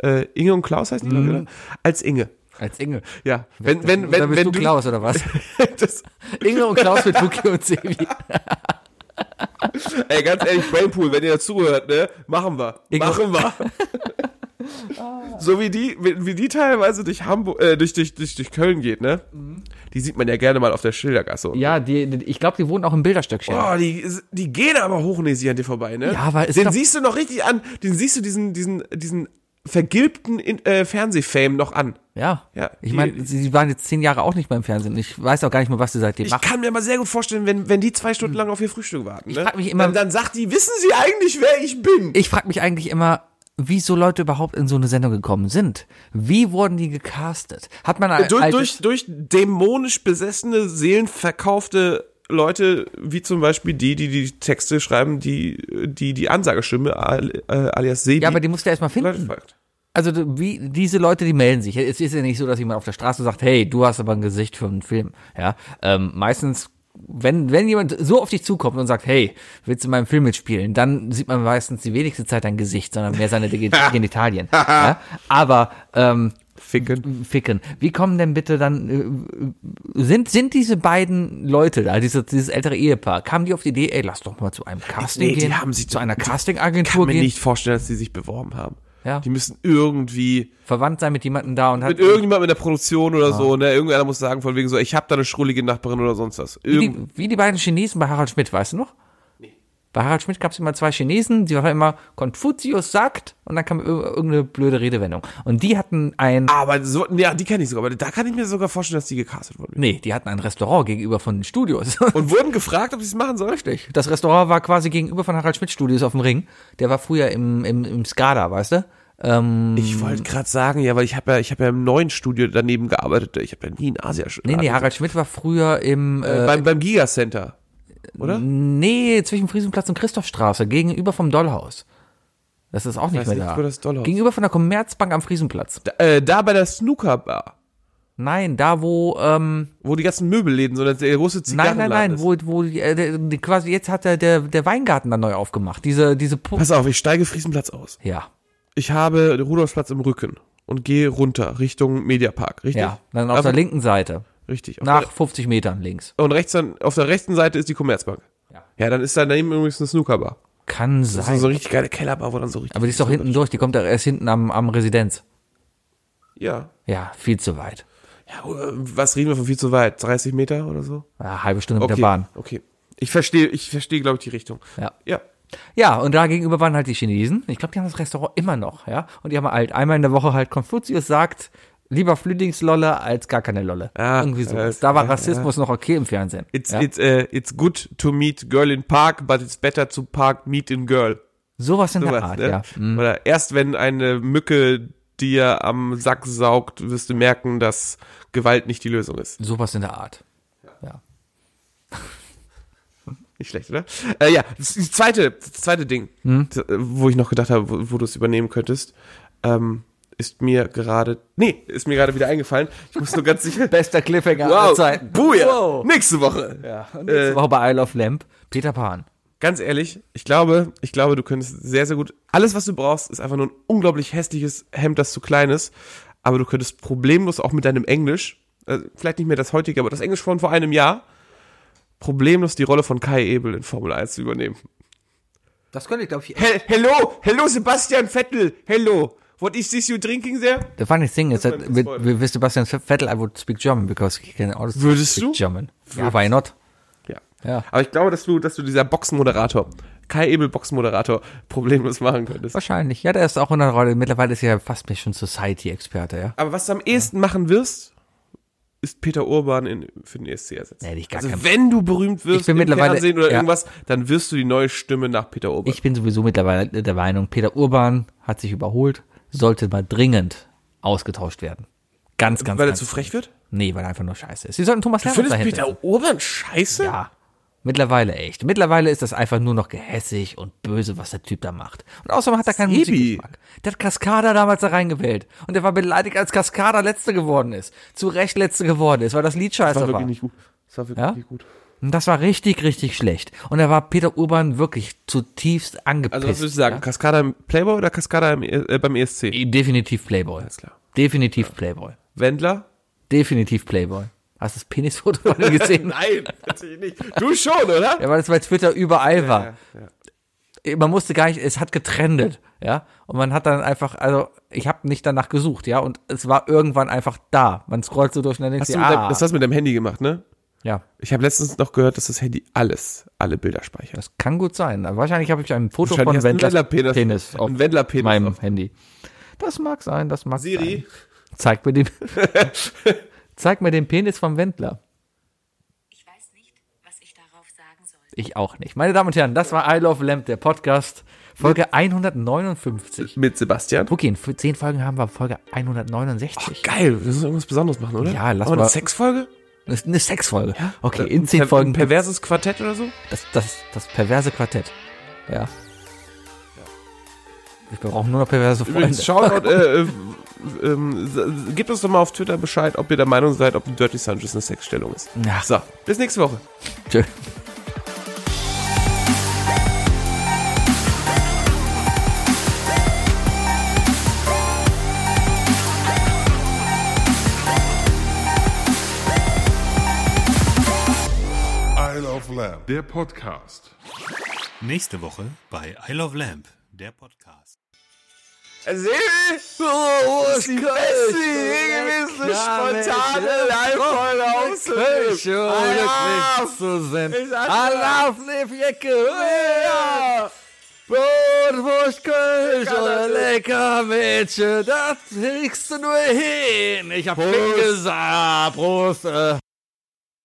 B: Äh, Inge und Klaus heißen die, mhm. oder? Als Inge.
A: Als Inge.
B: Ja. Wenn, wenn,
A: Dann
B: wenn,
A: bist
B: wenn
A: du
B: [LAUGHS]
A: Klaus oder was?
B: das,
A: Inge und Klaus mit Buki und Sebi.
B: ey, ganz ehrlich, Brainpool, wenn ihr dazuhört, ne, machen wir.
A: Inge- [LAUGHS]
B: Machen wir. so wie die, wie wie die teilweise durch Hamburg, äh, durch, durch, durch, durch Köln geht, ne?
A: Mhm.
B: Die sieht man ja gerne mal auf der Schildergasse.
A: Ja, die, die, ich glaube, die wohnen auch im Bilderstöckchen.
B: Oh, die, die gehen aber hochnäsig an dir vorbei, ne?
A: Ja, aber ist
B: den
A: doch-
B: siehst du noch richtig an, den siehst du diesen, diesen, diesen vergilbten in, äh, Fernsehfame noch an.
A: Ja.
B: Ja,
A: ich
B: die-
A: meine, sie sie waren jetzt zehn Jahre auch nicht beim Fernsehen. Ich weiß auch gar nicht mehr, was sie seitdem
B: Ich
A: machen.
B: kann mir mal sehr gut vorstellen, wenn, wenn die zwei Stunden lang auf ihr Frühstück warten. Ne?
A: frag mich immer-
B: dann, dann sagt die, wissen Sie eigentlich, wer ich bin?
A: Ich frage mich eigentlich immer, wieso Leute überhaupt in so eine Sendung gekommen sind. Wie wurden die gecastet? Hat man ein
B: Äh, durch,
A: altes-
B: durch, durch dämonisch besessene, seelenverkaufte Leute, wie zum Beispiel die, die die Texte schreiben, die die, die Ansagestimme al- äh, alias Sebi.
A: Ja, aber die musst du erstmal
B: Leute
A: finden.
B: fragt.
A: Also du- wie diese Leute, die melden sich. Es ist ja nicht so, dass jemand auf der Straße sagt, hey, du hast aber ein Gesicht für einen Film. Ja, ähm, meistens, wenn wenn jemand so auf dich zukommt und sagt, hey, willst du in meinem Film mitspielen, dann sieht man meistens die wenigste Zeit dein Gesicht, sondern mehr seine
B: [LAUGHS]
A: Ge- Genitalien. ja? Aber ähm,
B: Ficken.
A: ficken. Wie kommen denn bitte dann äh, sind sind diese beiden Leute da, dieses, dieses ältere Ehepaar, kamen die auf die Idee, ey, lass doch mal zu einem Casting
B: Nee, die
A: gehen,
B: haben sich-
A: zu einer
B: Ich kann
A: Castingagentur
B: mir
A: gehen,
B: nicht vorstellen, dass die sich beworben haben.
A: Ja.
B: Die müssen irgendwie
A: verwandt sein mit jemandem da und hat
B: mit irgendjemandem in der Produktion oder so, ne? Irgendeiner muss sagen, von wegen so, ich hab da eine schrullige Nachbarin oder sonst was.
A: wie
B: Irgend
A: die, wie die beiden Chinesen bei Harald Schmidt, weißt du noch? Bei Harald Schmidt gab es immer zwei Chinesen, die waren immer Konfuzius sagt und dann kam ir- irgendeine blöde Redewendung. Und die hatten ein,
B: Ah, aber so, ja, die kann ich sogar, aber da kann ich mir sogar vorstellen, dass die gecastet wurden.
A: nee, die hatten ein Restaurant gegenüber von den Studios. [LAUGHS]
B: Und wurden gefragt, ob sie es machen sollen?
A: Richtig. Das Restaurant war quasi gegenüber von Harald Schmidt Studios auf dem Ring. Der war früher im, im, im Skada, weißt du? Ähm,
B: Ich wollte gerade sagen, ja, weil ich habe ja, ich habe ja im neuen Studio daneben gearbeitet. Ich habe ja nie in Asia
A: nee, nee, Harald Schmidt war früher im, äh,
B: beim, beim Gigacenter. Oder?
A: nee, zwischen Friesenplatz und Christophstraße, gegenüber vom Dollhaus. Das ist auch nicht
B: weiß
A: mehr
B: nicht,
A: da.
B: wo das Dollhaus-
A: gegenüber von der Commerzbank am Friesenplatz.
B: Da, äh, da bei der Snooker Bar,
A: Nein, da wo, ähm,
B: wo die ganzen Möbelläden, sondern der große
A: Nein, nein,
B: Zigarrenladen
A: nein,
B: ist.
A: wo, wo die, äh, der- die, quasi jetzt hat der, der, der Weingarten dann neu aufgemacht. Diese, diese Pu
B: Pass auf, ich steige Friesenplatz aus.
A: Ja,
B: Ich habe den Rudolfsplatz im Rücken und gehe runter Richtung Mediapark, richtig?
A: ja. Dann auf
B: Also,
A: der linken Seite.
B: richtig. Auf
A: Nach 50 Metern links.
B: der, und rechts dann auf der rechten Seite ist die Commerzbank.
A: Ja.
B: Ja, dann ist da daneben übrigens eine Snookerbar.
A: Kann
B: Das ist
A: sein.
B: so eine richtig geile Kellerbar, wo dann so richtig.
A: Aber die ist doch hinten durch, die kommt doch erst hinten am, am Residenz.
B: ja.
A: Ja, viel zu weit.
B: ja. äh, Was reden wir von viel zu weit? 30 Meter oder so?
A: Ja, halbe Stunde
B: okay,
A: mit der Bahn.
B: Okay. Ich verstehe, ich verstehe, glaube ich, die Richtung.
A: Ja.
B: Ja.
A: Ja, und da gegenüber waren halt die Chinesen. Ich glaube, die haben das Restaurant immer noch, ja. Und die haben halt einmal in der Woche halt Konfuzius sagt, lieber Flüdingslolle als gar keine Lolle.
B: Ah,
A: Irgendwie sowas.
B: äh,
A: da war
B: ja,
A: Rassismus noch okay im Fernsehen.
B: It's,
A: ja?
B: it's, äh, it's good to meet girl in park, but it's better to park meet in girl.
A: sowas in der
B: Sowas,
A: Art,
B: ne?
A: ja. Mhm.
B: Oder erst wenn eine Mücke dir am Sack saugt, wirst du merken, dass Gewalt nicht die Lösung ist.
A: Sowas in der Art. Ja.
B: Nicht schlecht, oder? Äh, ja, das, das zweite, das zweite Ding,
A: Mhm.
B: das, äh, wo ich noch gedacht habe, wo, wo du es übernehmen könntest, ähm, ist mir gerade, nee, ist mir gerade wieder eingefallen. Ich muss nur
A: [LAUGHS]
B: ganz sicher,
A: Bester Cliffhanger aller
B: wow,
A: Zeiten.
B: Buja,
A: Wow.
B: nächste Woche.
A: Nächste Woche bei I Love Lamp. Peter Pan.
B: ganz ehrlich, ich glaube, ich glaube, du könntest sehr, sehr gut. Alles, was du brauchst, ist einfach nur ein unglaublich hässliches Hemd, das zu klein ist. Aber du könntest problemlos auch mit deinem Englisch, äh, vielleicht nicht mehr das heutige, aber das Englisch von vor einem Jahr, problemlos die Rolle von Kai Ebel in Formel 1 zu übernehmen.
A: Das könnte ich, glaube ich.
B: He hello, hello Sebastian Vettel, hello. What is this you drinking there?
A: The funny thing is that
B: mein
A: with,
B: Freund.
A: with Sebastian Vettel, I would speak German because he can also
B: Würdest
A: speak
B: du?
A: German. Ja, why not?
B: Ja.
A: Ja.
B: Aber ich glaube, dass du, dass du dieser Boxenmoderator, Kai Ebel Boxenmoderator, problemlos machen könntest.
A: Wahrscheinlich. Ja, der ist auch in der Rolle. Mittlerweile ist er ja fast mehr schon Society-Experte, ja.
B: Aber was du am ehesten machen wirst, ist Peter Urban in, für den ESC ersetzen.
A: Nee, hätte ich gar keinen-
B: also wenn du berühmt wirst
A: Ich bin
B: im
A: mittlerweile-
B: Fernsehen oder
A: ja.
B: irgendwas, dann wirst du die neue Stimme nach Peter Urban.
A: Ich bin sowieso mittlerweile der Meinung, Peter Urban hat sich überholt, sollte mal dringend ausgetauscht werden. Ganz, ganz,
B: weil er
A: ganz
B: zu frech wird?
A: Nee, weil er einfach nur scheiße ist. Sie sollten Thomas Hermann
B: Findest
A: dahinter.
B: Peter Urban scheiße?
A: Ja. Ah, Mittlerweile echt. Mittlerweile ist das einfach nur noch gehässig und böse, was der Typ da macht. Und außerdem hat er keinen
B: Sebi.
A: Musikgeschmack. Der hat Cascada damals da reingewählt. Und der war beleidigt, als Cascada Letzte geworden ist. Zu Recht Letzte geworden ist, weil das Lied scheiße
B: Das war
A: war.
B: wirklich nicht gut. Das war wirklich
A: Ja?
B: nicht gut.
A: Und das war richtig, richtig schlecht. Und da war Peter Urban wirklich zutiefst angepisst.
B: Also was würdest du sagen? Kaskada im Playboy oder Kaskada im, E- äh, beim ESC?
A: Ja. Definitiv Playboy.
B: klar.
A: Definitiv Playboy. [LAUGHS]
B: Wendler?
A: Definitiv Playboy. Hast du das Penisfoto [LAUGHS] von ihm gesehen?
B: Nein, natürlich nicht. Du schon, oder?
A: Ja, weil das bei Twitter überall war. Man musste gar nicht, es hat getrendet, ja. Und man hat dann einfach, also ich habe nicht danach gesucht, ja. Und es war irgendwann einfach da. Man scrollt so durch und dann denkst du,
B: Hast du mit deinem,
A: ah,
B: das hast du mit deinem Handy gemacht, ne?
A: ja.
B: Ich habe letztens noch gehört, dass das Handy alles, alle Bilder speichert.
A: Das kann gut sein. Aber Wahrscheinlich habe ich ein Foto
B: Wahrscheinlich
A: von
B: hast du einen
A: Wendlers
B: Wendler-Penis-
A: Penis auf
B: einen Wendler-Penis
A: meinem
B: auf-
A: Handy. Das mag sein, das mag
B: Siri,
A: sein. Zeig mir den, [LAUGHS] zeig mir den Penis vom Wendler.
D: Ich weiß nicht, was ich darauf sagen soll.
A: Ich auch nicht. Meine Damen und Herren, das war I Love Lamp, der Podcast, Folge 159.
B: mit Sebastian.
A: Rucki, in f- zehn Folgen haben wir Folge 169.
B: Geil, wir müssen irgendwas Besonderes machen, oder?
A: Ja, lass
B: Aber
A: mal-
B: eine Sexfolge?
A: Das ist eine Sexfolge. Okay,
B: Äh,
A: in zehn
B: per-
A: Folgen.
B: Ein perverses Quartett oder so?
A: das, das, das perverse Quartett. Ja. Wir brauchen nur noch perverse Freunde.
B: Übrigens, Shoutout, äh, äh, ähm, s- gebt uns doch mal auf Twitter Bescheid, ob ihr der Meinung seid, ob ein Dirty Sanchez eine Sexstellung ist.
A: Ja.
B: So, bis nächste Woche.
A: Tschö.
E: Isle of Lamb, der Podcast.
F: Nächste Woche bei I Love Lamp, der Podcast.
B: Siri, oh, ist die beste gewesen, spontane Live-Folge
A: Oh,
B: aus
A: zu sind.
B: Ich sag dir was.
A: höher. Brotwurst, Oh, Kölsch oder
B: also.
A: lecker Mädchen, das kriegst du nur hin. Ich hab Prost. gesagt, Prost. Äh.